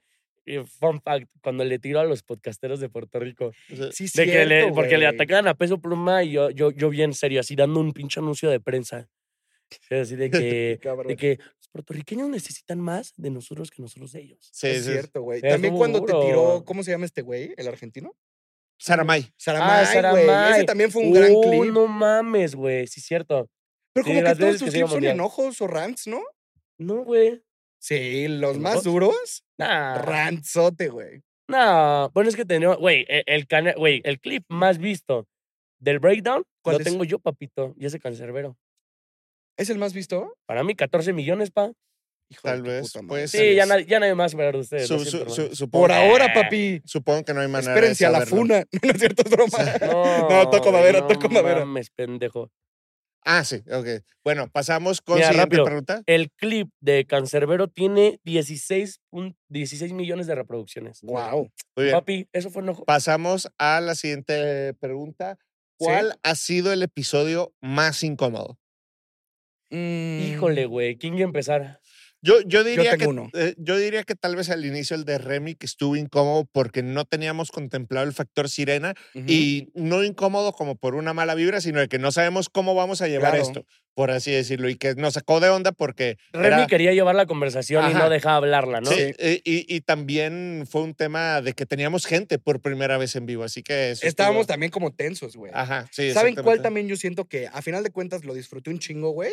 Speaker 2: eh, fun fact, cuando le tiró a los podcasteros de Puerto Rico.
Speaker 3: o sea,
Speaker 1: Sí,
Speaker 2: De que le-
Speaker 1: cierto,
Speaker 2: porque le
Speaker 1: güey.
Speaker 2: atacaban a peso pluma y yo, yo, yo bien serio, así dando un pinche anuncio de prensa. Así de que,
Speaker 1: Cabrón.
Speaker 2: de que los puertorriqueños necesitan más de nosotros que nosotros de ellos.
Speaker 3: sí, sí,
Speaker 1: Es
Speaker 3: sí.
Speaker 1: cierto, güey.
Speaker 2: Es
Speaker 1: También
Speaker 2: muy
Speaker 1: cuando te
Speaker 2: duro.
Speaker 1: tiró, ¿cómo se llama este güey? ¿El argentino?
Speaker 3: Saramay.
Speaker 1: Saramay, güey. Ese
Speaker 2: Saramay.
Speaker 1: también fue un gran
Speaker 2: Oh,
Speaker 1: clip.
Speaker 2: no mames, güey, sí es cierto.
Speaker 1: Pero
Speaker 2: Sí,
Speaker 1: como que
Speaker 2: las
Speaker 1: todos
Speaker 2: veces
Speaker 1: sus
Speaker 2: que se iba
Speaker 1: clips son
Speaker 2: mundial.
Speaker 1: enojos o rants, ¿no?
Speaker 2: No, güey.
Speaker 1: Sí, los más
Speaker 2: ¿Enojos? Ah.
Speaker 1: duros,
Speaker 2: Nah.
Speaker 1: rantsote, güey.
Speaker 2: No, bueno, es que tenía, güey, e- el, cana- güey, el clip más visto del breakdown
Speaker 1: ¿Cuál
Speaker 2: lo
Speaker 1: es?
Speaker 2: tengo yo, papito, y ese cancerbero.
Speaker 1: ¿Es el más visto?
Speaker 2: Para mí, 14 millones, pa.
Speaker 1: Hijo de
Speaker 3: Tal
Speaker 1: tu
Speaker 3: vez.
Speaker 1: puta madre.
Speaker 3: Pues,
Speaker 2: Sí, ya, nadie- ya nadie más va a hablar de ustedes. lo
Speaker 3: su-
Speaker 2: siento,
Speaker 3: su-
Speaker 2: hermano.
Speaker 3: su- supongo
Speaker 1: Por
Speaker 3: que-
Speaker 1: ahora, papi.
Speaker 3: Supongo que no hay manera
Speaker 1: Espérense
Speaker 3: de
Speaker 1: a la
Speaker 3: saberlo.
Speaker 1: funa. No es cierto, es broma.
Speaker 2: No,
Speaker 1: No, toco
Speaker 2: güey,
Speaker 1: madera,
Speaker 2: no
Speaker 1: toco madera.
Speaker 2: mames, pendejo.
Speaker 3: Ah, sí, ok. Bueno, pasamos con
Speaker 2: Mira,
Speaker 3: siguiente
Speaker 2: rápido.
Speaker 3: pregunta.
Speaker 2: El clip de Cancerbero tiene 16, pun- 16 millones de reproducciones.
Speaker 1: Wow.
Speaker 3: Muy bien.
Speaker 2: Papi, eso fue enojo.
Speaker 3: Pasamos a la siguiente pregunta. ¿Cuál ha sido el episodio más incómodo? Mm.
Speaker 2: Híjole, güey, ¿quién iba a empezar?
Speaker 3: Yo, yo, diría
Speaker 1: tengo uno.
Speaker 3: que, eh, yo diría que tal vez al inicio el de Remy que estuvo incómodo porque no teníamos contemplado el factor sirena
Speaker 1: Mm,
Speaker 3: y no incómodo como por una mala vibra, sino de que no sabemos cómo vamos a llevar
Speaker 1: Claro.
Speaker 3: esto, por así decirlo, y que nos sacó de onda porque
Speaker 2: Remy
Speaker 3: era-
Speaker 2: quería llevar la conversación y
Speaker 3: Ajá.
Speaker 2: no dejaba hablarla, ¿no?
Speaker 3: Sí, eh, y, y también fue un tema de que teníamos gente por primera vez en vivo, así que eso
Speaker 1: Estábamos
Speaker 3: estuvo-
Speaker 1: también como tensos, güey.
Speaker 3: Ajá, sí.
Speaker 1: ¿Saben cuál
Speaker 3: exactamente.
Speaker 1: también yo siento que a final de cuentas lo disfruté un chingo, güey?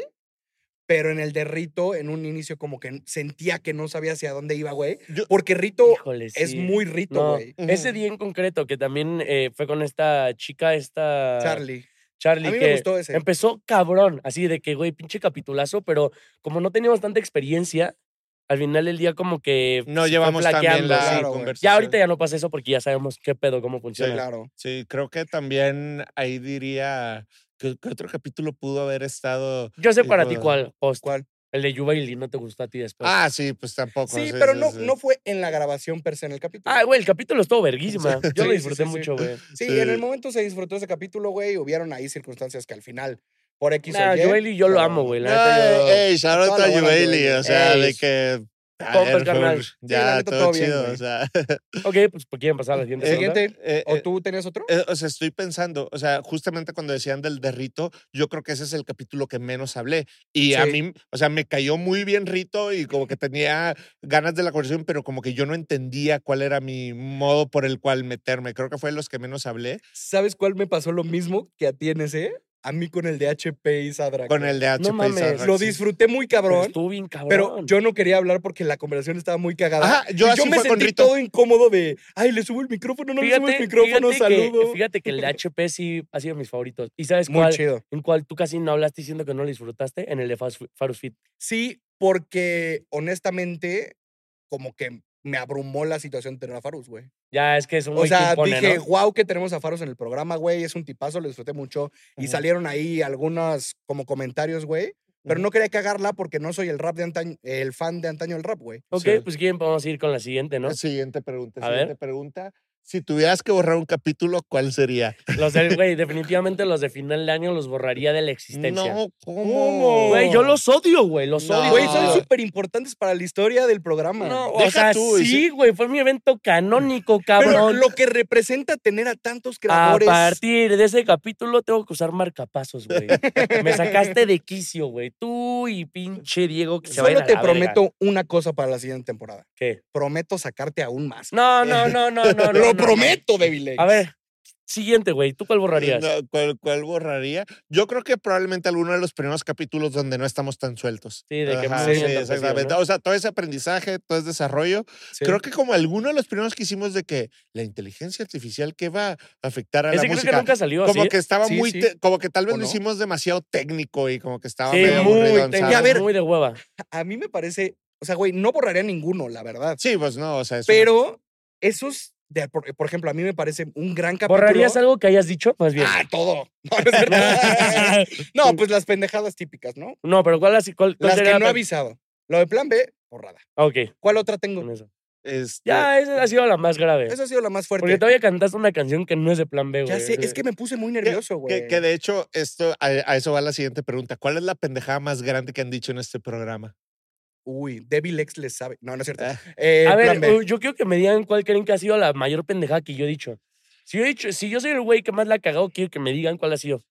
Speaker 1: Pero en el de Rito, en un inicio como que sentía que no sabía hacia dónde iba, güey.
Speaker 3: Yo-
Speaker 1: Porque Rito
Speaker 2: Híjole, sí.
Speaker 1: es muy Rito,
Speaker 2: No,
Speaker 1: güey.
Speaker 3: Ujú.
Speaker 2: Ese día en concreto, que también eh, fue con esta chica, esta.
Speaker 1: Charlie.
Speaker 2: Charlie,
Speaker 1: A mí
Speaker 2: que
Speaker 1: me gustó ese.
Speaker 2: empezó cabrón, así de que, güey, pinche capitulazo, pero como no teníamos tanta experiencia, al final del día, como que. se
Speaker 3: No
Speaker 2: fue
Speaker 3: llevamos también
Speaker 2: flaqueando,
Speaker 3: la
Speaker 2: sí.
Speaker 1: claro, güey.
Speaker 3: conversación.
Speaker 2: Ya ahorita ya no pasa eso porque ya sabemos qué pedo, cómo funciona.
Speaker 1: Claro.
Speaker 3: Sí, creo que también ahí diría que, que otro capítulo pudo haber estado.
Speaker 2: Yo sé
Speaker 3: Sí,
Speaker 2: para ti
Speaker 3: claro.
Speaker 2: cuál, post.
Speaker 1: ¿Cuál?
Speaker 2: El de Yubaili no te gustó a ti después.
Speaker 3: Ah, sí, pues tampoco.
Speaker 1: Sí, pero no, no fue en la grabación per se, en el capítulo.
Speaker 2: Ah, güey, el capítulo estuvo verguísima.
Speaker 1: Sí,
Speaker 2: Yo lo
Speaker 1: sí,
Speaker 2: disfruté
Speaker 1: sí, sí.
Speaker 2: mucho, güey.
Speaker 1: Sí,
Speaker 3: Sí.
Speaker 1: en el momento se disfrutó ese capítulo, güey. Hubieron ahí circunstancias que al final, por X
Speaker 2: Nah,
Speaker 1: o Y.
Speaker 2: Yubaili yo lo
Speaker 1: pero-
Speaker 2: amo, güey. La neta, yo-
Speaker 3: No, ey, shout out
Speaker 1: Toda
Speaker 3: a
Speaker 1: la bola,
Speaker 3: Yubaili,
Speaker 1: Yubaili.
Speaker 3: o sea, de
Speaker 2: Ey.
Speaker 3: que. a
Speaker 2: Compas,
Speaker 3: ver,
Speaker 2: carnal.
Speaker 3: Fer,
Speaker 2: Sí,
Speaker 1: la
Speaker 3: Ya,
Speaker 1: neta,
Speaker 3: todo
Speaker 1: todo bien,
Speaker 3: chido,
Speaker 1: güey.
Speaker 3: o sea.
Speaker 2: Ok, pues pues, quieren pasar a la siguiente.
Speaker 1: El
Speaker 2: ronda?
Speaker 1: siguiente,
Speaker 3: Eh,
Speaker 1: ¿O
Speaker 3: eh,
Speaker 1: tú tenías otro?
Speaker 3: Eh, o sea, estoy pensando, o sea, justamente cuando decían del de Rito, yo creo que ese es el capítulo que menos hablé. Y a
Speaker 1: Sí.
Speaker 3: mí, o sea, me cayó muy bien Rito y como que tenía ganas de la conversación, pero como que yo no entendía cuál era mi modo por el cual meterme. Creo que fue de los que menos hablé
Speaker 1: ¿Sabes cuál me pasó lo mismo que a ti en ese? A mí con el de HP y Sadrak.
Speaker 3: con el de HP. y
Speaker 2: mames,
Speaker 3: Sarrax,
Speaker 1: Lo
Speaker 3: sí.
Speaker 1: disfruté muy
Speaker 2: Pero
Speaker 1: cabrón.
Speaker 2: Estuvo bien cabrón.
Speaker 1: Pero yo no quería hablar porque la conversación estaba muy cagada.
Speaker 3: Ajá,
Speaker 1: Y
Speaker 3: yo así
Speaker 1: me
Speaker 3: fue con
Speaker 1: sentí
Speaker 3: Rito.
Speaker 1: todo incómodo de, ay, le subo el micrófono, no le subo el micrófono,
Speaker 2: fíjate que,
Speaker 1: saludo.
Speaker 2: fíjate que el de HP sí ha sido mis favoritos. ¿Y sabes
Speaker 1: muy
Speaker 2: cuál?
Speaker 1: chido.
Speaker 2: En cuál tú casi no hablaste diciendo que no lo disfrutaste, en el de Fast Fu- Farus Fit.
Speaker 1: Sí, porque honestamente, como que me abrumó la situación de tener a Farus, güey.
Speaker 2: Ya, es que es un
Speaker 1: O
Speaker 2: güey que
Speaker 1: sea,
Speaker 2: impone,
Speaker 1: dije,
Speaker 2: ¿no?
Speaker 1: wow, que tenemos a Faros en el programa, güey. Es un tipazo, lo disfruté mucho. Y
Speaker 3: Ujú.
Speaker 1: salieron ahí algunos como comentarios, güey. Pero
Speaker 3: Ujú.
Speaker 1: no quería cagarla porque no soy el rap de antaño, el fan de antaño del rap, güey.
Speaker 2: Ok,
Speaker 3: sí.
Speaker 2: pues quién, vamos a ir con la siguiente, ¿no?
Speaker 3: Siguiente pregunta,
Speaker 2: A
Speaker 3: siguiente
Speaker 2: ver.
Speaker 3: pregunta. Si tuvieras que borrar un capítulo, ¿cuál sería?
Speaker 2: Los de, güey, definitivamente los de final de año los borraría de la existencia.
Speaker 3: No,
Speaker 1: ¿Cómo?
Speaker 3: ¿cómo?
Speaker 2: Güey, yo los odio, güey, los
Speaker 3: No.
Speaker 2: odio.
Speaker 1: Güey, son
Speaker 3: Ah.
Speaker 1: súper importantes para la historia del programa.
Speaker 2: No, o
Speaker 3: Deja
Speaker 2: sea,
Speaker 3: tú, y
Speaker 2: sí, güey, fue mi evento canónico,
Speaker 1: Pero
Speaker 2: cabrón.
Speaker 1: lo que representa tener a tantos
Speaker 2: A
Speaker 1: creadores.
Speaker 2: partir de ese capítulo tengo que usar marcapasos, güey. Me sacaste de quicio, güey. Tú y pinche Diego que se vayan
Speaker 1: Solo
Speaker 2: a
Speaker 1: te
Speaker 2: la verga.
Speaker 1: prometo una cosa para la siguiente temporada.
Speaker 2: ¿Qué?
Speaker 1: Prometo sacarte aún más.
Speaker 2: No, no, no, no, no.
Speaker 1: Lo
Speaker 2: no, no.
Speaker 1: prometo, Babylegs.
Speaker 2: A ver, siguiente, güey. ¿Tú cuál borrarías?
Speaker 3: No, ¿cuál, cuál borraría? Yo creo que probablemente alguno de los primeros capítulos donde no estamos tan sueltos.
Speaker 2: Sí, de que
Speaker 3: Ajá,
Speaker 2: más
Speaker 3: sí,
Speaker 2: bien te
Speaker 3: exactamente.
Speaker 2: perdió, ¿no?
Speaker 3: O sea, todo ese aprendizaje, todo ese desarrollo.
Speaker 1: Sí.
Speaker 3: Creo que como alguno de los primeros que hicimos de que la inteligencia artificial que va a afectar a
Speaker 2: Ese
Speaker 3: la
Speaker 2: creo
Speaker 3: música.
Speaker 2: que nunca salió
Speaker 3: como
Speaker 2: así.
Speaker 3: que estaba
Speaker 1: Sí,
Speaker 3: muy,
Speaker 1: sí.
Speaker 3: te- como que tal vez
Speaker 1: ¿O
Speaker 3: lo
Speaker 1: no?
Speaker 3: hicimos demasiado técnico y como que estaba
Speaker 2: Sí,
Speaker 3: medio
Speaker 2: muy
Speaker 3: aburridón,
Speaker 2: técnico,
Speaker 3: ¿sabes?
Speaker 1: a ver.
Speaker 2: muy de hueva.
Speaker 1: A mí me parece, o sea, güey, no borraría ninguno, la verdad.
Speaker 3: Sí, pues no, o sea, es una-
Speaker 1: Pero esos, de- por, por ejemplo, a mí me parece un gran capítulo.
Speaker 2: ¿Borrarías algo que hayas dicho? Más bien.
Speaker 1: Ah, todo. No, no es cierto. No, pues las pendejadas típicas, ¿no?
Speaker 2: no, pero ¿cuál, así- cuál, cuál
Speaker 1: Las que
Speaker 2: sería
Speaker 1: no
Speaker 2: la-
Speaker 1: he avisado. Lo de plan B, borrada.
Speaker 2: Ah, Ok,
Speaker 1: ¿Cuál otra tengo?
Speaker 2: con eso.
Speaker 3: este,
Speaker 2: Ya, esa ha sido la más grave.
Speaker 1: Esa ha sido la más
Speaker 2: Porque
Speaker 1: fuerte.
Speaker 2: todavía cantaste una canción que no es de plan B, güey.
Speaker 1: Ya sé, es que me puse muy nervioso, güey.
Speaker 3: que, que de hecho, esto, a, a eso va la siguiente pregunta. ¿Cuál es la pendejada más grande que han dicho en este programa?
Speaker 1: Uy, Devil X les sabe. No, no es cierto.
Speaker 3: Ah.
Speaker 1: Eh,
Speaker 2: A ver,
Speaker 1: plan B.
Speaker 2: uh, yo quiero que me digan cuál creen que ha sido la mayor pendejada que yo he dicho. Si yo, he dicho, si yo soy el güey que más la ha cagado, quiero que me digan cuál ha sido.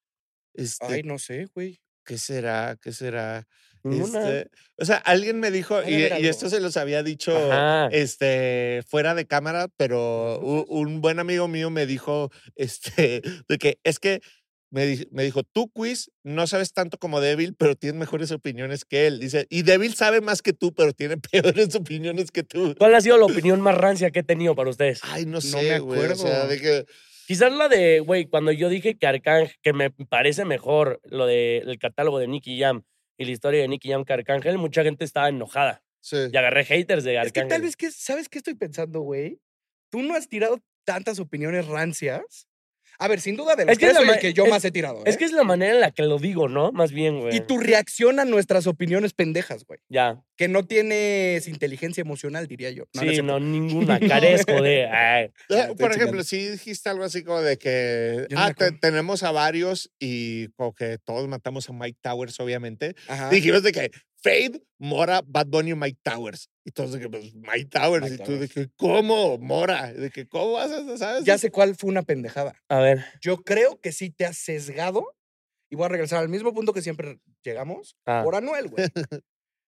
Speaker 3: Este,
Speaker 1: Ay, no sé, güey.
Speaker 3: ¿Qué será? ¿Qué será?
Speaker 2: Ninguna.
Speaker 3: Este, o sea, alguien me dijo,
Speaker 1: de
Speaker 3: y,
Speaker 1: haber
Speaker 3: y esto
Speaker 1: algo.
Speaker 3: se los había dicho
Speaker 2: Ajá.
Speaker 1: Eh,
Speaker 3: este, fuera de cámara, pero u- un buen amigo mío me dijo, este, de que es que me, di- me dijo, tú, Quiz, no sabes tanto como Devil, pero tienes mejores opiniones que él. Dice, y Devil sabe más que tú, pero tiene peores opiniones que tú.
Speaker 2: ¿Cuál ha sido la opinión más rancia que he tenido para ustedes?
Speaker 3: Ay, no
Speaker 1: Pues, No
Speaker 3: sé,
Speaker 1: me
Speaker 3: güey. o sea,
Speaker 1: acuerdo.
Speaker 3: de que,
Speaker 2: Quizás la de, güey, cuando yo dije que Arcángel, que me parece mejor lo del catálogo de Nicky Jam y la historia de Nicky Jam que Arcángel, mucha gente estaba enojada.
Speaker 3: sí.
Speaker 2: Y agarré haters de
Speaker 1: Es que
Speaker 2: Arcángel.
Speaker 1: tal vez que, ¿sabes qué estoy pensando, güey? Tú no has tirado tantas opiniones rancias. A ver, sin duda de los
Speaker 2: Es que
Speaker 1: tres
Speaker 2: la
Speaker 1: soy el
Speaker 2: ma-
Speaker 1: que yo
Speaker 2: es-
Speaker 1: más he tirado.
Speaker 2: Es
Speaker 1: ¿eh?
Speaker 2: que es la manera en la que lo digo, ¿no? Más bien, güey.
Speaker 1: Y tu reacción a nuestras opiniones pendejas, güey.
Speaker 2: Ya.
Speaker 1: Que no tienes inteligencia emocional, diría yo. No, no es
Speaker 2: sí,
Speaker 1: cierto.
Speaker 2: no, ninguna. Carezco de. ay.
Speaker 3: Eh,
Speaker 1: Ya, estoy
Speaker 3: Por ejemplo,
Speaker 1: chingando.
Speaker 3: sí dijiste algo así como de que
Speaker 1: Yo no me
Speaker 3: ah, te-
Speaker 1: acuerdo.
Speaker 3: tenemos a varios y como que todos matamos a Mike Towers, obviamente.
Speaker 1: Ajá.
Speaker 3: Dijimos de que Fade, Mora, Bad Bunny, Mike Towers. Y todos de que, pues, Mike Towers.
Speaker 1: Mike
Speaker 3: y tú de que, ¿cómo, Mora? De que, ¿cómo vas a, sabes?
Speaker 1: Ya sé cuál fue una pendejada.
Speaker 2: A ver.
Speaker 1: Yo creo que sí te has sesgado. Y voy a regresar al mismo punto que siempre llegamos.
Speaker 2: Ah.
Speaker 1: Por Anuel, güey.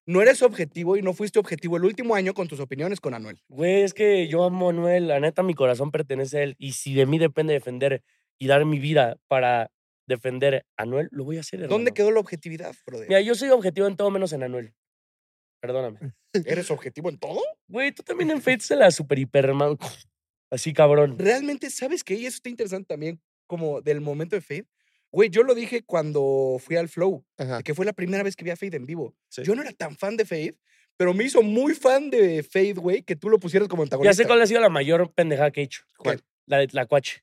Speaker 1: No eres objetivo y no fuiste objetivo el último año con tus opiniones con Anuel.
Speaker 2: Güey, es que yo amo a Noel, la neta mi corazón pertenece a él y si de mí depende defender y dar mi vida para defender a Noel, lo voy a hacer.
Speaker 1: ¿Dónde
Speaker 2: hermano.
Speaker 1: quedó la objetividad, brother?
Speaker 2: Mira, yo soy objetivo en todo menos en Anuel.
Speaker 1: Mm.
Speaker 2: Perdóname.
Speaker 1: ¿Eres objetivo en todo?
Speaker 2: Güey, tú también en Fate se la super hiperman. Así cabrón.
Speaker 1: Realmente, ¿sabes qué? Y eso está interesante también, como del momento de Fade. Güey, yo lo dije cuando fui al Flow.
Speaker 3: Ajá.
Speaker 1: de que fue la primera vez que vi a Fade en vivo.
Speaker 3: Sí.
Speaker 1: Yo no era tan fan de Fade, pero me hizo muy fan de Fade, güey, que tú lo pusieras como
Speaker 2: Ya
Speaker 1: antagonista.
Speaker 2: sé cuál ha sido la mayor pendejada que he hecho.
Speaker 1: ¿Cuál?
Speaker 2: La de Tlacuache.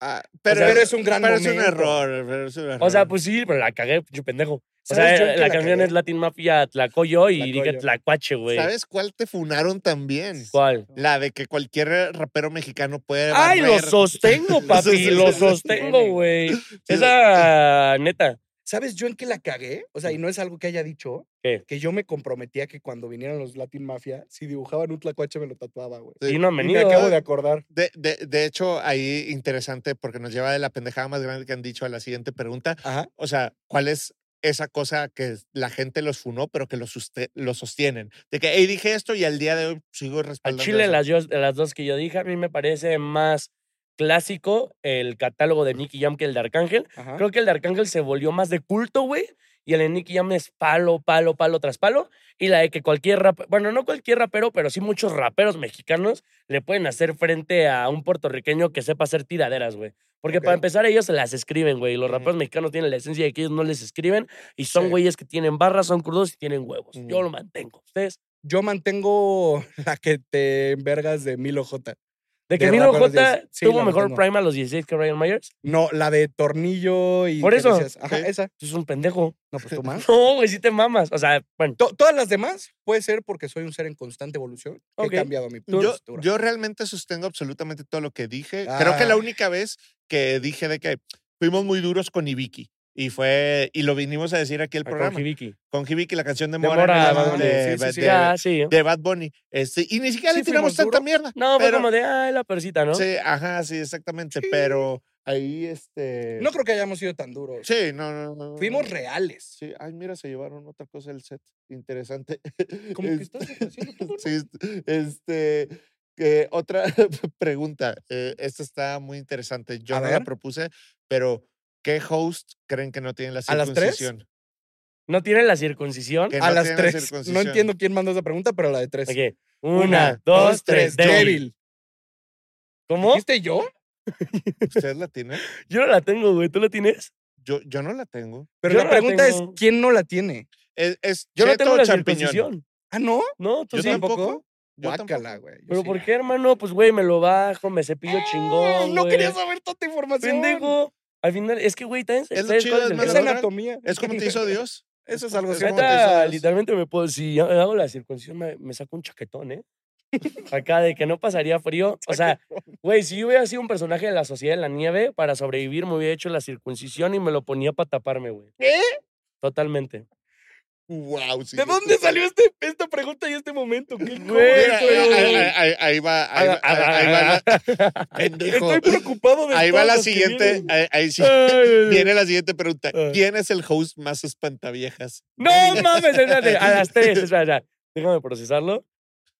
Speaker 3: Ah,
Speaker 1: Pero,
Speaker 3: pero,
Speaker 1: es un gran
Speaker 3: pero es un
Speaker 1: momento.
Speaker 3: error. pero es un
Speaker 2: O
Speaker 3: error.
Speaker 2: sea, pues sí, pero la cagué, yo pendejo. O sea,
Speaker 1: ¿Sabes yo en
Speaker 2: la,
Speaker 1: qué la
Speaker 2: canción
Speaker 1: cagué?
Speaker 2: es Latin Mafia Tlacoyo y dije
Speaker 1: Tlacoyo.
Speaker 2: Tlacuache, güey.
Speaker 3: ¿Sabes cuál te funaron también?
Speaker 2: ¿Cuál?
Speaker 3: La de que cualquier rapero mexicano puede.
Speaker 2: Ay, lo
Speaker 3: barrer.
Speaker 2: sostengo,
Speaker 3: Sí, sí,
Speaker 2: papi,
Speaker 3: sí,
Speaker 2: lo
Speaker 3: sí.
Speaker 2: sostengo, güey. Esa neta.
Speaker 1: ¿Sabes yo en qué la cagué? O sea, y no es algo que haya dicho.
Speaker 2: ¿Qué?
Speaker 1: Que yo me comprometía que cuando vinieran los Latin Mafia, si dibujaban un tlacuache me lo tatuaba, güey.
Speaker 3: Sí.
Speaker 2: Y no han
Speaker 1: Y
Speaker 2: venido.
Speaker 1: me acabo ¿eh? de acordar.
Speaker 3: De, de, de hecho, ahí interesante porque nos lleva de la pendejada más grande que han dicho a la siguiente pregunta.
Speaker 1: Ajá.
Speaker 3: O sea, ¿cuál es esa cosa que la gente los funó, pero que los suste- lo sostienen? De que, hey, dije esto y al día de hoy sigo
Speaker 2: Al
Speaker 3: respaldando.
Speaker 2: Chile,
Speaker 3: eso".
Speaker 2: las, yo- las dos que yo dije, a mí me parece más clásico el catálogo de Nicky Jam que el de Arcángel.
Speaker 1: Ajá.
Speaker 2: Creo que el de Arcángel se volvió más de culto, güey. Y el de Nicky Jam es palo, palo, palo tras palo. Y la de que cualquier rap, bueno, no cualquier rapero, pero sí muchos raperos mexicanos le pueden hacer frente a un puertorriqueño que sepa hacer tiraderas, güey. Porque para
Speaker 1: Ok.
Speaker 2: empezar ellos se las escriben, güey. y Los
Speaker 3: Ujú.
Speaker 2: raperos mexicanos tienen la esencia de que ellos no les escriben y son
Speaker 1: Sí.
Speaker 2: güeyes que tienen barras, son crudos y tienen huevos. Yo
Speaker 3: Ujú.
Speaker 2: lo mantengo. ¿Ustedes?
Speaker 1: Yo mantengo la que te envergas de Milo J.
Speaker 2: De que
Speaker 1: De
Speaker 2: Milo
Speaker 1: rap a los
Speaker 2: J
Speaker 1: 10. Sí,
Speaker 2: tuvo
Speaker 1: la
Speaker 2: mejor
Speaker 1: mantengo.
Speaker 2: prime a los 16 que Ryan Myers.
Speaker 1: No, la de tornillo y.
Speaker 2: Por
Speaker 1: que
Speaker 2: eso.
Speaker 1: decías, Ajá,
Speaker 3: Ok.
Speaker 1: esa.
Speaker 2: Tú eres un pendejo.
Speaker 1: No, pues tú más.
Speaker 2: No, güey, sí te mamas. O sea, bueno.
Speaker 1: To- todas las demás puede ser porque soy un ser en constante evolución. que
Speaker 2: Ok.
Speaker 1: He cambiado mi
Speaker 3: Yo,
Speaker 1: postura.
Speaker 3: yo realmente sostengo absolutamente todo lo que dije. Creo que la
Speaker 1: Ah.
Speaker 3: única vez que dije de que fuimos muy duros con Ibiki y fue y lo vinimos a decir
Speaker 1: Ah,
Speaker 3: aquí el
Speaker 2: con
Speaker 3: programa
Speaker 2: Hibiki.
Speaker 3: con Ibiki la canción de
Speaker 2: De
Speaker 3: Mora,
Speaker 2: Mora,
Speaker 3: nada
Speaker 2: Bad
Speaker 3: más
Speaker 2: Bunny.
Speaker 3: de,
Speaker 1: Sí, sí, sí.
Speaker 3: de-
Speaker 2: Ya, sí. ¿eh?
Speaker 3: de Bad Bunny este y ni siquiera
Speaker 1: Sí,
Speaker 3: le tiramos
Speaker 1: fuimos
Speaker 3: tanta
Speaker 1: duros.
Speaker 3: mierda
Speaker 2: No, fue
Speaker 3: pero-
Speaker 2: como de, ay, la persita, ¿no?
Speaker 3: Sí, ajá, sí, exactamente.
Speaker 1: Sí.
Speaker 3: Pero ahí este.
Speaker 1: No creo que hayamos sido tan duros.
Speaker 3: Sí, no, no, no.
Speaker 1: Fuimos
Speaker 3: no.
Speaker 1: reales.
Speaker 3: Sí, ay, mira, se llevaron otra cosa del set. Interesante.
Speaker 1: Como que
Speaker 3: Es-
Speaker 1: estás haciendo todo, ¿no?
Speaker 3: Sí, est- este. que otra pregunta. eh, esta está muy interesante. Yo
Speaker 1: A
Speaker 3: no la
Speaker 1: ver.
Speaker 3: propuse, pero ¿qué host creen que no tienen la
Speaker 1: ¿A las tres?
Speaker 3: circuncisión?
Speaker 2: ¿No tiene la circuncisión?
Speaker 3: Que
Speaker 1: A
Speaker 3: no
Speaker 1: las
Speaker 3: tienen la
Speaker 1: tres. No
Speaker 3: circuncisión.
Speaker 1: entiendo quién mandó esa pregunta, pero la de tres.
Speaker 2: Ok. Una, dos, tres. Débil.
Speaker 1: Débil.
Speaker 2: ¿Cómo?
Speaker 1: ¿Viste yo?
Speaker 3: ¿Ustedes la tienen?
Speaker 2: Yo no la tengo, güey. ¿Tú la tienes?
Speaker 3: Yo, yo no la tengo.
Speaker 1: Pero
Speaker 2: Yo
Speaker 1: la
Speaker 2: no la
Speaker 1: pregunta es:
Speaker 2: tengo.
Speaker 1: ¿quién no la tiene?
Speaker 3: Es, es
Speaker 2: Yo no
Speaker 3: cheto
Speaker 2: tengo
Speaker 3: o
Speaker 2: la
Speaker 3: champiñón.
Speaker 2: circuncisión.
Speaker 1: Ah, ¿no?
Speaker 2: No, tú
Speaker 3: Yo
Speaker 2: sí.
Speaker 1: tampoco.
Speaker 3: tampoco. Yo Ah,
Speaker 1: Guácala,
Speaker 3: tampoco.
Speaker 1: güey. yo
Speaker 2: ¿Pero
Speaker 1: sí.
Speaker 2: por qué, hermano? Pues, güey, me lo bajo, me cepillo chingón,
Speaker 1: No
Speaker 2: güey.
Speaker 1: quería saber tanta información.
Speaker 2: Pendejo. Al final, es que, güey, también
Speaker 3: Es lo
Speaker 2: ¿sabes
Speaker 3: chido,
Speaker 2: cuál es
Speaker 3: es
Speaker 2: el
Speaker 3: más
Speaker 1: Es
Speaker 3: Pero
Speaker 2: pedo?
Speaker 3: natural.
Speaker 1: anatomía.
Speaker 3: Es como te hizo Dios.
Speaker 1: Eso es algo Ah,
Speaker 3: Es
Speaker 1: cierto.
Speaker 3: como te hizo
Speaker 2: Neta,
Speaker 3: Dios.
Speaker 2: literalmente me puedo... Si hago la circuncisión, me, me saco un chaquetón, ¿eh? Acá de que no pasaría frío. O sea, güey, si yo hubiera sido un personaje de la Sociedad de la Nieve, para sobrevivir me hubiera hecho la circuncisión y me lo ponía para taparme, güey.
Speaker 1: ¿Eh?
Speaker 2: Totalmente.
Speaker 3: Wow,
Speaker 1: ¿De dónde salió este- esta pregunta y este momento? ¿Qué
Speaker 2: Güey,
Speaker 1: cosa?
Speaker 3: Mira, ahí, ahí- ahí- ahí va, ahí va, ahí- ahí va la, pendejo.
Speaker 1: Estoy preocupado de
Speaker 3: Ahí va
Speaker 1: todas
Speaker 3: la
Speaker 1: las que
Speaker 3: siguiente,
Speaker 1: vienen.
Speaker 3: ahí, ahí sí, viene la siguiente pregunta.
Speaker 2: Ah.
Speaker 3: ¿Quién es el host más espantaviejas?
Speaker 2: No mames, espérate, a las tres, espera, espera. déjame procesarlo.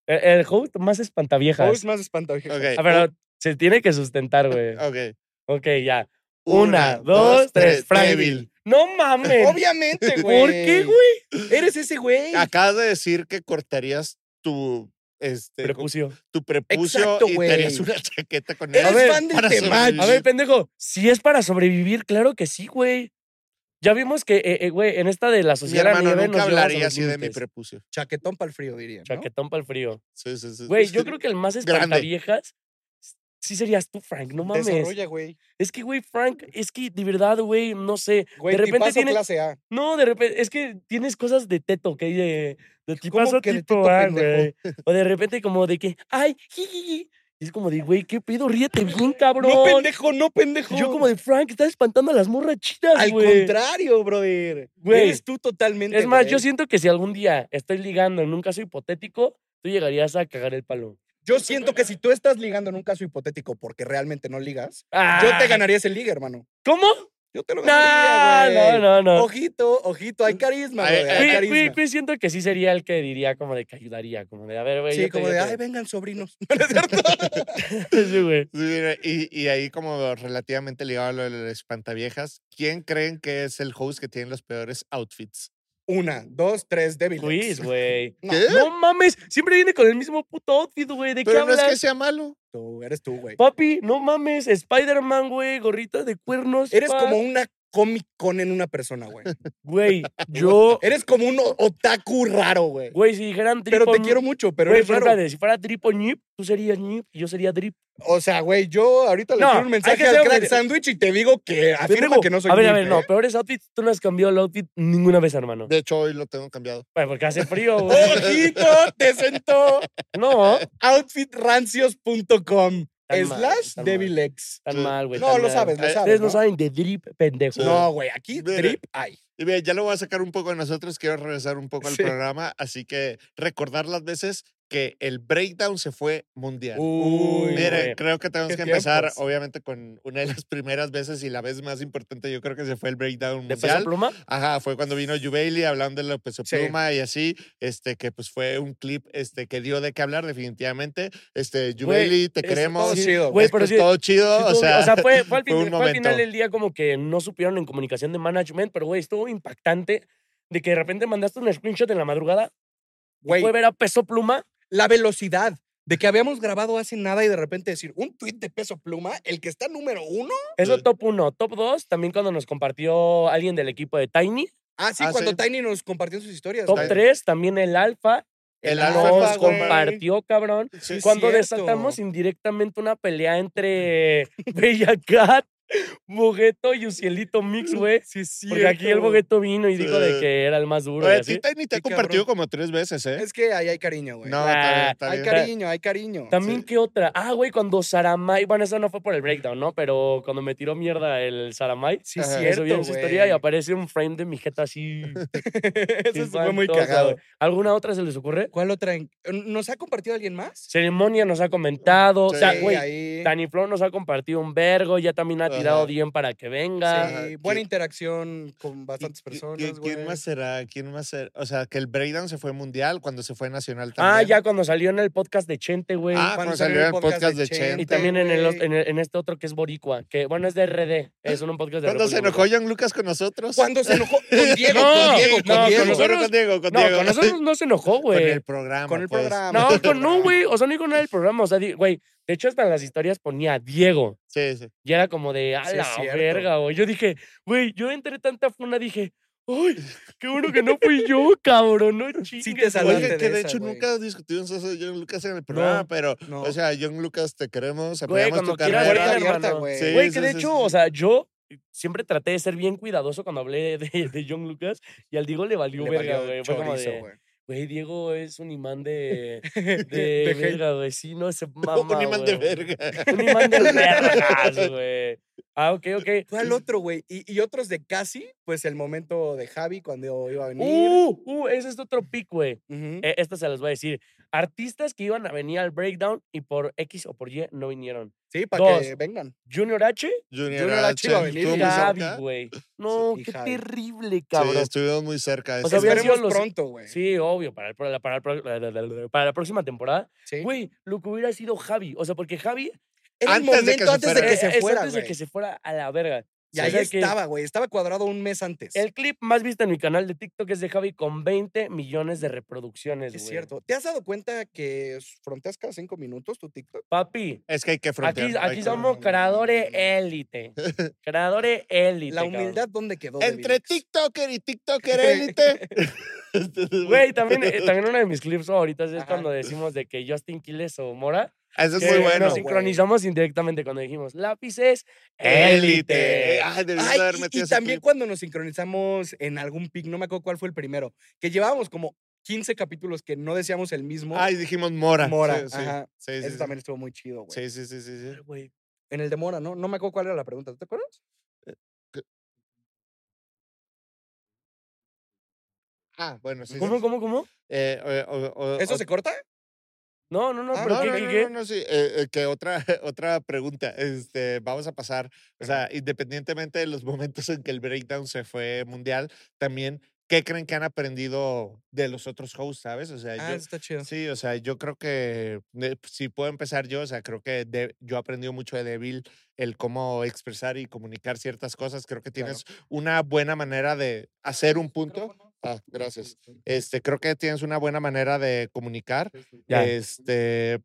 Speaker 2: El, el host más
Speaker 1: Host
Speaker 2: espantaviejas.
Speaker 1: más espantaviejo.
Speaker 3: Ok,
Speaker 2: Ah, pero se tiene que sustentar, güey.
Speaker 3: ok.
Speaker 2: Ok, ya. Una, dos, tres, Frankville.
Speaker 3: Frankville.
Speaker 2: No mames.
Speaker 1: Obviamente, güey. Ah,
Speaker 2: ¿Por qué, güey?
Speaker 1: Eres ese güey.
Speaker 3: Acabas de decir que cortarías tu, este,
Speaker 2: Prepucio.
Speaker 3: tu prepucio
Speaker 1: Exacto,
Speaker 3: y
Speaker 1: güey.
Speaker 3: te harías una chaqueta con él.
Speaker 1: Eres
Speaker 2: ver,
Speaker 1: fan del
Speaker 3: para
Speaker 1: Temach.
Speaker 3: sobrevivir.
Speaker 2: A ver, pendejo, si es para sobrevivir, claro que sí, güey. Ya vimos que, eh, eh, güey, en esta de la
Speaker 3: Mi
Speaker 2: sociedad de la
Speaker 3: hermano
Speaker 2: nieve
Speaker 3: nunca
Speaker 2: nos llevamos a
Speaker 3: hablaría
Speaker 2: los
Speaker 3: así de mi
Speaker 2: límites.
Speaker 3: prepucio.
Speaker 1: Chaquetón para el frío, diría. ¿no?
Speaker 2: Chaquetón para el frío.
Speaker 3: Sí, sí, sí.
Speaker 2: Güey, yo creo que el más
Speaker 3: Grande.
Speaker 2: espantaviejas sí serías tú, Frank, no mames.
Speaker 1: Desarrolla, güey.
Speaker 2: Es que, güey, Frank, es que de verdad, güey, no sé.
Speaker 1: Güey,
Speaker 2: de repente
Speaker 1: tipazo
Speaker 2: tienes.
Speaker 1: clase A.
Speaker 2: No, de repente, es que tienes cosas de teto, que de, de tipazo
Speaker 1: que de
Speaker 2: tipo
Speaker 1: teto,
Speaker 2: A, güey.
Speaker 1: pendejo?
Speaker 2: O de repente, como de que, ay, jijiji. Y es como de, güey, qué pedo, ríete bien, cabrón.
Speaker 1: No, pendejo, no, pendejo.
Speaker 2: Yo como de Frank, estás espantando a las morras chidas,
Speaker 1: Al
Speaker 2: güey.
Speaker 1: contrario, brother.
Speaker 2: Güey.
Speaker 1: Eres tú totalmente.
Speaker 2: Es más, yo
Speaker 1: güey.
Speaker 2: siento que si algún día estoy ligando en un caso hipotético, tú llegarías a cagar el palo.
Speaker 1: Yo siento que si tú estás ligando en un caso hipotético porque realmente no ligas,
Speaker 2: Ah,
Speaker 1: yo te ganaría ese liga, hermano.
Speaker 2: ¿Cómo?
Speaker 1: Yo te lo
Speaker 2: No,
Speaker 1: ganaría,
Speaker 2: no,
Speaker 1: güey.
Speaker 2: no, no.
Speaker 1: Ojito, ojito, hay carisma,
Speaker 3: Ay,
Speaker 1: brother,
Speaker 3: ay,
Speaker 1: hay
Speaker 2: Güey,
Speaker 1: carisma.
Speaker 2: güey, güey, siento que sí sería el que diría como de que ayudaría, como de, a ver, güey. yo
Speaker 1: Sí,
Speaker 2: te-
Speaker 1: como
Speaker 2: yo
Speaker 1: de,
Speaker 2: te-
Speaker 1: ay, vengan sobrinos. ¿No es cierto?
Speaker 2: Sí, güey.
Speaker 3: Sí, mira, Y, y ahí como relativamente ligado a lo del espantaviejas, ¿quién creen que es el host que tiene los peores outfits?
Speaker 1: Una, dos, tres, débil.
Speaker 2: Luis, güey.
Speaker 1: No,
Speaker 3: ¿Qué?
Speaker 2: No mames, siempre viene con el mismo puto outfit, güey. ¿De qué
Speaker 3: Pero no es
Speaker 2: hablas?
Speaker 3: que sea malo.
Speaker 1: tú, eres tú, güey.
Speaker 2: Papi, no mames, Spider-Man, güey, gorrita de cuernos.
Speaker 1: Eres
Speaker 2: pa.
Speaker 1: como una Comic Con en una persona, güey.
Speaker 2: Güey, yo.
Speaker 1: Eres como un o- otaku raro, güey.
Speaker 2: Güey, si dijeran
Speaker 1: Pero
Speaker 2: tripo
Speaker 1: te
Speaker 2: ñip-
Speaker 1: quiero mucho, pero
Speaker 2: güey,
Speaker 1: eres raro.
Speaker 2: fíjate, si fuera tripo ñip, tú serías ñip y yo sería drip.
Speaker 1: O sea, güey, yo ahorita le
Speaker 2: No,
Speaker 1: tiro un
Speaker 2: hay
Speaker 1: mensaje
Speaker 2: que
Speaker 1: al
Speaker 2: ser
Speaker 1: crack
Speaker 2: obedi-
Speaker 1: sandwich y te digo que
Speaker 2: Te
Speaker 1: afirma
Speaker 2: digo,
Speaker 1: que no soy
Speaker 2: A ver, a
Speaker 1: ñip,
Speaker 2: ver,
Speaker 1: ¿eh?
Speaker 2: no, peores outfits, tú no has cambiado el outfit ninguna vez, hermano.
Speaker 3: De hecho, hoy lo tengo cambiado.
Speaker 2: Güey, porque hace frío, güey.
Speaker 1: Ojito, te sentó
Speaker 2: No,
Speaker 1: outfitrancios.com
Speaker 2: Tan mal,
Speaker 1: slash
Speaker 2: tan mal.
Speaker 1: debilex.
Speaker 2: tan
Speaker 3: Sí.
Speaker 2: mal, güey.
Speaker 1: No,
Speaker 2: tan
Speaker 1: lo
Speaker 2: mal.
Speaker 1: sabes, lo
Speaker 3: Ustedes
Speaker 1: sabes.
Speaker 2: Ustedes
Speaker 1: ¿no?
Speaker 2: no saben de drip, pendejo.
Speaker 3: Eh, Sí.
Speaker 1: No, güey, aquí
Speaker 3: Mira.
Speaker 1: trip hay.
Speaker 3: Y bien, ya lo voy a sacar un poco de nosotros. Quiero regresar un poco al
Speaker 1: Sí.
Speaker 3: programa. Así que recordar las veces que el breakdown se fue mundial.
Speaker 1: Uy,
Speaker 3: Mira,
Speaker 2: güey.
Speaker 3: creo que tenemos
Speaker 1: Qué
Speaker 3: que empezar,
Speaker 1: tiempos.
Speaker 3: obviamente, con una de las primeras veces y la vez más importante, yo creo que se fue el breakdown
Speaker 2: ¿De peso
Speaker 3: mundial.
Speaker 2: pluma?
Speaker 3: Ajá, fue cuando vino Jubaili hablando de López
Speaker 1: Sí.
Speaker 3: Pluma y así, este, que pues fue un clip este, que dio de qué hablar definitivamente. Este, Jubaili, te
Speaker 2: es-
Speaker 3: queremos.
Speaker 1: todo chido,
Speaker 2: Güey,
Speaker 3: Esto
Speaker 2: pero
Speaker 3: es
Speaker 2: sí-
Speaker 3: todo chido,
Speaker 2: Sí,
Speaker 3: o
Speaker 2: estuvo-
Speaker 3: sea,
Speaker 2: fue, fue al,
Speaker 3: fue
Speaker 2: fin-
Speaker 3: un
Speaker 2: fue al final
Speaker 3: momento.
Speaker 2: del día como que no supieron en comunicación de management, pero güey, estuvo impactante de que de repente mandaste un screenshot en la madrugada,
Speaker 1: Güey,
Speaker 2: fue ver a Peso Pluma,
Speaker 1: la velocidad de que habíamos grabado hace nada y de repente decir un tweet de peso pluma, el que está número uno.
Speaker 2: eso
Speaker 3: Sí.
Speaker 2: top uno. Top dos, también cuando nos compartió alguien del equipo de Tiny.
Speaker 1: Ah, sí,
Speaker 3: Ah,
Speaker 1: cuando
Speaker 3: sí.
Speaker 1: Tiny nos compartió sus historias.
Speaker 2: Top
Speaker 1: güey.
Speaker 2: tres, también el Alfa.
Speaker 3: el
Speaker 1: Nos
Speaker 3: alfa,
Speaker 2: Nos
Speaker 1: güey.
Speaker 2: compartió, cabrón.
Speaker 1: Sí, es
Speaker 2: Cuando
Speaker 1: cierto.
Speaker 2: desatamos indirectamente una pelea entre Bella Cat, Bogueto y Ucielito Mix, güey.
Speaker 1: Sí, sí.
Speaker 2: Porque aquí el Bogueto vino y dijo de
Speaker 3: Sí.
Speaker 2: que era el más duro. y
Speaker 3: Oye, a
Speaker 2: así.
Speaker 3: ti, Tiny, te
Speaker 1: Sí,
Speaker 3: ha compartido como tres veces, ¿eh?
Speaker 1: Es que ahí hay cariño, güey.
Speaker 3: No, está bien,
Speaker 2: Ah,
Speaker 3: está
Speaker 1: hay
Speaker 3: bien.
Speaker 1: cariño, hay cariño.
Speaker 2: También,
Speaker 3: Sí.
Speaker 2: ¿qué otra? Ah, güey, cuando Saramay. Bueno, eso no fue por el breakdown, ¿no? Pero cuando me tiró mierda el Saramay.
Speaker 1: Sí,
Speaker 3: Ajá.
Speaker 2: me
Speaker 1: cierto,
Speaker 2: subí en su historia y
Speaker 1: güey.
Speaker 2: aparece un frame de mi jeta así.
Speaker 1: Eso fue muy
Speaker 2: espantosa,
Speaker 1: cagado.
Speaker 2: güey. ¿Alguna otra se les ocurre?
Speaker 1: ¿Cuál otra? en- ¿Nos ha compartido alguien más?
Speaker 2: Ceremonia nos ha comentado. o sea,
Speaker 3: Sí,
Speaker 2: güey,
Speaker 1: ahí.
Speaker 2: Danny Flow nos ha compartido un vergo. Ya también ha tirado
Speaker 3: Ajá.
Speaker 2: bien para que venga.
Speaker 1: Sí,
Speaker 3: Ajá.
Speaker 1: buena
Speaker 3: ¿Qui-
Speaker 1: interacción con bastantes
Speaker 3: ¿Qui- qui-
Speaker 1: personas, güey.
Speaker 3: ¿Quién más será? ¿Quién más será? O sea, que el breakdown se fue mundial cuando se fue nacional
Speaker 2: Ah,
Speaker 3: también.
Speaker 2: ya cuando salió en el podcast de Chente, güey.
Speaker 3: Ah, cuando salió el podcast de
Speaker 2: y
Speaker 3: Chente.
Speaker 2: también en, el,
Speaker 1: güey.
Speaker 2: en, el- en este otro que es Boricua, que bueno, es de RD. Es un podcast de
Speaker 3: Cuando se
Speaker 2: República
Speaker 3: enojó John Lucas con nosotros.
Speaker 1: Cuando se enojó con Diego,
Speaker 2: No,
Speaker 1: con Diego, con
Speaker 2: no,
Speaker 1: Diego.
Speaker 3: Con, nosotros, con Diego, con
Speaker 2: Dominicana. No,
Speaker 3: Diego.
Speaker 2: con nosotros no se enojó,
Speaker 3: Con
Speaker 2: güey.
Speaker 3: el programa.
Speaker 1: Con el
Speaker 3: pues.
Speaker 1: programa.
Speaker 2: No, con no, güey. O sea, no con nada del programa. O sea, di- güey. De hecho, hasta en las historias ponía Diego.
Speaker 3: Sí, sí.
Speaker 2: Y era como de, a
Speaker 1: Sí, es
Speaker 2: la
Speaker 1: cierto.
Speaker 2: verga, güey. Yo dije, güey, yo entre tanta funa dije, uy, qué bueno que no fui yo, cabrón. No chingues. güey".
Speaker 1: salvaste.
Speaker 3: Oye,
Speaker 1: de
Speaker 3: que de
Speaker 1: esa,
Speaker 3: hecho
Speaker 1: güey.
Speaker 3: nunca discutimos eso de John Lucas en el programa, pero,
Speaker 1: no.
Speaker 3: o sea, John Lucas, te queremos,
Speaker 2: Güey,
Speaker 3: apoyamos tu
Speaker 2: cuando quieras
Speaker 3: carrera.
Speaker 2: ven,
Speaker 1: Puerta abierta,
Speaker 2: hermano.
Speaker 1: güey.
Speaker 3: Sí.
Speaker 2: Güey, que de
Speaker 3: sí,
Speaker 2: hecho,
Speaker 3: sí.
Speaker 2: o sea, yo siempre traté de ser bien cuidadoso cuando hablé de, de John Lucas y al Diego le valió
Speaker 1: Le
Speaker 2: verga,
Speaker 1: valió
Speaker 2: güey. Fue como
Speaker 1: chorizo,
Speaker 2: de,
Speaker 1: güey.
Speaker 2: güey, Diego es un imán de,
Speaker 1: De,
Speaker 2: de,
Speaker 1: hate.
Speaker 2: verga, güey. Sí, no, se mama,
Speaker 3: Un imán de
Speaker 2: güey.
Speaker 3: verga.
Speaker 2: Un imán de vergas, güey. Ah, ok, ok.
Speaker 1: ¿Cuál otro, güey? Y, y otros de casi, pues el momento de Javi cuando iba a venir.
Speaker 2: Uh, uh, ese es otro pick, güey.
Speaker 1: Ujú.
Speaker 2: Eh, esta se las voy a decir. Artistas que iban a venir al breakdown y por X o por Y no vinieron.
Speaker 1: sí, para que
Speaker 2: dos.
Speaker 1: vengan.
Speaker 2: Junior H
Speaker 3: Junior
Speaker 1: Junior H
Speaker 3: H.
Speaker 1: iba a venir,
Speaker 3: estuvo
Speaker 2: y
Speaker 3: muy
Speaker 2: Gaby,
Speaker 3: cerca.
Speaker 2: güey. No,
Speaker 1: y
Speaker 2: qué
Speaker 1: Javi.
Speaker 2: terrible,
Speaker 3: Sí,
Speaker 2: cabrón.
Speaker 3: estuvimos muy cerca. de
Speaker 2: O
Speaker 3: eso.
Speaker 2: sea, hubieran sido
Speaker 1: Esperemos
Speaker 2: los-
Speaker 1: pronto, güey.
Speaker 2: Sí, obvio, para, el pro- para, el pro- para la próxima temporada.
Speaker 1: Sí.
Speaker 2: Güey, lo que hubiera sido Javi. O sea, porque Javi
Speaker 1: Era el
Speaker 3: antes de que
Speaker 1: momento
Speaker 3: se
Speaker 1: antes de
Speaker 3: fuera.
Speaker 1: que
Speaker 2: eh,
Speaker 1: se
Speaker 2: es
Speaker 1: fuera,
Speaker 2: antes de
Speaker 1: güey.
Speaker 2: que se fuera a la verga.
Speaker 1: Y
Speaker 2: O
Speaker 1: ahí
Speaker 2: sea que-
Speaker 1: estaba, güey. Estaba cuadrado un mes antes.
Speaker 2: El clip más visto en mi canal de TikTok es de Javi con 20 millones de reproducciones, güey.
Speaker 1: Es cierto. ¿Te has dado cuenta que fronteas cada cinco minutos tu TikTok?
Speaker 2: Papi,
Speaker 3: Es que hay que frontear.
Speaker 2: aquí,
Speaker 3: hay
Speaker 2: aquí
Speaker 3: que-
Speaker 2: somos creadores élite. Creadores élite.
Speaker 1: La
Speaker 2: cabrón.
Speaker 1: humildad, ¿dónde quedó?
Speaker 3: Entre
Speaker 1: Debilex?
Speaker 3: TikToker y TikToker élite.
Speaker 2: Güey, también, eh, también uno de mis clips favoritos es
Speaker 1: Ajá.
Speaker 2: cuando decimos de que Justin Quiles o Mora.
Speaker 3: Eso es
Speaker 2: que
Speaker 3: muy
Speaker 2: Nos
Speaker 3: bueno.
Speaker 1: eh, sí,
Speaker 2: sincronizamos indirectamente cuando dijimos lápices élite.
Speaker 3: Ay, debimos
Speaker 1: Ay,
Speaker 3: haber
Speaker 1: y- y,
Speaker 3: metido ese
Speaker 1: también
Speaker 3: clip.
Speaker 1: cuando nos sincronizamos en algún pic, no me acuerdo cuál fue el primero, que llevábamos como 15 capítulos que no decíamos el mismo.
Speaker 3: Ay, dijimos Mora.
Speaker 1: Mora,
Speaker 3: Sí, sí,
Speaker 1: ajá.
Speaker 3: sí, sí,
Speaker 1: Eso
Speaker 3: sí.
Speaker 1: también estuvo muy chido, güey.
Speaker 3: Sí, sí, sí, sí, sí.
Speaker 2: Güey,
Speaker 1: En el de Mora, ¿no? No me acuerdo cuál era la pregunta, ¿te acuerdas?
Speaker 3: Ah, bueno, sí.
Speaker 2: ¿Cómo,
Speaker 3: sí.
Speaker 2: cómo, cómo?
Speaker 3: Eh, o- o- o-
Speaker 1: ¿Eso
Speaker 3: o-
Speaker 1: se corta?
Speaker 2: No, no, no,
Speaker 1: Ah,
Speaker 2: pero
Speaker 3: No,
Speaker 2: ¿qué,
Speaker 3: no,
Speaker 2: qué,
Speaker 3: no,
Speaker 2: qué?
Speaker 3: no, no, sí. eh, eh, que otra, otra pregunta. Este, vamos a pasar, o sea, independientemente de los momentos en que el breakdown se fue mundial, también, ¿qué creen que han aprendido de los otros hosts, sabes? O sea,
Speaker 1: Ah,
Speaker 3: yo,
Speaker 1: eso está chido.
Speaker 3: Sí, o sea, yo creo que eh, si puedo empezar yo, o sea, creo que de- yo he aprendido mucho de Devil el cómo expresar y comunicar ciertas cosas. Creo que
Speaker 1: Claro.
Speaker 3: tienes una buena manera de hacer un punto. Ah, gracias. Este, creo que tienes una buena manera de comunicar.
Speaker 2: Ya.
Speaker 3: Eh, Este,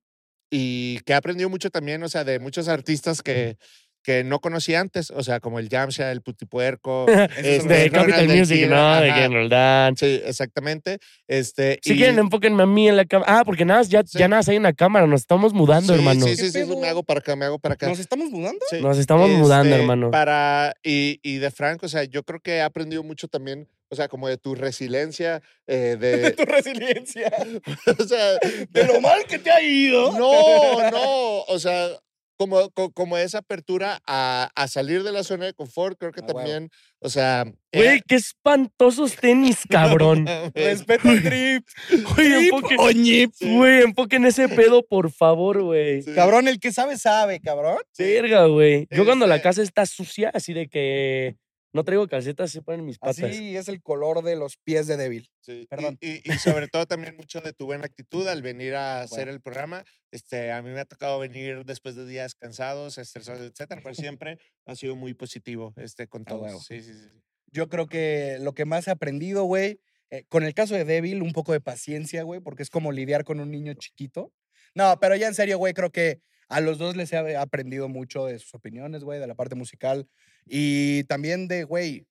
Speaker 3: y que he aprendido mucho también, o sea, de muchos artistas que que no conocía antes, o sea, como el Yamcha, el Putipuerco,
Speaker 1: Esos son
Speaker 3: Este,
Speaker 2: De
Speaker 1: los-
Speaker 3: Ronald
Speaker 2: Capital
Speaker 3: del
Speaker 2: Music,
Speaker 3: Kid,
Speaker 2: no, de
Speaker 3: ajá.
Speaker 2: Ken Dan.
Speaker 3: Sí, exactamente. Este,
Speaker 2: Si
Speaker 3: y-
Speaker 2: quieren, enfóquenme a mí en la cámara. Ah, porque nada, más, ya,
Speaker 3: Sí.
Speaker 2: ya nada más hay una cámara. Nos estamos mudando,
Speaker 3: sí,
Speaker 2: hermano.
Speaker 3: Sí, sí, sí,
Speaker 1: ¿Qué pedo?
Speaker 3: me hago para acá, me hago para acá.
Speaker 1: ¿Nos estamos mudando?
Speaker 3: Sí.
Speaker 2: Nos estamos mudando,
Speaker 3: Este,
Speaker 2: hermano.
Speaker 3: Para, y, y de Frank, o sea, yo creo que he aprendido mucho también, o sea, como de tu resiliencia, eh,
Speaker 1: De
Speaker 3: de,
Speaker 1: tu resiliencia.
Speaker 3: o sea,
Speaker 1: De lo mal que te ha ido.
Speaker 3: no, no, o sea, como, co- como esa apertura a, a salir de la zona de confort, creo que
Speaker 1: Ah, huevo.
Speaker 3: también, o sea, eh,
Speaker 2: Güey, qué espantosos tenis, cabrón.
Speaker 1: Respeta el trip.
Speaker 2: Güey,
Speaker 1: pues,
Speaker 2: enfoquen, güey, enfoquen ese pedo, por favor, güey.
Speaker 3: Sí.
Speaker 1: Cabrón, el que sabe, sabe, cabrón.
Speaker 2: Verga, güey. Yo cuando la
Speaker 3: Este-
Speaker 2: casa está sucia, así de que no traigo calcetas, se ponen mis patas.
Speaker 1: Así es el color de los pies de débil.
Speaker 3: Sí, y-
Speaker 1: Perdón.
Speaker 3: Y, y sobre todo también mucho de tu buena actitud al venir a hacer el programa. Este, a mí me ha tocado venir después de días cansados, estresados, etcétera, pero siempre ha sido muy positivo este, con
Speaker 1: A
Speaker 3: todos.
Speaker 1: huevo.
Speaker 3: Sí, sí, sí.
Speaker 1: Yo creo que lo que más he aprendido, güey, eh, con el caso de débil, un poco de paciencia, güey, porque es como lidiar con un niño chiquito. No, pero ya en serio, güey, creo que a los dos les he aprendido mucho de sus opiniones, güey, de la parte musical y también de, güey,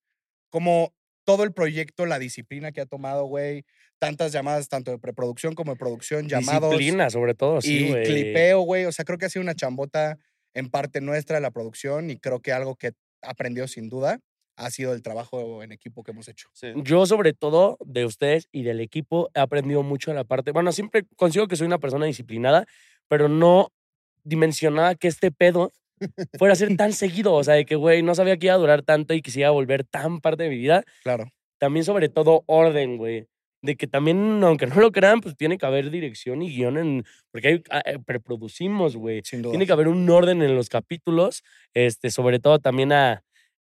Speaker 1: como todo el proyecto, la disciplina que ha tomado, güey, tantas llamadas, tanto de preproducción como de producción, llamados
Speaker 2: Disciplina, sobre todo, Pues sí,
Speaker 1: y
Speaker 2: güey.
Speaker 1: clipeo, güey. O sea, creo que ha sido una chambota en parte nuestra de la producción y creo que algo que aprendió sin duda ha sido el trabajo en equipo que hemos hecho.
Speaker 3: Sí.
Speaker 2: Yo, sobre todo, de ustedes y del equipo, he aprendido mucho en la parte. Bueno, siempre consigo que soy una persona disciplinada, pero no dimensionaba que este pedo fuera a ser tan seguido. O sea, de que, güey, no sabía que iba a durar tanto y que se iba a volver tan parte de mi vida.
Speaker 1: Claro.
Speaker 2: También, sobre todo, orden, güey. De que también, aunque no lo crean, pues tiene que haber dirección y guión en. Porque hay, ah, eh, preproducimos, güey.
Speaker 1: Sin duda.
Speaker 2: Tiene que haber un orden en los capítulos. Este, sobre todo, también a.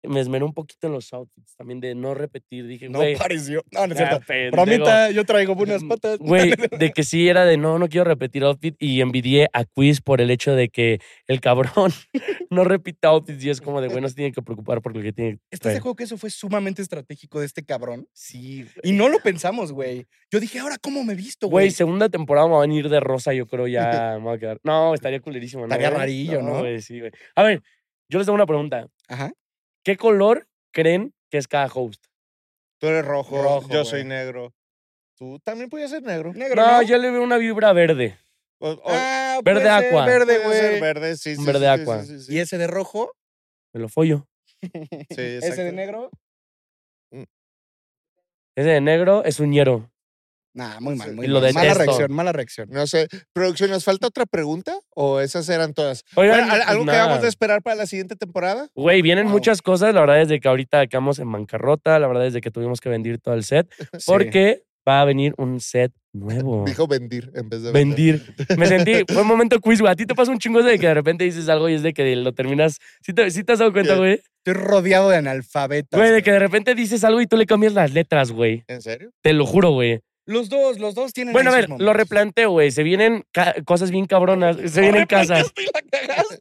Speaker 2: Me esmeré un poquito en los outfits, también de no repetir. Dije,
Speaker 1: no
Speaker 2: güey.
Speaker 1: pareció. No, no es
Speaker 2: Ah,
Speaker 1: cierto.
Speaker 2: pendejo. Mm,
Speaker 1: Bromita, yo traigo buenas patas.
Speaker 2: Güey, de que sí era de no, no quiero repetir outfit y envidié a Quiz por el hecho de que el cabrón no repita outfits y es como de, güey, no se tiene que preocupar por lo que tiene. que
Speaker 1: ¿Estás de
Speaker 2: traer".
Speaker 1: acuerdo este que eso fue sumamente estratégico de este cabrón?
Speaker 2: Sí, güey.
Speaker 1: Y no lo pensamos, güey. Yo dije, ¿ahora cómo me he visto,
Speaker 2: Güey,
Speaker 1: güey?
Speaker 2: segunda temporada me van a ir de rosa, yo creo ya me voy a quedar. No, estaría culerísimo, ¿no?
Speaker 1: Estaría
Speaker 2: güey?
Speaker 1: rarillo, ¿no?
Speaker 2: güey, sí, güey. A ver, yo les tengo una pregunta.
Speaker 1: Ajá.
Speaker 2: ¿Qué color creen que es cada host?
Speaker 3: Tú eres rojo,
Speaker 1: Rojo,
Speaker 3: yo soy
Speaker 1: güey.
Speaker 3: negro. Tú también podías ser negro.
Speaker 1: Negro,
Speaker 2: No,
Speaker 1: ¿no?
Speaker 2: yo le veo una vibra verde.
Speaker 3: O- o-
Speaker 1: Ah,
Speaker 2: Verde
Speaker 1: puede ser
Speaker 2: aqua.
Speaker 1: Verde,
Speaker 3: puede ser
Speaker 1: güey.
Speaker 3: verde, sí, sí.
Speaker 2: Un
Speaker 3: sí,
Speaker 2: verde
Speaker 3: sí,
Speaker 2: aqua.
Speaker 3: sí, sí, sí.
Speaker 1: Y ese de rojo,
Speaker 2: Me lo follo.
Speaker 3: Sí,
Speaker 1: ese de
Speaker 3: exacto.
Speaker 1: negro.
Speaker 2: Ese de negro es un ñero.
Speaker 1: Nah, muy mal,
Speaker 3: Sí.
Speaker 1: muy
Speaker 2: Y lo
Speaker 1: mal. Mala
Speaker 2: detesto.
Speaker 1: reacción, mala reacción.
Speaker 3: No sé. Producción, ¿nos falta otra pregunta? ¿O esas eran todas?
Speaker 2: Oigan,
Speaker 3: Bueno, ¿al-
Speaker 2: pues
Speaker 3: ¿Algo que
Speaker 2: nada.
Speaker 3: vamos a esperar para la siguiente temporada?
Speaker 2: Güey, vienen
Speaker 1: Wow.
Speaker 2: muchas cosas. La verdad es de que ahorita quedamos en bancarrota. La verdad es de que tuvimos que vender todo el set. Porque va a venir un set nuevo.
Speaker 3: Dijo vendir en vez de vender.
Speaker 2: Vendir. Me sentí, fue un momento quiz, güey. A ti te pasa un chingo eso de que de repente dices algo y es de que lo terminas. ¿Sí te, sí te has dado cuenta,
Speaker 3: ¿Qué?
Speaker 2: güey?
Speaker 1: Estoy rodeado de analfabetas.
Speaker 2: Güey, de que de repente dices algo y tú le cambias las letras, güey.
Speaker 3: ¿En serio?
Speaker 2: Te lo juro, güey.
Speaker 1: Los dos, los dos tienen.
Speaker 2: Bueno, a
Speaker 1: ahí
Speaker 2: ver,
Speaker 1: sus
Speaker 2: lo
Speaker 1: momentos.
Speaker 2: replanteo, güey. Se vienen ca- cosas bien cabronas. Se vienen casas.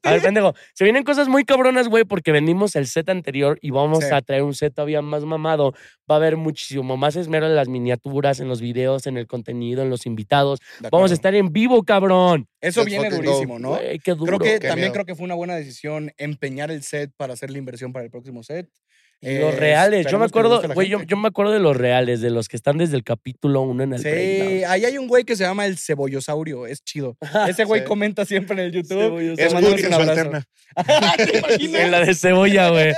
Speaker 2: A ver, pendejo. Se vienen cosas muy cabronas, güey, porque vendimos el set anterior y vamos
Speaker 1: Sí.
Speaker 2: a traer un set todavía más mamado. Va a haber muchísimo más esmero en las miniaturas, en los videos, en el contenido, en los invitados.
Speaker 1: De
Speaker 2: Vamos a
Speaker 1: acuerdo.
Speaker 2: estar en vivo, cabrón.
Speaker 1: Eso
Speaker 3: Let's
Speaker 1: viene
Speaker 3: fucking go.
Speaker 1: durísimo, ¿no?
Speaker 2: Güey, qué duro.
Speaker 1: Creo que
Speaker 3: Qué
Speaker 1: también
Speaker 3: miedo.
Speaker 1: creo que fue una buena decisión empeñar el set para hacer la inversión para el próximo set.
Speaker 2: Y los
Speaker 1: Eh,
Speaker 2: reales. Yo
Speaker 1: esperemos que le
Speaker 2: me acuerdo,
Speaker 1: guste a la
Speaker 2: güey, yo,
Speaker 1: gente.
Speaker 2: yo me acuerdo de los reales, de los que están desde el capítulo 1 en el
Speaker 1: Sí,
Speaker 2: breakdown.
Speaker 1: ahí hay un güey que se llama el cebollosaurio, es chido. Ese güey
Speaker 3: Sí.
Speaker 1: comenta siempre en el YouTube.
Speaker 2: Cebolla,
Speaker 1: Te
Speaker 3: Es
Speaker 1: mandamos
Speaker 3: muy
Speaker 1: un
Speaker 3: su
Speaker 1: abrazo.
Speaker 3: alterna.
Speaker 1: ¿Te
Speaker 2: En la
Speaker 1: imaginas?
Speaker 2: de cebolla, güey.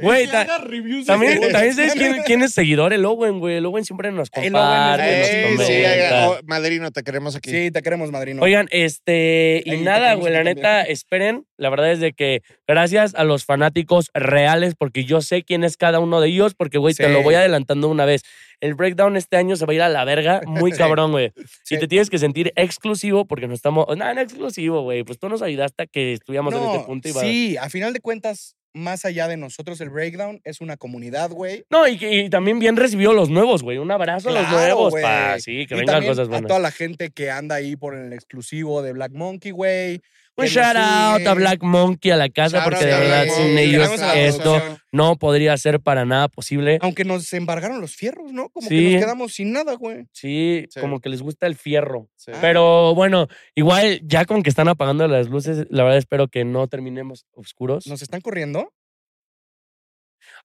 Speaker 2: Güey,
Speaker 1: Que
Speaker 2: ta-
Speaker 1: haga reviews de
Speaker 2: También,
Speaker 1: cebollas.
Speaker 2: también sabes quién, quién es seguidor, el Owen, güey. El Owen siempre nos
Speaker 1: El Owen es
Speaker 2: comparte,
Speaker 1: buenísimo.
Speaker 2: nos
Speaker 3: sí,
Speaker 2: comenta.
Speaker 3: oh, Madrino, te queremos aquí.
Speaker 1: Sí, te queremos, madrino.
Speaker 2: Oigan, este, y
Speaker 1: Ahí te
Speaker 2: nada,
Speaker 1: tenemos
Speaker 2: güey,
Speaker 1: a
Speaker 2: la
Speaker 1: ti
Speaker 2: neta, esperen, la verdad es de que gracias a los fanáticos reales, porque yo sé quién es cada uno de ellos, porque, güey, te
Speaker 1: Sí.
Speaker 2: lo voy adelantando una vez. El breakdown este año se va a ir a la verga, muy cabrón, güey.
Speaker 1: Sí.
Speaker 2: Y te tienes que sentir exclusivo porque no estamos, no, no exclusivo, güey, pues tú nos ayudaste a que estuviéramos en este punto y va.
Speaker 1: sí, a final de cuentas, más allá de nosotros, el breakdown es una comunidad, güey.
Speaker 2: No, y, que- y también bien recibió los nuevos, güey. Un abrazo a los
Speaker 1: Claro,
Speaker 2: nuevos,
Speaker 1: güey.
Speaker 2: pa. Sí, que
Speaker 1: Y
Speaker 2: vengan
Speaker 1: también
Speaker 2: cosas
Speaker 1: A
Speaker 2: buenas.
Speaker 1: toda la gente que anda ahí por el exclusivo de Black Monkey, güey.
Speaker 2: Un
Speaker 3: que nos
Speaker 2: shout out a
Speaker 3: siguen.
Speaker 2: Black Monkey, a la casa,
Speaker 3: Shout
Speaker 2: porque
Speaker 3: out
Speaker 2: de
Speaker 3: a
Speaker 2: verdad
Speaker 3: Black
Speaker 2: sin
Speaker 3: Monkey.
Speaker 2: ellos
Speaker 3: Queremos a la
Speaker 2: esto
Speaker 3: asociación.
Speaker 2: no podría ser para nada posible.
Speaker 1: Aunque nos embargaron los fierros, ¿no? Como
Speaker 2: Sí.
Speaker 1: que nos quedamos sin nada, güey.
Speaker 2: Sí,
Speaker 3: Sí.
Speaker 2: como que les gusta el fierro.
Speaker 3: Sí.
Speaker 2: Pero bueno, igual ya con que están apagando las luces, la verdad espero que no terminemos oscuros.
Speaker 1: ¿Nos están corriendo?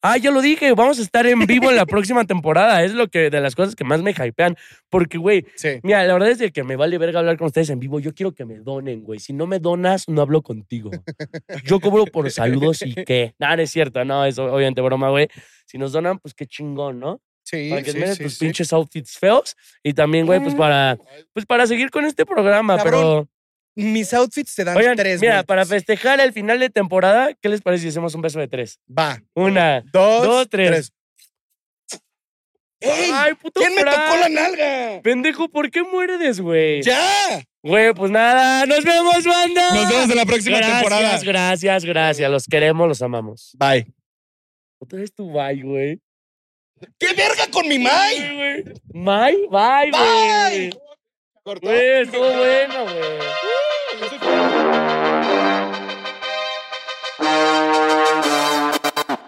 Speaker 2: Ah, ya lo dije, vamos a estar en vivo en la próxima temporada. Es lo que de las cosas que más me hypean. Porque, güey,
Speaker 1: Sí.
Speaker 2: mira, la verdad es de que me vale verga hablar con ustedes en vivo. Yo quiero que me donen, güey. Si no me donas, no hablo contigo. Yo cobro por saludos y qué. No, no es cierto, no, es obviamente broma, güey. Si nos donan, pues qué chingón, ¿no?
Speaker 1: Sí,
Speaker 2: para que
Speaker 1: sí,
Speaker 2: te metas
Speaker 1: sí,
Speaker 2: tus
Speaker 1: sí.
Speaker 2: pinches outfits feos. Y también, güey, pues para, pues para seguir con este programa.
Speaker 1: Ah. Cabrón,
Speaker 2: pero.
Speaker 1: Mis outfits te dan
Speaker 2: Oigan,
Speaker 1: tres,
Speaker 2: mira,
Speaker 1: güey.
Speaker 2: para festejar el final de temporada, ¿qué les parece si hacemos un beso de tres?
Speaker 1: Va.
Speaker 2: Una,
Speaker 1: Dos,
Speaker 2: dos, tres.
Speaker 1: ¡Ey!
Speaker 2: ¡Ay, puto
Speaker 1: ¿Quién me
Speaker 2: Fran!
Speaker 1: tocó la nalga?
Speaker 2: Pendejo, ¿por qué muerdes, güey?
Speaker 1: ¡Ya!
Speaker 2: Güey, pues nada, nos vemos, banda.
Speaker 1: Nos vemos en la próxima
Speaker 2: gracias,
Speaker 1: temporada.
Speaker 2: Gracias, gracias, los queremos, los amamos.
Speaker 1: Bye.
Speaker 2: Otra vez tu bye, güey.
Speaker 1: ¡Qué verga con mi Mai!
Speaker 2: Bye, güey. Bye, bye, güey.
Speaker 3: Cortó.
Speaker 2: Güey, estuvo bueno, güey.
Speaker 3: Uh, no se fue.